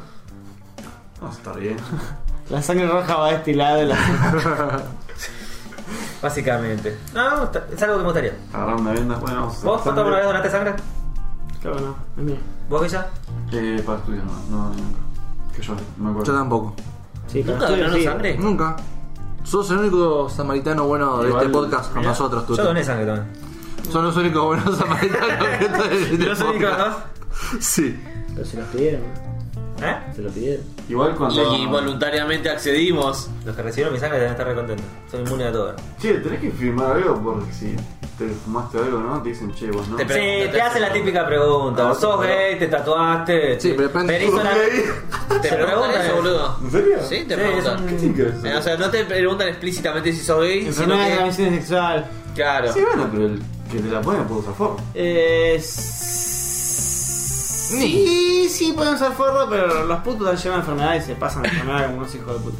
S5: No, está bien.
S3: La sangre roja va de este lado. La...
S4: [laughs]
S1: Básicamente. No, está- es algo que me gustaría.
S5: Agarrar una venda. Bueno, vamos a hacer
S1: ¿Vos, Fanta,
S5: sangre.
S1: alguna vez donaste sangre?
S3: Claro, no, es mía.
S1: ¿Vos, Guilla?
S5: Eh, para estudiar, no, no, nunca. Que yo, no me
S6: Yo
S5: acuerdo.
S6: tampoco.
S3: Sí, pero
S1: ¿Nunca
S3: estoy
S1: donaron
S3: vencido.
S1: sangre?
S6: Nunca. Sos el único samaritano bueno de
S5: Igual,
S6: este podcast con
S5: mirá,
S6: nosotros, tú.
S1: Yo doné sangre también.
S6: Son los únicos buenos [laughs] samaritanos que están en este
S1: ¿Los únicos
S6: podcast.
S1: dos?
S6: Sí.
S3: Pero se los pidieron, ¿no?
S1: ¿Eh?
S3: se los pidieron.
S5: Igual cuando.
S4: Y voluntariamente accedimos.
S1: Los que recibieron mi sangre deben estar re contentos. Soy inmune a todo.
S5: Che, tenés que firmar algo porque si te fumaste algo, ¿no? Te dicen, che, vos no.
S4: Te
S1: Sí,
S4: pre- Pregunta,
S1: te hacen la típica pregunta.
S5: Ah,
S1: ¿Vos sos
S5: pero-
S1: gay? ¿Te tatuaste?
S6: Sí,
S1: te-
S6: pero depende-
S1: venís
S5: ¿Sos
S1: una-
S5: gay?
S1: Te preguntan
S4: eso,
S1: eso.
S4: boludo.
S5: ¿En serio?
S4: Sí, te
S1: Sí,
S4: preguntan.
S1: es
S5: ¿Qué tiene que ver eso?
S4: Eh, O sea, no te preguntan explícitamente si sos gay, sino
S3: Enfermedad de
S4: que.
S3: transmisión sexual.
S4: Claro.
S5: Sí, bueno, pero el que te la pone puede usar forro.
S3: Eh. Sí, sí, pueden usar forro, pero los putos llevan enfermedades y se pasan de enfermedad como unos hijos de puta.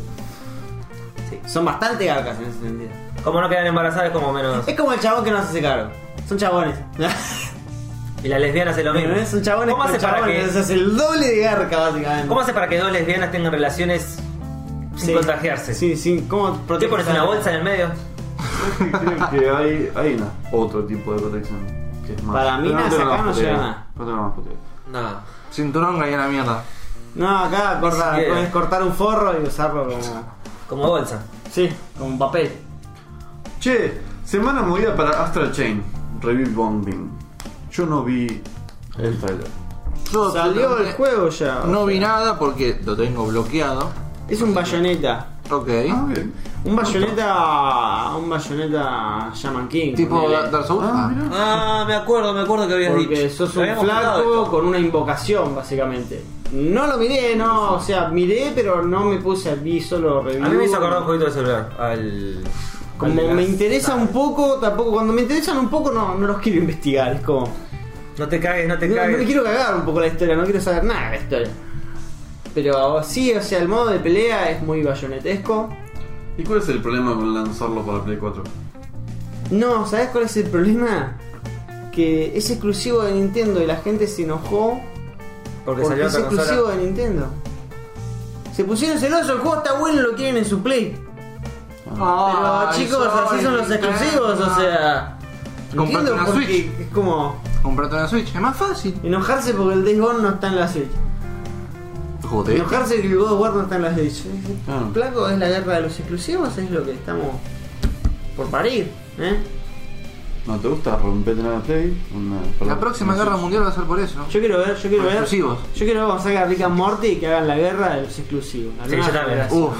S3: Sí. Son bastante garcas en ese sentido.
S1: Como no quedan embarazadas, como menos.
S3: Es como el chabón que no se hace cargo.
S1: [laughs]
S3: Son chabones.
S1: Y las lesbianas es lo mismo.
S3: ¿Entendés? Son chabones
S1: ¿Cómo
S3: con
S1: hace para
S3: chabones,
S1: que.?
S3: entonces es el doble de garca, básicamente.
S1: ¿Cómo hace para que dos lesbianas tengan relaciones sin
S3: Sí.
S1: contagiarse?
S3: Sí, sí. ¿Cómo
S1: ¿Por qué pones una bolsa en el medio?
S5: Creo [laughs] que hay, hay una, otro tipo de protección que es más.
S3: Para mí,
S5: Pero
S3: nada,
S5: tengo
S3: acá
S5: más
S3: no
S5: protección.
S3: llega nada.
S5: No tengo más protección.
S4: No.
S6: Cinturón caía en la mierda.
S3: No, acá corta,
S1: Ni siquiera.
S3: puedes cortar un forro y usarlo como.
S1: Como bolsa.
S3: Sí, como un papel.
S5: Che, semana movida para Astral Chain, Reveal Bombing. Yo no vi el trailer.
S6: Yo
S3: Salió el
S6: absolutamente
S3: juego ya.
S6: No
S3: o
S6: vi
S3: sea.
S6: nada porque lo tengo bloqueado.
S3: Es un bayoneta.
S6: Ok.
S5: Ah, bien.
S3: Un bayoneta. Un bayoneta Shaman King.
S6: tipo
S3: ponele.
S6: Dark Dark Souls.
S5: Ah,
S6: Ah.
S5: mirá.
S4: Ah, me acuerdo, me acuerdo que habías
S3: Porque
S4: dicho.
S3: sos un
S4: Habíamos hablado de
S3: flaco
S4: esto.
S3: con una invocación, básicamente. No lo miré, no, o sea, miré, pero no me puse a vi solo review.
S1: A mí me hizo
S3: Uh.
S1: acordar un jueguito de celular. Al. al
S3: Como
S1: de
S3: me
S1: las-
S3: interesa un poco, tampoco, cuando me interesan un poco no, no los quiero investigar, es como.
S1: No te cagues, no te
S3: No, no
S1: cagues.
S3: me quiero cagar un poco la historia, no quiero saber nada de la historia. Pero sí, o sea, el modo de pelea es muy bayonetesco.
S5: ¿Y cuál es el problema con lanzarlo para Play 4?
S3: No, ¿sabes cuál es el problema? Que es exclusivo de Nintendo y la gente se enojó
S1: Porque
S3: porque
S1: salió
S3: es
S1: otra
S3: exclusivo
S1: consola.
S3: de Nintendo. Se pusieron celosos, el juego está bueno, lo quieren en su play. Pero
S6: Ay,
S3: chicos,
S6: Sony,
S3: así son los exclusivos, o
S6: ah.
S3: sea.
S6: Comprate
S3: entiendo
S6: una
S3: por qué
S6: Switch.
S3: Es como
S6: Ah. Comprate una Switch, es más fácil.
S3: enojarse porque el Days Gone no está en la Switch.
S6: Joder.
S3: Enojarse que el God of War no está en la Switch.
S5: Ah.
S3: Placo es la guerra de los exclusivos, es lo que estamos por parir, ¿eh?
S5: ¿No te gusta romperte una Play? Una-
S6: La
S5: perdón,
S6: próxima
S5: una
S6: guerra
S5: Switch.
S6: mundial va a ser por eso.
S3: Yo quiero ver, yo quiero
S6: Por
S3: ver.
S6: exclusivos.
S3: Yo quiero ver cómo saca Rick and Morty y que hagan la guerra de los exclusivos. La
S1: Sí,
S3: nueva
S1: yo también.
S3: generación.
S6: Uf.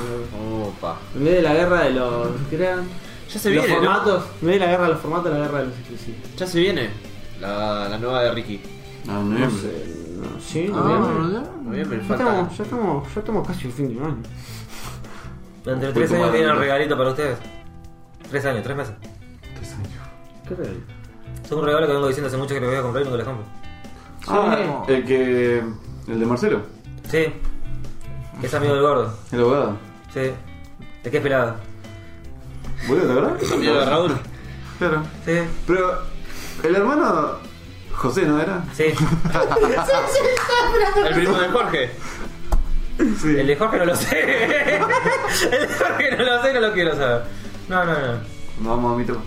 S4: Opa.
S3: En vez de la guerra de los. ¿qué era?
S4: Ya se
S3: los
S4: viene, ¿no?
S3: formatos. En vez de la guerra de los formatos, la guerra de los exclusivos.
S4: Ya se viene. La, la nueva de Ricky.
S5: Ah, no,
S3: No
S5: no.
S3: sé. no, sí,
S6: Ah,
S3: noviembre.
S6: ¿verdad?
S4: Noviembre,
S3: ya,
S4: falta.
S3: estamos, ya, estamos, ya estamos casi en fin de año.
S1: Entre tres
S5: Fui
S1: años tienen un
S5: tomando.
S1: regalito para ustedes. Tres años, tres meses.
S3: ¿Qué regalo?
S1: Es un regalo que vengo diciendo hace mucho que lo voy a comprar y nunca lo compro.
S5: Ah, el que. El de Marcelo,
S1: Sí. Es amigo del gordo.
S5: el abogado.
S1: Sí. ¿De qué pelado?
S5: ¿Boludo, la verdad?
S4: Amigo de Raúl.
S5: Claro.
S1: Sí.
S5: Pero. El hermano. José, ¿no era?
S1: Sí.
S4: El primo de Jorge.
S5: Sí.
S1: El de Jorge no lo sé. [laughs] El de Jorge no lo sé, no lo quiero saber. No, no, no.
S5: No, vamos a mi tema.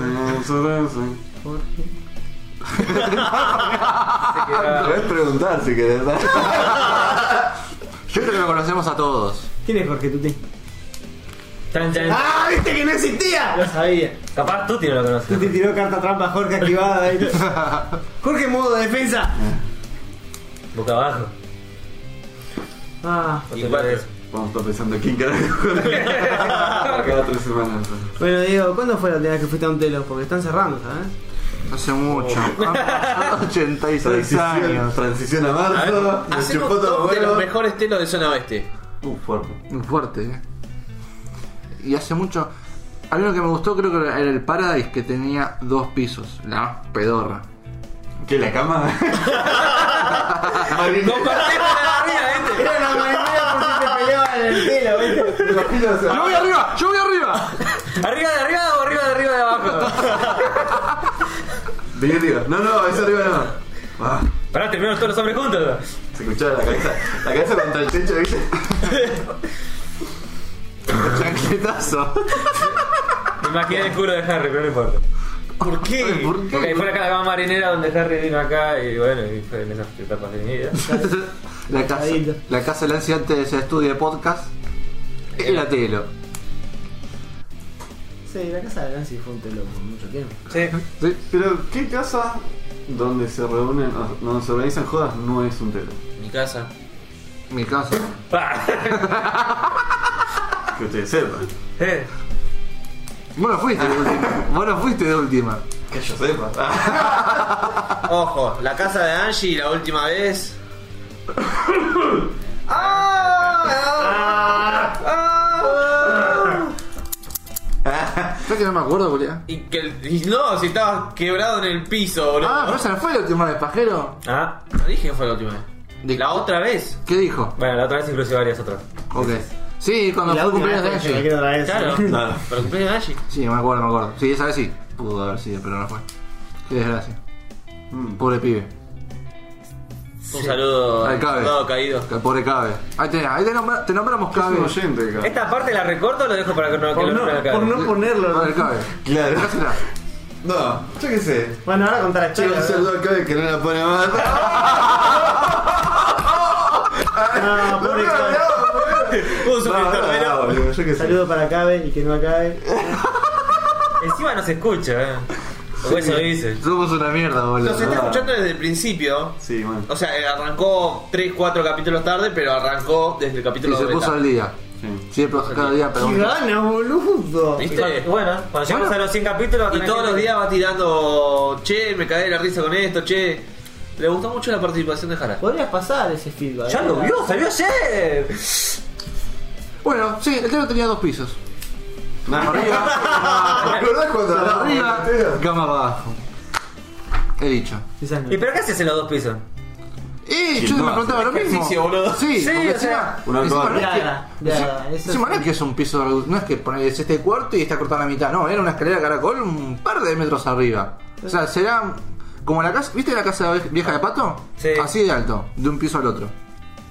S1: No, no.
S5: Puedes [laughs]
S1: Se queda-
S5: preguntar si querés.
S6: Yo creo que lo conocemos a todos.
S3: ¿Quién es Jorge Tuti?
S1: Chan, chan.
S3: ¡Ah! ¡Viste que no existía! Lo sabía.
S1: Capaz tú no lo
S3: Tuti
S1: conoces.
S3: tiró carta trampa a Jorge activada ahí. Jorge modo defensa.
S1: Boca abajo.
S3: Ah.
S1: No
S4: Y
S1: te
S4: cuatro.
S1: olvides.
S5: Vamos a estar pensando quién carajo. Cada tres semanas.
S3: Bueno, Diego, ¿cuándo fue la última vez que fuiste a un telo? Porque están cerrando, ¿sabes?
S6: Hace mucho. Han pasado 86
S5: Transición,
S6: años.
S5: transición a marzo. Me
S4: Hacemos
S5: chupó todo
S4: top de los
S5: bueno.
S4: mejores telos de zona oeste.
S5: Uh, fuerte.
S6: Muy fuerte, eh. Y hace mucho. A mí lo que me gustó creo que era el Paradise que tenía dos pisos. La más pedorra.
S5: ¿Qué, la cama? [laughs]
S1: Compartimos la arriba,
S4: [laughs]
S1: gente.
S3: Era una manera porque se peleaban en el telo, ¿viste?
S6: ¡Yo voy arriba! ¡Yo voy [laughs] arriba!
S1: ¿Arriba de arriba o arriba de arriba de abajo?
S5: Venía arriba. No, no, es arriba no. Ah,
S1: Pará, terminaron todos los hombres juntos.
S5: se escuchaba la cabeza, la cabeza contra el techo, ¿viste? Chancletazo.
S1: Me imaginé el culo de Harry, pero no importa.
S4: ¿Por qué?
S5: ¿Por qué?
S1: Porque fue la cama marinera donde Harry vino acá y bueno, y fue en esas etapas de mi vida.
S6: La casa, la casa del ansiante de ese estudio de podcast. El atelo.
S3: Sí, la casa de Nancy fue un telón por mucho tiempo.
S1: Sí.
S6: ¿Sí?
S5: Pero, ¿qué casa donde se reúnen, ah, donde se organizan jodas no es un telo?
S4: Mi casa.
S6: Mi casa.
S5: Que ustedes sepan.
S1: Eh,
S6: Vos no fuiste de [laughs] última. Vos no fuiste de última.
S5: Que yo sepa.
S4: Ojo, la casa de Angie la última vez. [coughs] Ah,
S6: ¿Sabes que no me acuerdo, Julián?
S4: ah. Y que el- y no, si estabas quebrado en el piso, boludo.
S6: Ah, pero esa no fue la última vez, pajero.
S1: Ah,
S4: No dije que fue la última vez.
S6: ¿De-
S4: La otra vez.
S6: ¿Qué dijo?
S1: bueno, la otra vez inclusive varias otras.
S6: Ok. Sí, cuando fue cumpleaños de
S3: Yo
S6: Angie.
S3: quiero traer eso.
S4: Claro.
S5: Claro.
S4: Pero cumpleaños de Angie.
S6: Sí, me acuerdo, me acuerdo. Sí, esa vez sí. Pudo haber sido, pero no fue. Qué desgracia.
S5: Mm.
S6: Pobre pibe.
S4: Un saludo
S6: Al cabe.
S4: todo caído.
S6: Pobre cabe. Ahí tenés, ahí te, nombra- te nombramos
S5: Es
S6: cabe.
S5: Ah, un oyente, cabrón.
S1: ¿Esta parte la recorto o lo dejo para que no, que
S3: Por
S1: lo
S3: no-
S1: nombren acá?
S3: por no ponerlo.
S6: Pobre cabe.
S5: Claro.
S6: ¿Qué será?
S5: No, yo qué sé. Ah,
S3: Bueno, ahora contar la
S5: Yo
S3: historia.
S5: un
S3: ¿verdad?
S5: saludo al cabe que no la pone más. [laughs]
S3: No, pobre Cabe.
S4: Un suscriptor menos.
S5: boludo, yo qué sé.
S3: Saludo para Cabe y que no acabe.
S1: Encima no se escucha, eh. O eso dice.
S6: Somos una mierda, boludo.
S4: Los está
S5: Ah.
S4: escuchando desde el principio.
S5: Sí, man.
S4: O sea, eh, arrancó 3, 4 capítulos tarde, pero arrancó desde el
S6: Y
S4: capítulo
S6: se puso
S4: 90.
S6: al día.
S5: Sí.
S6: Siempre, cada día, pero.
S3: ¡Qué ganas, boludo!
S1: Y
S4: ¿Viste?
S1: cuando- bueno, cuando llegamos a los 100 capítulos...
S4: Y
S1: tenés
S4: todos
S1: que-
S4: los días va tirando, che, me cagué de la risa con esto, che. Le gustó mucho la participación de Jara.
S3: Podrías pasar ese feedback.
S1: Ya lo vio, salió ayer.
S6: Bueno, sí, el telo tenía dos pisos.
S5: [laughs]
S6: Cama
S5: Ah, ¿Te
S6: arriba,
S5: acordás cuando
S6: cama
S5: hablaba
S6: arriba,
S5: de la
S6: cama abajo. He dicho.
S3: Quizás no.
S1: ¿Y pero qué haces en los dos pisos?
S6: ¡Eh!
S5: Sí,
S6: Yo
S5: no,
S6: me preguntaba lo mismo.
S4: ejercicio, boludo.
S6: Sí,
S1: Sí,
S6: porque
S1: o sea,
S6: encima-
S5: una
S6: encima
S5: cosa.
S6: no es que-
S3: Nada, nada,
S6: enci-
S3: eso
S6: Encima
S3: sí.
S6: no es que es un piso, redu- no es que pones este cuarto y está cortado a la mitad, no, era una escalera caracol un par de metros arriba. O sea, será como la casa, ¿viste la casa ve- vieja de Pato?
S1: Sí.
S6: Así de alto, de un piso al otro.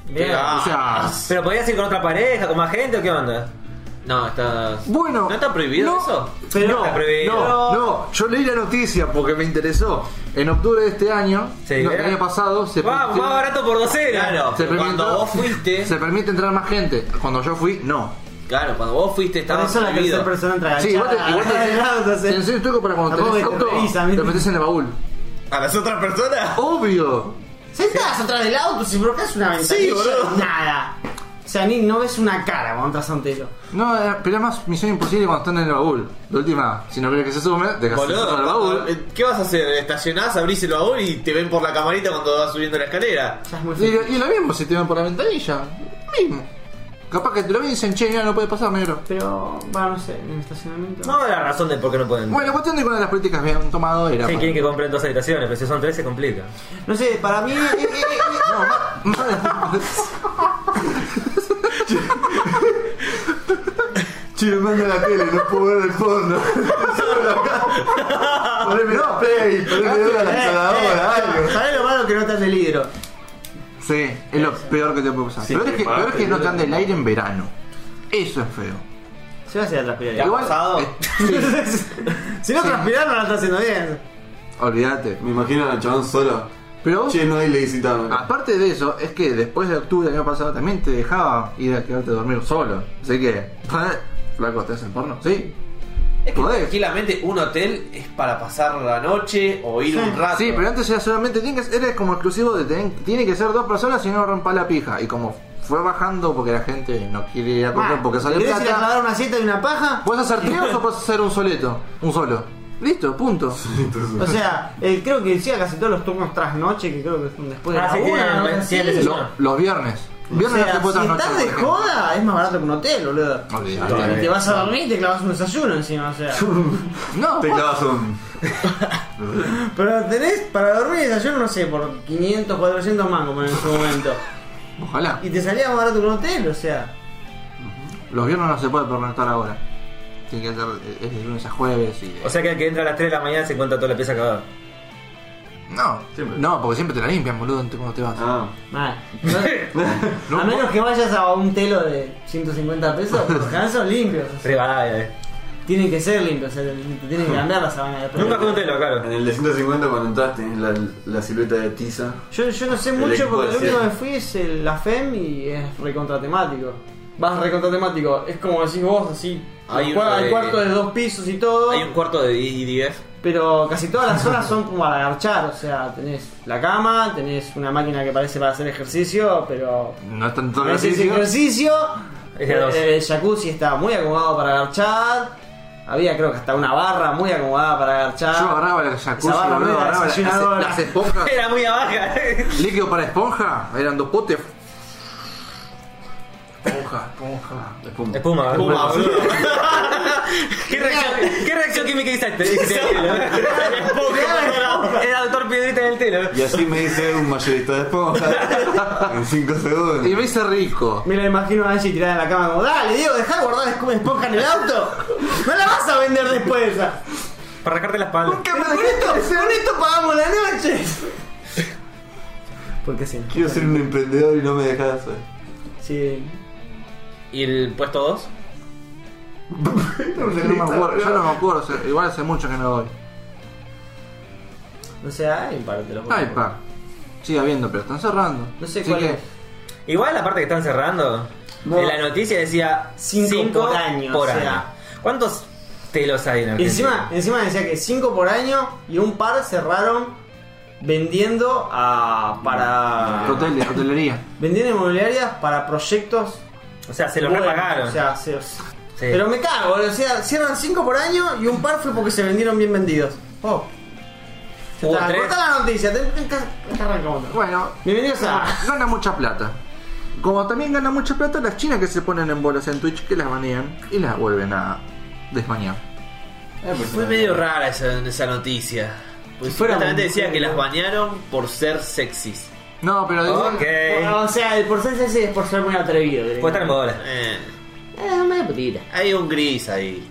S1: Bien.
S4: Ah.
S6: O sea,
S1: ¿Pero podías ir con otra pareja, con más gente o qué onda?
S4: No, estás.
S6: bueno.
S4: ¿No está prohibido
S6: no,
S4: eso?
S1: Pero no, está prohibido.
S6: No, no, yo leí la noticia porque me interesó. En octubre de este año,
S1: Sí,
S6: no, el
S1: era-
S6: año pasado, se
S1: Vamos,
S6: se-
S1: más barato por docena.
S4: Claro,
S6: se
S4: pero cuando
S6: permitió-
S4: vos [laughs] fuiste.
S6: Se permite entrar más gente. Cuando yo fui, no.
S4: Claro, cuando vos fuiste
S3: Por
S4: estaba
S3: eso la tercera
S4: prohibido.
S3: persona entra
S6: Sí, igual te, igual te, te enseño el truco para cuando
S3: Tampoco
S6: tenés
S3: que te
S6: auto,
S3: revisa,
S6: te
S3: ¿viste?
S6: metes en el baúl.
S4: ¿A las otras personas?
S6: Obvio.
S3: Sentás atrás del auto si brocas una ventanilla.
S4: Sí, boludo.
S3: Nada. O sea, ni no ves una cara cuando entras a un telo.
S6: No, eh, pero es más misión imposible cuando están en el baúl. La última, si no querés que se sume, dejas el
S4: Boludo,
S6: al baúl.
S4: eh, ¿qué vas a hacer? ¿Estacionás, abrís el baúl y te ven por la camarita cuando vas subiendo la escalera?
S3: Ya es muy
S6: Y,
S3: feo.
S6: y lo mismo si te van por la ventanilla. Mismo. Capaz que te lo ven y dicen, che, mira, no puede pasar, negro.
S3: Pero, bueno, no sé, en el estacionamiento.
S1: No la razón de por qué no pueden.
S6: Bueno, la cuestión de que una de las políticas pues. que habían tomado era.
S1: Sí,
S6: para- [laughs]
S1: quieren que compren dos habitaciones, pero si son tres se complica.
S3: No sé, para mí. eh, eh, eh,
S6: [laughs]
S3: eh,
S6: No, ma- ma-
S5: Che, me manda la tele, no puedo ver el [laughs] porno. Poneme dos Ah, [laughs] play, poneme dos a la instaladora, algo.
S3: Eh, ¿Sabés lo malo que no está en el libro?
S6: Sí, es lo peor que te puede pasar.
S5: Sí,
S6: Pero es
S5: te
S6: que, peor es
S5: parte.
S6: que no te ande el aire en verano. Eso es feo.
S3: Se va a hacer transpirar.
S6: Igual-
S4: pasado?
S6: eh, sí,
S3: si no
S6: Sí.
S3: transpirar, no la está haciendo bien.
S6: olvídate.
S5: Me imagino al chabón solo. Ah,
S6: Pero vos-
S5: Che, no hay ley citada.
S6: aparte de eso, es que después de octubre del año pasado también te dejaba ir a quedarte a dormir solo. Así que, flaco, ¿te hacen porno? Sí.
S4: Es que
S6: Podés.
S4: tranquilamente un hotel es para pasar la noche o ir un rato.
S6: Sí, pero antes era solamente, tiene que, ser- era como exclusivo de, ten- tiene que ser dos personas y no rompa la pija. Y como fue bajando porque la gente no quiere ir a comprar
S3: Ma,
S6: porque sale
S3: ¿Querés ir a
S6: plata,
S3: clavar una siesta y una paja?
S6: ¿puedes
S3: [laughs]
S6: hacer tríos o puedes hacer un soleto? Un solo. Listo, punto.
S3: O
S6: [laughs]
S3: sea, eh, creo que decía casi todos los turnos tras noche, que creo que son después de
S1: Ah,
S3: la
S1: sí,
S3: una,
S1: tienen-
S3: ¿no?
S1: tienen
S3: Sí.
S1: ese-
S6: Lo- los viernes. Viernes
S3: O
S6: no
S3: sea,
S6: se puede
S3: si
S6: trasnochar,
S3: estás de
S6: por ejemplo.
S3: joda, es más barato que un hotel, boludo.
S6: Olvidate.
S3: Y te vas a dormir y te clavas un desayuno encima, o sea.
S5: [laughs]
S6: No,
S5: Te
S6: vos-
S5: clavas un.
S3: Pero tenés para dormir y desayuno, no sé, por 500, 400 más como en su momento.
S6: ojalá.
S3: Y te salía más barato que un hotel, o sea.
S6: Los viernes no se puede pernotar ahora. Tiene que ser es de lunes a jueves y eh, de-
S1: O sea que el que entra a las 3 de la mañana se encuentra toda la pieza acabada.
S6: No,
S5: Siempre.
S6: no, porque siempre te la limpian, boludo, antes cuando te vas.
S5: Ah.
S3: Mal.
S6: [laughs]
S3: a menos que vayas a un telo de 150 pesos, los canas son limpios.
S1: Rivadavia, eh.
S3: Tienen que ser limpios, o sea, te tienen que cambiar la sabana de pelo.
S1: Nunca contélo, claro.
S5: En el de 150 cuando entras tenés la, la silueta de tiza.
S3: Yo, yo no sé
S5: El
S3: mucho
S5: equipo
S3: porque
S5: de
S3: lo único que
S5: siete.
S3: fui es el- la FEM y es recontratemático. Vas recontratemático, es como decís vos, así.
S4: Hay
S3: Hay,
S4: uno de-
S3: cuarto de dos pisos y todo.
S4: Hay un cuarto de IDF.
S3: Pero casi todas las zonas son como para agarchar, o sea, tenés la cama, tenés una máquina que parece para hacer ejercicio, pero
S6: No es tanto
S3: no haces
S6: ejercicio.
S3: ejercicio.
S1: Es de a dos.
S3: Eh, El jacuzzi está muy acomodado para agarchar. Había creo que hasta una barra muy acomodada para agarchar.
S6: Yo agarraba la jacuzzi,
S3: barra
S6: boludo,
S3: no era
S6: agarraba las,
S3: desayunadora.
S6: las esponjas.
S3: [laughs]
S1: Era muy abajo.
S6: Líquido para esponja, eran dos potes. Esponja, esponja.
S5: Espuma.
S4: Espuma,
S1: Espuma, espuma.
S4: Ah, boludo.
S1: ¿Qué reacción, ¿Qué reacción química este? hiciste? Hiciste en el telo.
S3: [laughs]
S1: Era doctor Piedrita en el telo.
S5: Y así me dice un mayorista de esponja. en 5 segundos.
S6: Y me hice rico.
S3: Me lo imagino a Angie tirada en la cama como, dale Diego, dejá de guardar escu- esponja en el auto. No la vas a vender después esa.
S1: Para arrancarte la espalda.
S3: Con esto, con esto pagamos la noche. [laughs] Porque sí.
S5: Quiero ser un emprendedor y no me eh. dejas.
S3: Sí.
S4: [laughs] ¿Y el puesto 2?
S1: Este
S6: Yo no me acuerdo, yo no me acuerdo, o sea, igual hace mucho que no voy.
S3: No sé, hay un par de los
S6: Ay, pa. Sigue habiendo, pero están cerrando.
S3: No sé
S6: Así
S3: cuál
S6: que-
S3: es.
S1: Igual la parte que están cerrando.
S5: No.
S1: En la noticia decía
S3: Cinco
S1: 5
S3: por año,
S1: por
S3: o
S1: año.
S3: sea.
S1: ¿Cuántos telos hay en
S3: Y
S1: Argentina?
S3: encima, encima decía que 5 por año y un par cerraron vendiendo a para
S6: Hoteles, hotelería.
S3: vendiendo inmobiliarias para proyectos
S1: O sea, se los
S3: buenos,
S1: repagaron.
S3: O sea, se- Pero me cago, o sea, cierran 5 por año y un par fue porque se vendieron bien vendidos. Oh. Ya
S1: Hubo
S3: está,
S1: tres.
S3: cortá la noticia, te, te, te- te arrancamos.
S6: Bueno,
S3: Bienvenidos a
S6: gana mucha plata. Como también gana mucha plata las chinas que se ponen en bolas en Twitch, que las banean y las vuelven a desmañar.
S5: Eh, pues,
S4: Fue medio rara esa, esa noticia. Pues
S3: fuera
S4: supuestamente
S3: mujer,
S4: decía que
S3: ¿no?
S4: las bañaron por ser sexys.
S6: No, pero de
S1: Ok.
S3: O sea, el por ser ese es por ser muy atrevido.
S1: Eh. Puede estar en bolas.
S4: Eh,
S3: Eh, medio putita.
S4: hay un gris ahí.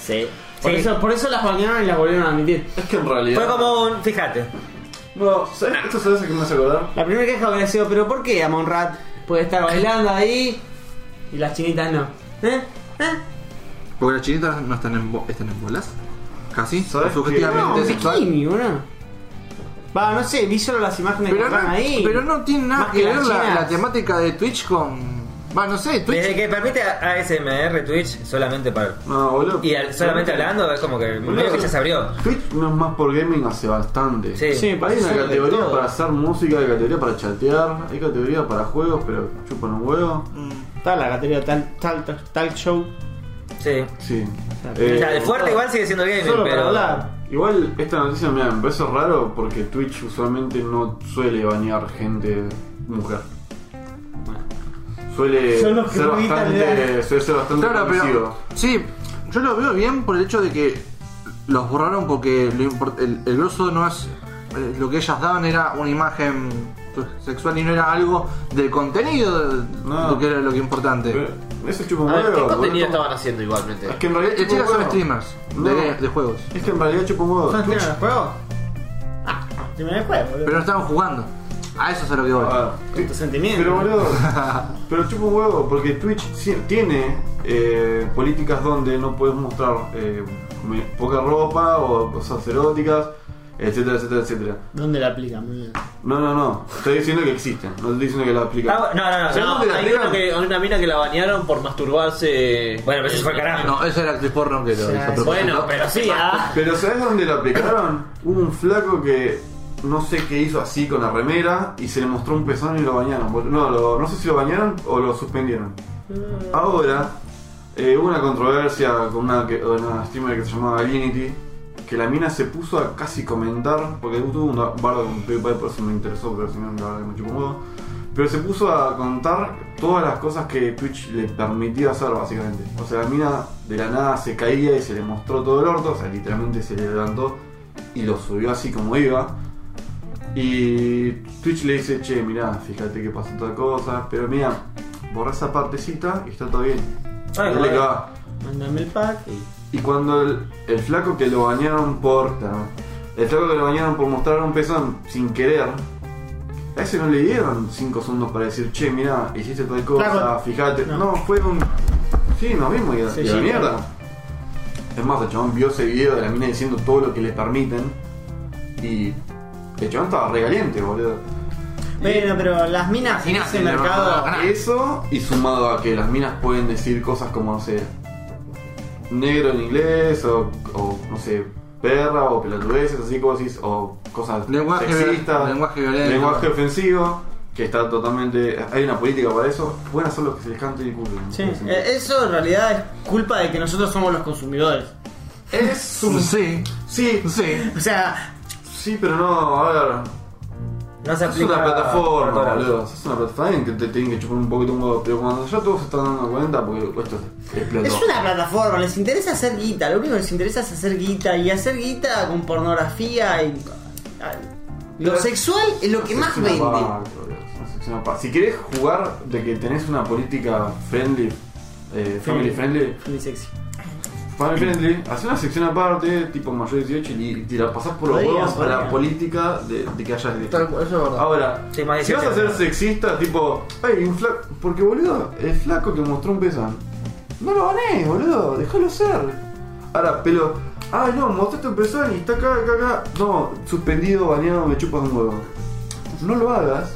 S3: Sí. Por,
S1: Sí.
S3: Eso, por eso las bañaron y las volvieron a admitir.
S5: Es que en realidad.
S1: Fue como un. Fíjate.
S5: No, ¿sabes? Esto se hace que me hace acordar.
S3: La primera queja hubiera sido, pero ¿por qué Amonrat puede estar bailando ahí y las chinitas no? ¿Eh? ¿Eh?
S6: Porque las chinitas no están en, bo- están en bolas. Casi,
S5: ¿Sabes
S3: No,
S6: subjetivamente
S3: un
S6: sexual.
S3: bikini, boludo. Va, no sé, vi solo las imágenes que
S6: Pero no,
S3: estaban ahí.
S6: pero no tiene nada
S3: Más
S6: que, ver
S3: las
S6: la,
S3: chinas.
S6: la temática de Twitch con. Va, no sé, Twitch.
S1: Desde que permite a- ASMR Twitch solamente para.
S5: No, boludo.
S1: Y al- solamente hablando es como que medio que ya se abrió.
S5: Twitch no es más por gaming hace bastante.
S1: Sí.
S3: Sí, me
S5: Hay
S3: parece
S5: una
S3: que de
S5: categoría
S3: todo.
S5: para hacer música, hay categoría para chatear, hay categoría para juegos, pero chupan un huevo.
S3: Está la categoría tal, tal, tal, tal show.
S1: Sí.
S5: Sí.
S1: O sea,
S5: Eh,
S1: el fuerte igual sigue siendo gaming,
S3: Solo para
S1: pero.
S3: hablar.
S5: Igual esta noticia mirá, me parece raro porque Twitch usualmente no suele bañar gente mujer. Suele
S3: Son los que
S5: ser
S3: gritan,
S5: bastante, suele ser bastante
S6: Claro, pero.
S5: permisivo.
S6: Sí, yo lo veo bien por el hecho de que los borraron porque lo import- el, el grosso no es. eh, Lo que ellas daban era una imagen sexual y no era algo del contenido, de-
S5: No.
S6: lo que era lo que
S5: eh,
S6: importante.
S5: Pero Eso chupa un
S4: A ver, ¿qué
S5: huevo.
S4: contenido
S5: boludo.
S4: estaban haciendo igualmente?
S5: Es
S3: Ah,
S5: que en realidad
S6: Las
S5: chupa
S6: chicas
S5: un
S6: son
S5: huevo.
S6: streamers
S5: No.
S6: de, de juegos,
S5: Es que en realidad chupa un huevo.
S3: ¿Son
S5: Twitch-
S3: streamers de juego? Ah, streamers de juego, boludo.
S6: pero no estaban jugando. A eso es a lo que voy.
S5: Ah,
S3: Con tu sentimiento.
S5: Pero [laughs] boludo, pero chupa un huevo, porque Twitch sí- tiene eh, políticas donde no puedes mostrar eh, me- poca ropa o cosas eróticas, etcétera, etcétera, etcétera.
S3: ¿Dónde la aplican? boludo?
S5: No, no, no, estoy diciendo que existen, no estoy diciendo que las aplican.
S1: Ah, no, no, no.
S5: ¿Sabes
S4: No,
S5: dónde la
S4: hay,
S5: tiran?
S4: uno que- hay una mina que la bañaron por masturbarse.
S1: Bueno, pero eso fue al carajo.
S6: No, esa era actriz porno que lo
S3: O sea,
S6: hizo a propósito.
S4: Bueno, pero sí.
S3: ah.
S5: Pero ¿sabes dónde la aplicaron? Hubo un flaco que no sé qué hizo así con la remera y se le mostró un pezón y lo bañaron. bol- No, lo- no sé si lo bañaron o lo suspendieron. Ahora, eh, hubo una controversia con una, que- una streamer que se llamaba Alinity, que la mina se puso a casi comentar, porque tuvo una barba con PewDiePie, por eso me interesó, pero si no, la verdad que me chupó un huevo. Pero se puso a contar todas las cosas que Twitch le permitía hacer, básicamente. O sea, la mina de la nada se caía y se le mostró todo el orto, o sea, literalmente se le levantó y lo subió así como iba. Y Twitch le dice, che, mirá, fíjate que pasó tal cosa, pero mira, borra esa partecita y está todo bien. Dale
S1: Ay,
S5: que
S1: joder.
S5: va.
S3: Mándame el pack y.
S5: Y cuando el, el flaco que lo bañaron por, El flaco que lo bañaron por mostrar un pezón sin querer. A ese no le dieron 5 segundos para decir, che, mira, hiciste tal cosa,
S3: Flaco.
S5: fíjate.
S3: No.
S5: No. fue un. Sí, nos vimos y, a-
S3: Sí,
S5: y a
S3: sí.
S5: la mierda. Es más, el chabón vio ese video de la mina diciendo todo lo que le permiten. Y. El chabón estaba regaliente, boludo.
S3: Bueno, pero las minas en
S6: Minas
S3: ese
S6: en el
S3: mercado.
S6: mercado. Ah.
S5: Eso y sumado a que las minas pueden decir cosas como, no sé, negro en inglés o, o, no sé, perra o pelotudeces, así como decís, o cosas
S6: Lenguaje viol-
S5: sexistas,
S6: lenguaje violento.
S5: lenguaje ofensivo, que está totalmente... Hay una política para eso, pueden hacer lo que se les cante el culo.
S3: Sí,
S5: En ese sentido.
S3: eh, eso en realidad es culpa de que nosotros somos los consumidores.
S5: Es un...
S6: Sí,
S5: Sí,
S6: sí.
S3: O sea,
S5: sí, pero no, a ver...
S1: No se
S5: Es
S1: aplica
S5: una
S1: para
S5: plataforma,
S1: todos lados.
S5: boludo. Es una plataforma que te tienen que chupar un poquito un huevo, pero cuando ya todos se están dando cuenta, porque esto explotó.
S3: es una plataforma, les interesa hacer guita, lo único que les interesa es hacer guita y hacer guita con pornografía y. Lo sexual es lo que
S5: Una
S3: más
S5: sección
S3: vende.
S5: aparte, boludo. Una sección aparte. Si querés jugar de que tenés una política friendly, eh, family friendly,
S3: Ni sexy.
S5: family friendly, hacés una sección aparte, tipo mayor de 18, y, y te la pasás por los
S3: Podría,
S5: huevos a la
S3: podría.
S5: política de, de que haya
S6: Tal cual, Eso es verdad.
S5: Ahora,
S1: Sí, más de
S5: si vas a
S1: 18,
S5: ser
S1: ¿no?
S5: sexista, tipo, ay, un flaco. Porque boludo, el flaco que mostró un pezón. No lo gané, boludo, déjalo ser. Ahora, pelo. Ah, no, mostraste un pezón y está acá, acá, acá. No, suspendido, baneado, me chupas un huevo. No lo hagas.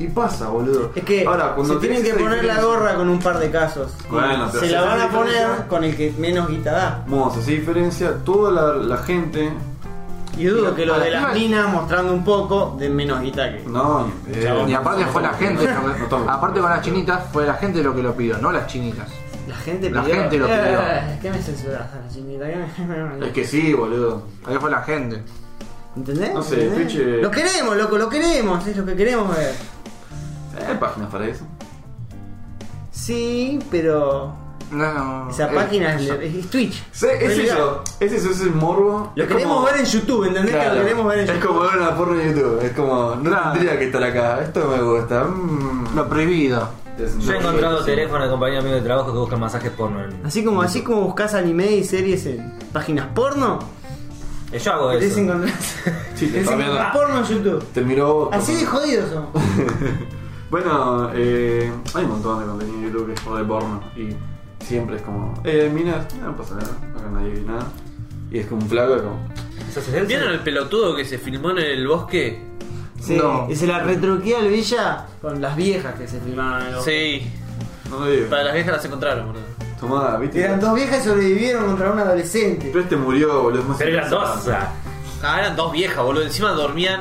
S5: Y pasa, boludo.
S3: Es que
S5: Ahora, cuando
S3: se tienen
S5: tenés
S3: que
S5: esa
S3: poner la
S5: diferencia-
S3: gorra con un par de casos.
S5: Bueno, pero
S3: se
S5: si
S3: la
S5: es
S3: van
S5: una
S3: a poner
S5: diferencia-
S3: con el que menos guita da.
S5: Vamos, esa diferencia, toda la, la gente.
S3: Y dudo que lo de las
S6: Además-
S3: minas mostrando un poco de menos guita que.
S5: No, ni en pedo.
S6: Y aparte fue la gente,
S5: No tomo.
S6: aparte con las chinitas, fue la gente lo que lo pidió, no las chinitas.
S3: La gente
S6: La gente lo pidió.
S3: Eh, ¿Qué me censuras a la chinita? ¿Qué me- [laughs]
S5: Es que sí, boludo.
S6: Ahí fue la gente.
S3: ¿Entendés?
S5: No sé,
S3: ¿Entendés?
S5: Peche-
S3: Lo queremos, loco, lo queremos, es lo que queremos ver.
S5: Hay páginas Eh, para eso.
S3: Sí, pero.
S6: No, no.
S3: Esa
S5: Eh,
S3: página es, es Twitch.
S5: Sí, es
S3: Olvidá.
S5: eso, es eso, es el morbo.
S3: Lo
S5: Es
S3: queremos
S5: como-
S3: ver en YouTube, ¿entendés? Que
S5: Claro.
S3: lo queremos ver en
S5: Es
S3: YouTube.
S5: como ver una porno en YouTube, es como, no tendría que estar acá, esto me gusta. mm.
S6: Lo prohibido.
S5: Es-
S1: Yo he encontrado
S5: sí.
S1: teléfonos de compañeros míos de trabajo que buscan masajes porno. En...
S3: Así como, así como buscas anime y series en páginas porno,
S1: Eh, Yo hago
S3: querés
S1: eso.
S3: encontrar.
S5: Sí, te
S3: querés
S5: está viendo.
S3: encontrar porno en YouTube.
S5: Te miró.
S3: Así de jodidos somos.
S5: [laughs] Bueno, eh, hay un montón de contenido en YouTube que es por de porno y siempre es como, eh, minas, no pasa nada, acá nadie vi nada. Y es como un flaco, es como,
S1: Eso es eso.
S4: ¿Vieron el pelotudo que se filmó en el bosque?
S3: Sí,
S6: No.
S3: Y se la retruquea al Villa con las viejas que se filmaban. ¿no?
S4: Sí.
S5: no lo digo.
S4: Para las viejas las encontraron, boludo.
S5: Tomada,
S3: Que Eran
S5: viste.
S3: dos viejas que sobrevivieron contra un adolescente.
S5: Pero este murió, boludo, es más
S1: Pero eran dos. o
S5: interesante.
S1: sea,
S4: Ah, eran dos viejas, boludo. Encima dormían.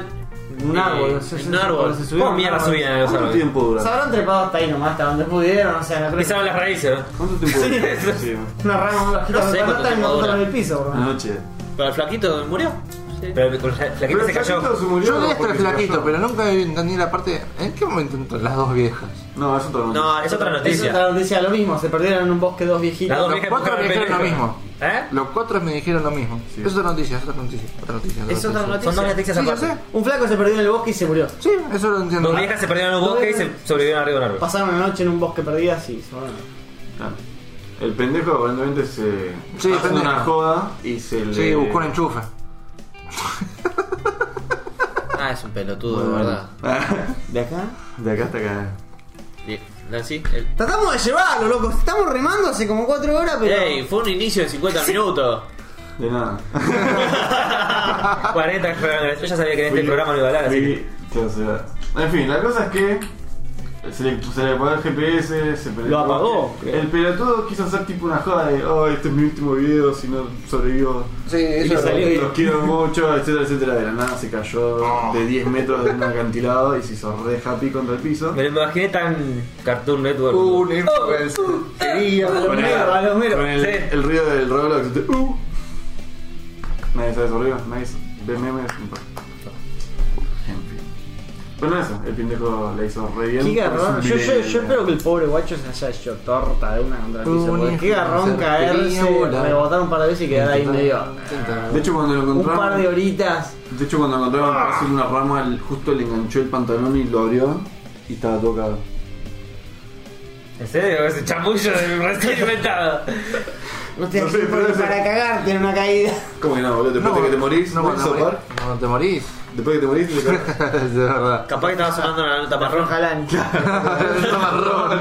S3: En un árbol,
S4: eh,
S3: no sé,
S4: en
S3: se-
S4: un árbol.
S3: se subieron
S1: ¿Cómo
S3: a un
S1: mierda
S3: árbol.
S1: subían a los
S5: ¿Cuánto
S1: árboles?
S5: tiempo
S3: Se
S5: dura?
S3: habrán trepado hasta ahí nomás, hasta donde pudieron, o sea, no creo que-
S1: Pisaban las raíces. ¿no?
S5: ¿Cuánto tiempo dura?
S1: Sí.
S5: Sí,
S3: Una rama una
S4: No sé
S3: una
S4: cuánto
S3: rata y
S4: tiempo
S3: montaron
S4: dura.
S3: en el piso, bro.
S5: Una noche.
S4: Pero el flaquito murió. Sí.
S1: Pero con la, la gente se cayó.
S6: Yo vi hasta el flaquito, pero nunca entendí la parte. ¿En qué momento entran las dos viejas?
S5: No, es otro
S4: No,
S1: Es otra
S3: Eso
S1: noticia.
S3: otra noticia, lo mismo, se perdieron en un bosque dos viejitos.
S1: Las dos
S6: Los
S1: viejas
S6: cuatro
S1: empujaron
S6: dijeron
S1: al
S6: lo
S1: pendejo. ¿Eh?
S6: Los cuatro me dijeron lo mismo.
S5: Sí.
S6: Es otra noticia, es otra noticia, otra noticia.
S3: Es otra noticia.
S1: Son dos noticias
S6: Sí, ya
S1: aparte.
S6: sé.
S3: Un flaco se perdió en el bosque y se murió.
S6: Sí, eso lo entiendo.
S1: Dos viejas se perdieron en un bosque y se sobrevivieron arriba de un árbol.
S3: Pasaron la noche en un bosque perdidas y se murieron.
S5: Claro. El pendejo aparentemente se
S6: Sí,
S5: hace
S6: pendejo.
S5: una joda y se le.
S6: Sí, buscó un enchufe.
S4: Ah, es un pelotudo, de
S5: Bueno,
S4: verdad.
S3: ¿De acá?
S5: De acá hasta acá.
S4: Bien. Nancy, el-
S3: Tratamos de llevarlo, loco. Estamos remando hace como cuatro horas, pero.
S4: Ey, fue un inicio de 50 minutos.
S5: De nada. [laughs]
S1: 40 programas. Yo ya sabía que en este
S5: Fui-
S1: programa no iba a hablar, así que.
S5: fui- o sea, En fin, la cosa es que. Se le, se le apagó el GPS, se perdió.
S3: Lo apagó, creo.
S5: El pelotudo quiso hacer tipo una joda de. Oh, este es mi último video, si no sobrevivo.
S6: Sí,
S3: eso es salió Ah. verdad.
S5: Los quiero mucho, etcétera, etcétera. De la nada se cayó de 10 metros de un acantilado y se hizo re happy contra el piso.
S1: Me lo imaginé tan Cartoon Network.
S6: Un influencer. Quería.
S3: A los meros, a los meros.
S5: Con el,
S1: Sí.
S5: el ruido del Roblox. de, "Uh". Nadie sabe esos ruidos, nadie s- ve memes. no. En fin. Bueno, eso, el pendejo la hizo re bien.
S3: Qué garrón.
S5: Es un
S3: Yo, yo,
S5: video.
S3: yo espero que el pobre guacho se haya hecho torta de una contra el piso.
S6: Un
S3: porque Qué
S6: hijo
S3: garrón
S6: de
S3: caerse,
S6: serpentina, bola.
S3: rebotar un par de veces y quedar ahí
S6: Intentá-
S3: medio.
S6: intentá.
S5: De hecho, cuando lo
S3: Un
S5: encontraron.
S3: par de Ah. horitas.
S5: de hecho, cuando lo encontraron para hacer una rama, el- justo le enganchó el pantalón y lo abrió y estaba todo cagado.
S1: ¿En serio? Ese chamullo de recién inventado.
S7: No te
S5: No sé, pero
S7: porque
S5: ese-
S7: para cagarte en una caída.
S5: ¿Cómo que no, boludo? Después de que te morís, no,
S6: no, cuando,
S5: Windsor
S6: morís,
S5: Park,
S6: no, cuando te morís.
S5: después de que te morís, te cagás.
S6: es de verdad.
S1: Capaz que estaba sonando una nota marrón.
S7: Ojalá.
S3: [laughs]
S6: es marrón.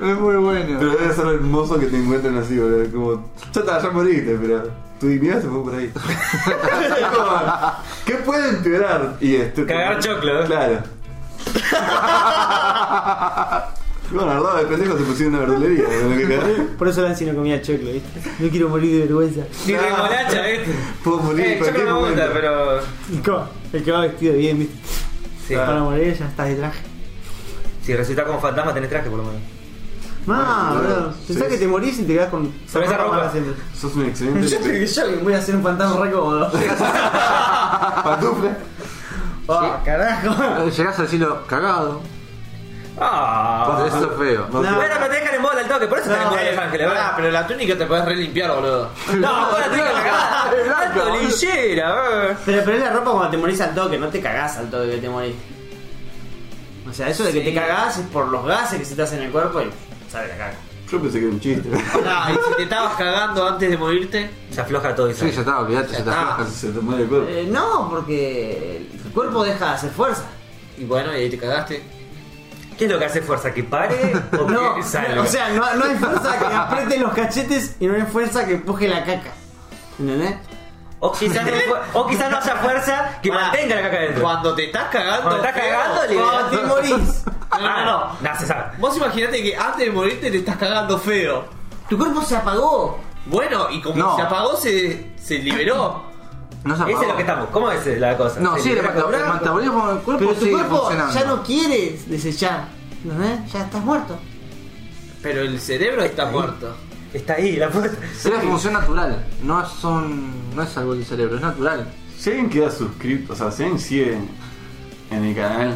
S6: es muy bueno.
S5: Pero debe ser hermoso que te encuentren así, boludo. Como, ya está, ya moriste, pero tu dignidad se fue por ahí. [laughs] Es como, ¿Qué puede empeorar? Y esto,
S1: Cagar choclo, ¿eh?
S5: Claro.
S1: [laughs]
S5: Y bueno, verdad, el pendejo se pusieron una verdulería. boludo, que cagás.
S7: Por eso Lancy no comía choclo, ¿viste? No quiero morir de vergüenza.
S1: Ni remolacha, ¿viste?
S5: Puedo morir
S1: Eh,
S5: en
S1: yo
S5: cualquier
S1: no me gusta,
S5: momento.
S1: pero.
S7: Y co- El que va vestido bien, ¿viste?
S1: Sí.
S7: Para morir ya estás de traje.
S1: Si resulta como fantasma, tenés traje por lo menos.
S7: No,
S5: Ah,
S7: bro.
S5: sí,
S7: Pensás
S5: sí.
S7: que te morís y te quedás con.
S1: Con esa ropa.
S5: Sos un
S7: [laughs]
S1: [laughs]
S7: Yo
S5: excelente
S7: creo
S5: [laughs]
S7: que yo voy a ser un fantasma re [laughs] cómodo.
S5: patufla.
S7: Ah, carajo.
S6: Llegás al cielo cagado.
S1: Ah.
S6: Eso es feo.
S5: No,
S7: No.
S1: Bueno, pero te dejan en bola el toque, por eso están en bola los ángeles,
S4: Ah,
S1: ¿verdad?
S4: pero la túnica te podés relimpiar, boludo.
S1: No, ahora tenés que cagar.
S6: blanco,
S1: Tanto
S6: boludo.
S1: linchera, eh.
S7: Pero, pero es la ropa cuando te morís al toque, no te cagás al toque que te morís. O sea, eso de que te cagás es por los gases que se te hacen en el cuerpo y sale la caca.
S5: Yo pensé que era un chiste.
S4: Ah, y si te estabas cagando antes de morirte,
S1: Se afloja todo y
S6: Sí,
S1: sale.
S6: ya está, olvidate, ya te
S1: Ah.
S5: [laughs]
S6: aflojas.
S5: Se te muere el cuerpo.
S7: Eh, no, porque el cuerpo deja de hacer fuerza.
S4: y bueno, y ahí te cagaste.
S1: ¿Qué es lo que hace fuerza? ¿Que pare o
S7: No,
S1: que [laughs] salga?
S7: o sea, no, no hay fuerza que apriete los cachetes y no hay fuerza que empuje la caca. ¿Entendés?
S1: O quizás, no, fu- o quizás no haya fuerza que
S4: Pará.
S1: mantenga la caca dentro.
S4: Cuando te estás cagando,
S1: Cuando estás
S4: feo,
S1: cagando,
S7: Cuando te morís,
S1: Ah, no, no se sabe.
S4: Vos imaginate que antes de morirte te estás cagando feo.
S7: tu cuerpo se apagó.
S4: Bueno, y como
S6: No.
S4: se apagó, se, se liberó.
S6: No se
S1: Ese es lo
S6: apagó.
S1: que estamos. ¿Cómo es la cosa?
S6: No, sí, el
S1: libera con
S6: meta- el
S1: brazos.
S6: metabolismo del
S7: Pero
S6: cuerpo
S7: tu
S6: sigue
S7: cuerpo
S6: funcionando.
S7: ya no quiere desechar. ¿Entendés? Ya estás muerto.
S4: Pero el cerebro está muerto.
S1: Está ahí, la puerta.
S6: Es una función natural, no es, un, no es algo del cerebro, es natural.
S5: Si alguien queda suscrito, o sea, si alguien sigue en el canal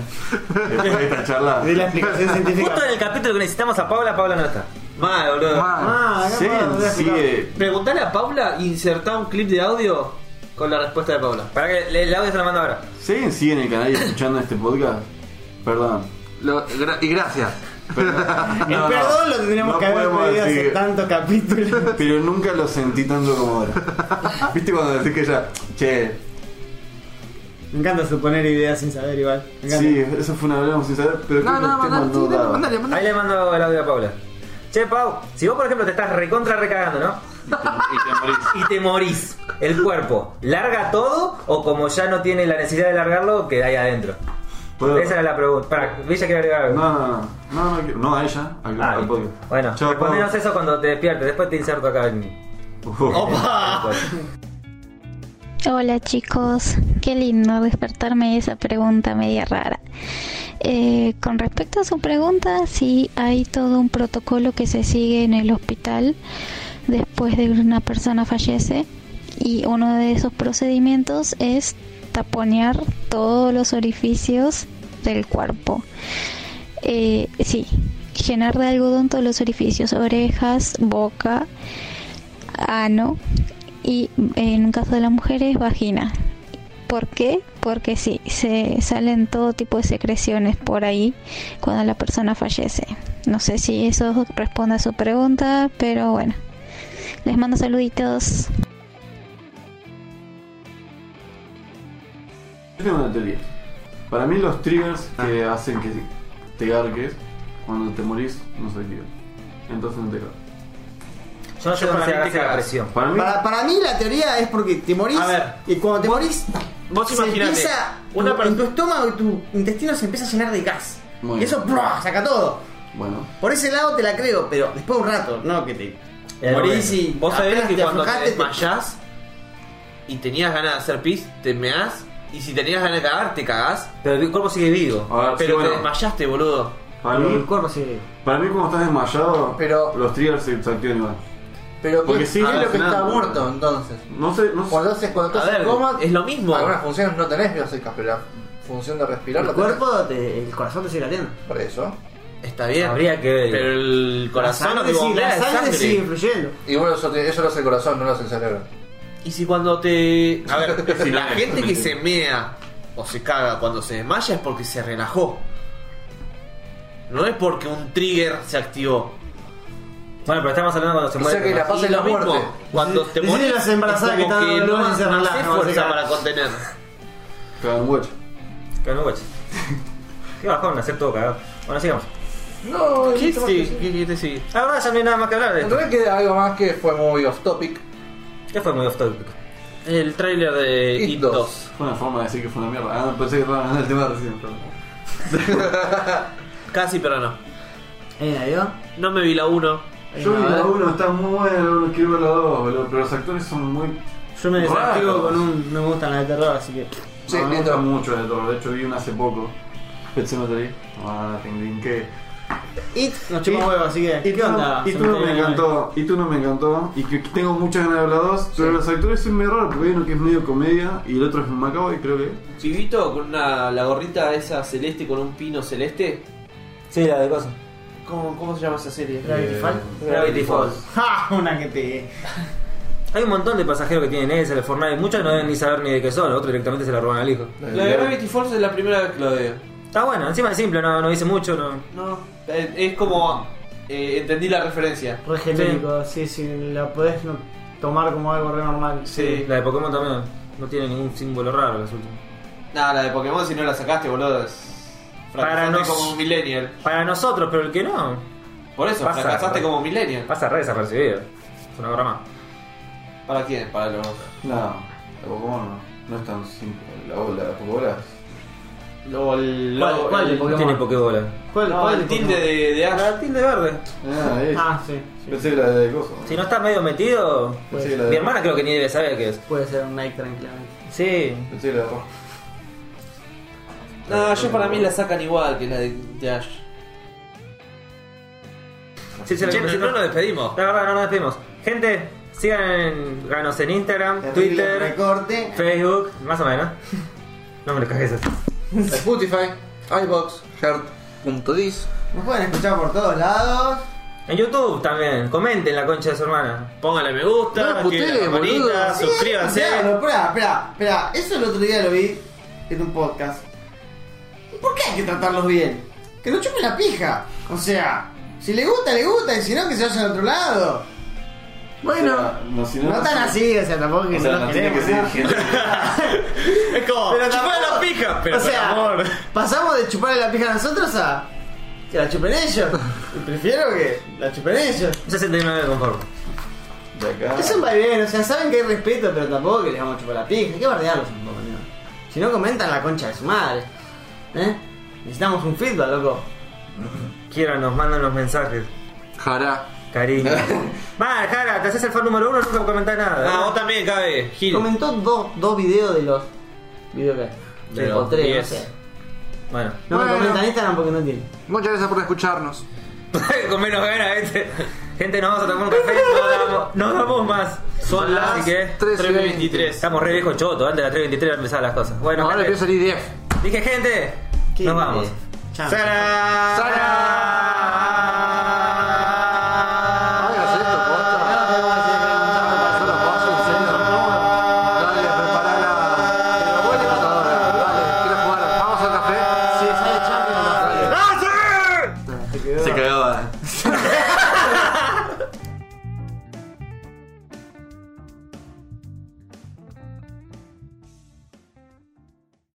S5: después de esta charla,
S7: De la explicación científica.
S1: Justo en el capítulo que necesitamos a Paula, Paula no está.
S4: Mal, boludo.
S6: Mal.
S7: Ah, acá
S5: si
S7: puedo
S5: alguien
S7: volver a explicar.
S5: sigue
S4: Preguntale a Paula, insertá un clip de audio con la respuesta de Paula.
S1: Para que le- el audio se lo mando ahora.
S5: Si alguien sigue en el canal y escuchando este podcast, perdón.
S6: Lo- gra- y gracias.
S5: Pero,
S7: El
S5: no,
S7: perdón lo tendríamos
S5: no
S7: que haber
S5: podemos
S7: pedido hace
S5: decir-
S7: tantos capítulos.
S5: Pero nunca lo sentí tanto como ahora. ¿Viste cuando decís que ya, che,
S7: [laughs] Me encanta suponer ideas sin saber igual. Me encanta.
S5: sí, eso fue una broma sin saber, pero
S6: No,
S5: creo que
S6: no,
S5: el tema
S6: mandale, sí, dale,
S5: daba.
S6: mandale, mandale.
S1: Ahí le mando el audio a Paula. Che, Pau, si vos, por ejemplo, te estás recontra recagando, ¿no?
S5: Y te morís.
S1: [laughs] Y te morís. El cuerpo, ¿larga todo o como ya no tiene la necesidad de largarlo, queda ahí adentro?
S5: Puedo-
S1: Esa era la pregunta. Para, Villa quiere agregar algo.
S5: No, no, no, no, no, quiero- no, a ella, al,
S1: Ah,
S5: al
S1: listo.
S5: podcast.
S1: Bueno,
S5: Chao,
S1: respondenos
S5: Pau.
S1: eso cuando te despiertes. Después te inserto acá en.
S5: Ujú.
S8: Hola chicos, qué lindo despertarme de esa pregunta media rara. Eh, con respecto a su pregunta, sí hay todo un protocolo que se sigue en el hospital después de que una persona fallece y uno de esos procedimientos es taponear todos los orificios del cuerpo. Eh, sí, llenar de algodón todos los orificios, orejas, boca, ano y en un caso de las mujeres vagina. ¿Por qué? Porque sí, se salen todo tipo de secreciones por ahí cuando la persona fallece. No sé si eso responde a su pregunta, pero bueno. Les mando saluditos.
S5: Yo tengo una teoría. Para mí los triggers que hacen que te garques, cuando te morís, no se activan. Entonces no te garques.
S1: Yo no sé cómo se
S4: para mí
S1: hace
S4: te
S1: la
S4: cagas.
S1: presión.
S5: Para mí,
S7: Para, para mí la teoría es porque te morís
S4: A ver.
S7: y cuando te morís
S4: vos
S7: se
S4: imaginate,
S7: empieza
S4: una
S7: tu-
S4: per-
S7: en tu estómago y tu intestino se empieza a llenar de gas.
S5: Muy
S7: y eso
S5: bien.
S7: ¡prua! saca todo.
S5: bueno,
S7: Por ese lado te la creo, pero después de un rato, no que te
S1: Eh,
S7: morís
S1: bueno.
S7: y
S4: Vos sabés
S7: apenas
S4: que
S7: te
S4: cuando te
S7: aflojaste,
S4: desmayás y tenías ganas de hacer pis, te meás. Y si tenías ganas de cagar, te cagás.
S1: Pero el cuerpo sigue vivo.
S5: a ver, sí,
S4: Pero te
S5: bueno,
S4: desmayaste, boludo.
S5: para mí, para mí cuando estás desmayado,
S6: Pero-
S5: los triggers se se activan igual.
S6: Pero
S5: Porque sí,
S6: ¿qué es lo que
S5: nada.
S6: está muerto entonces?
S5: No sé, no sé.
S6: Cuando haces, cuando
S4: A
S6: estás en
S4: ver,
S6: coma,
S4: es lo mismo.
S6: algunas funciones no tenés biosecas, pero la función de respirar
S7: el
S6: la tenés.
S7: cuerpo, te- el corazón te sigue latiendo.
S6: Por eso.
S4: Está bien.
S1: Habría que ver.
S4: Pero el corazón
S7: la
S4: no te
S7: sangre, sigue,
S4: bombea
S7: la
S4: de
S7: sangre
S4: sangre.
S7: sigue fluyendo.
S6: Y bueno, eso, te- eso lo hace el corazón, no lo hace el cerebro.
S4: Y si cuando te. A [laughs] ver,
S5: Sí,
S4: la
S5: no,
S4: gente
S5: no,
S4: que
S5: no.
S4: se mea o se caga cuando se desmaya es porque se relajó. No es porque un trigger se activó.
S1: Bueno, pero estamos hablando cuando se
S6: O
S1: muere.
S6: sea que la
S1: Tomás.
S6: pasa en
S4: Y
S6: la
S4: lo mismo,
S6: muerte.
S4: Cuando te
S3: Decirle
S4: morís,
S3: a las embarazadas
S4: es como
S3: que
S4: no
S3: están- no se relajan,
S4: haces
S3: no se
S4: fuerza
S3: caen.
S4: para contener.
S5: Claro, un guacho.
S1: Pero no, guacho. Qué bajón hacer todo cagado. Bueno, sigamos.
S6: No,
S4: ¿Qué?
S6: no,
S4: Sí, ¿qué qué te sigue?
S1: Ahora ya no hay nada más que hablar de
S6: En
S1: esto.
S6: realidad queda algo más que fue muy off topic.
S1: Ya fue muy off topic.
S4: El tráiler de
S6: It
S4: It
S6: 2.
S4: 2.
S5: Fue una forma de decir que fue una mierda. Ah, no, pensé que estaban hablando del tema recién. pero-
S4: Casi, pero no.
S3: ¿Eh, la vio?
S4: No me vi la 1.
S5: Yo vi la 1, está muy buena, no quiero ver la 2, boludo. Pero los actores son muy.
S3: Yo me desactivo
S5: Raro.
S3: con un. No me gustan las de terror, así que.
S6: Sí,
S5: Ah, no, me
S6: mientras-
S5: gusta mucho la de terror. De hecho, vi una hace poco. Pensé no te vi. Ah, te linké.
S3: It nos chupa
S5: It-
S3: un huevo, así que.
S5: Y
S3: ¿Qué
S5: tú,
S3: onda?
S5: y tú no me
S3: Cementerio
S5: encantó, y tú no me encantó, y que tengo muchas ganas de ver las dos, pero los actores son medio raros, porque hay uno que es medio comedia y el otro es Macaboy, creo que.
S4: Chivito con una, la gorrita esa celeste con un pino celeste.
S1: Sí, la de cosas.
S4: ¿Cómo, cómo se llama esa serie?
S3: Eh,
S4: Eh,
S3: Gravity Falls.
S1: Gravity Falls.
S3: [laughs] ¡Ja! Una que te.
S1: Hay un montón de pasajeros que tienen ese, el Fortnite. Muchos no deben ni saber ni de qué son. Otros directamente se la roban al hijo.
S4: La de Gravity Falls es la primera vez que lo veo.
S1: Está bueno, encima es simple, no, no dice mucho. No.
S4: No, eh, es como. eh, entendí la referencia.
S3: Re genérico, sí, sí, la podés no- tomar como algo re normal.
S4: Sí.
S1: La de Pokémon también no tiene ningún símbolo raro. Las últimas.
S4: Nada, la de Pokémon, si no la sacaste, boludo, es.
S1: Para
S4: fracasaste
S1: nos-
S4: como un millennial.
S1: Para nosotros, pero el que no,
S4: Por eso,
S1: Pasa,
S4: fracasaste
S1: ¿no?
S4: como millennial.
S1: pasa re desapercibido. Es una broma.
S4: ¿Para quién? Para los,
S5: No, la Pokémon no, no es tan simple. La bola, la Pokébola.
S4: los,
S3: ¿Cuál, cuál de
S1: No tiene
S3: Pokémon?
S1: Pokébola.
S3: ¿Cuál,
S4: No,
S3: cuál
S4: el
S3: de
S4: tilde
S3: Pokémon?
S4: de, de Ash.
S1: La tilde verde.
S5: Ah, es.
S3: Ah, sí, sí.
S5: Pensé que la de Coso.
S1: Si no estás medio metido,
S5: Pensé que la de.
S1: mi hermana creo que ni debe saber qué es.
S3: Puede ser un Nike tranquilamente.
S1: Sí.
S5: Pensé que la de Rojo.
S4: No, yo para mí la sacan igual que la de, de Ash.
S1: Sí, sí, la-
S4: Che, no nos despedimos.
S1: La verdad, no nos despedimos. Gente, sigan ganos en Instagram,
S3: Terrible
S1: Twitter,
S3: Recorte.
S1: Facebook, más o menos. No me lo cajes así.
S6: Spotify, iBox, Heart.dis.
S3: Nos pueden escuchar por todos lados.
S1: En YouTube también, comenten la concha de su hermana.
S4: Póngale me gusta,
S6: No, puteé,
S4: activen la
S6: boludo.
S4: campanita,
S6: Sí,
S4: suscríbanse.
S3: Claro, espera, espera, espera. Eso el otro día lo vi en un podcast. ¿Por qué hay que tratarlos bien? Que no chupen la pija. O sea, si le gusta, le gusta, y si no, que se vayan a otro lado.
S5: O sea, no, si no,
S3: No tan así, o sea, tampoco que
S5: O sea,
S3: no
S5: no
S3: los
S5: tiene que
S3: queremos.
S5: ser
S3: ¿no?
S5: gente.
S4: [laughs] Es como,
S3: Pero
S4: chupá
S3: tampoco-
S4: la pija, pero
S3: o sea,
S4: con amor.
S3: pasamos de chuparle la pija a nosotros a que la chupen ellos. Y Prefiero que la chupen ellos.
S1: Yo 69 de conforme.
S5: De acá.
S3: Es un vaivén, o sea, saben que hay respeto, pero tampoco que les vamos a chupar la pija. Hay que bardearlos un poco, ¿no? Si no, comentan la concha de su madre. ¿Eh? Necesitamos un feedback, loco.
S1: Quieran, nos mandan los mensajes.
S6: Jara.
S1: Cariño. Va, Jara, te haces el fan número uno, nunca comentás nada.
S4: Ah, vos también cabe, Gil.
S3: Comentó dos, dos videos de los. Videos que.
S4: De
S3: Sí,
S4: los
S3: o tres,
S4: diez.
S3: no sé.
S1: Bueno. [laughs]
S3: No me
S6: Bueno.
S3: comentan Instagram porque no tiene.
S6: Muchas gracias por escucharnos.
S1: Con menos ganas, este. Gente, nos vamos a tomar un café, no damos, no damos más. Son las. Así que.
S6: 3.23.
S4: 3.23.
S1: Estamos re viejo choto, antes de las 3.23 empezaban las cosas. Bueno,
S6: Ahora
S1: gente,
S6: empieza el IDF.
S1: dije gente,
S3: ¿Qué?
S1: nos vamos.
S3: Chao.
S1: ¡Sara!
S6: ¡Sara!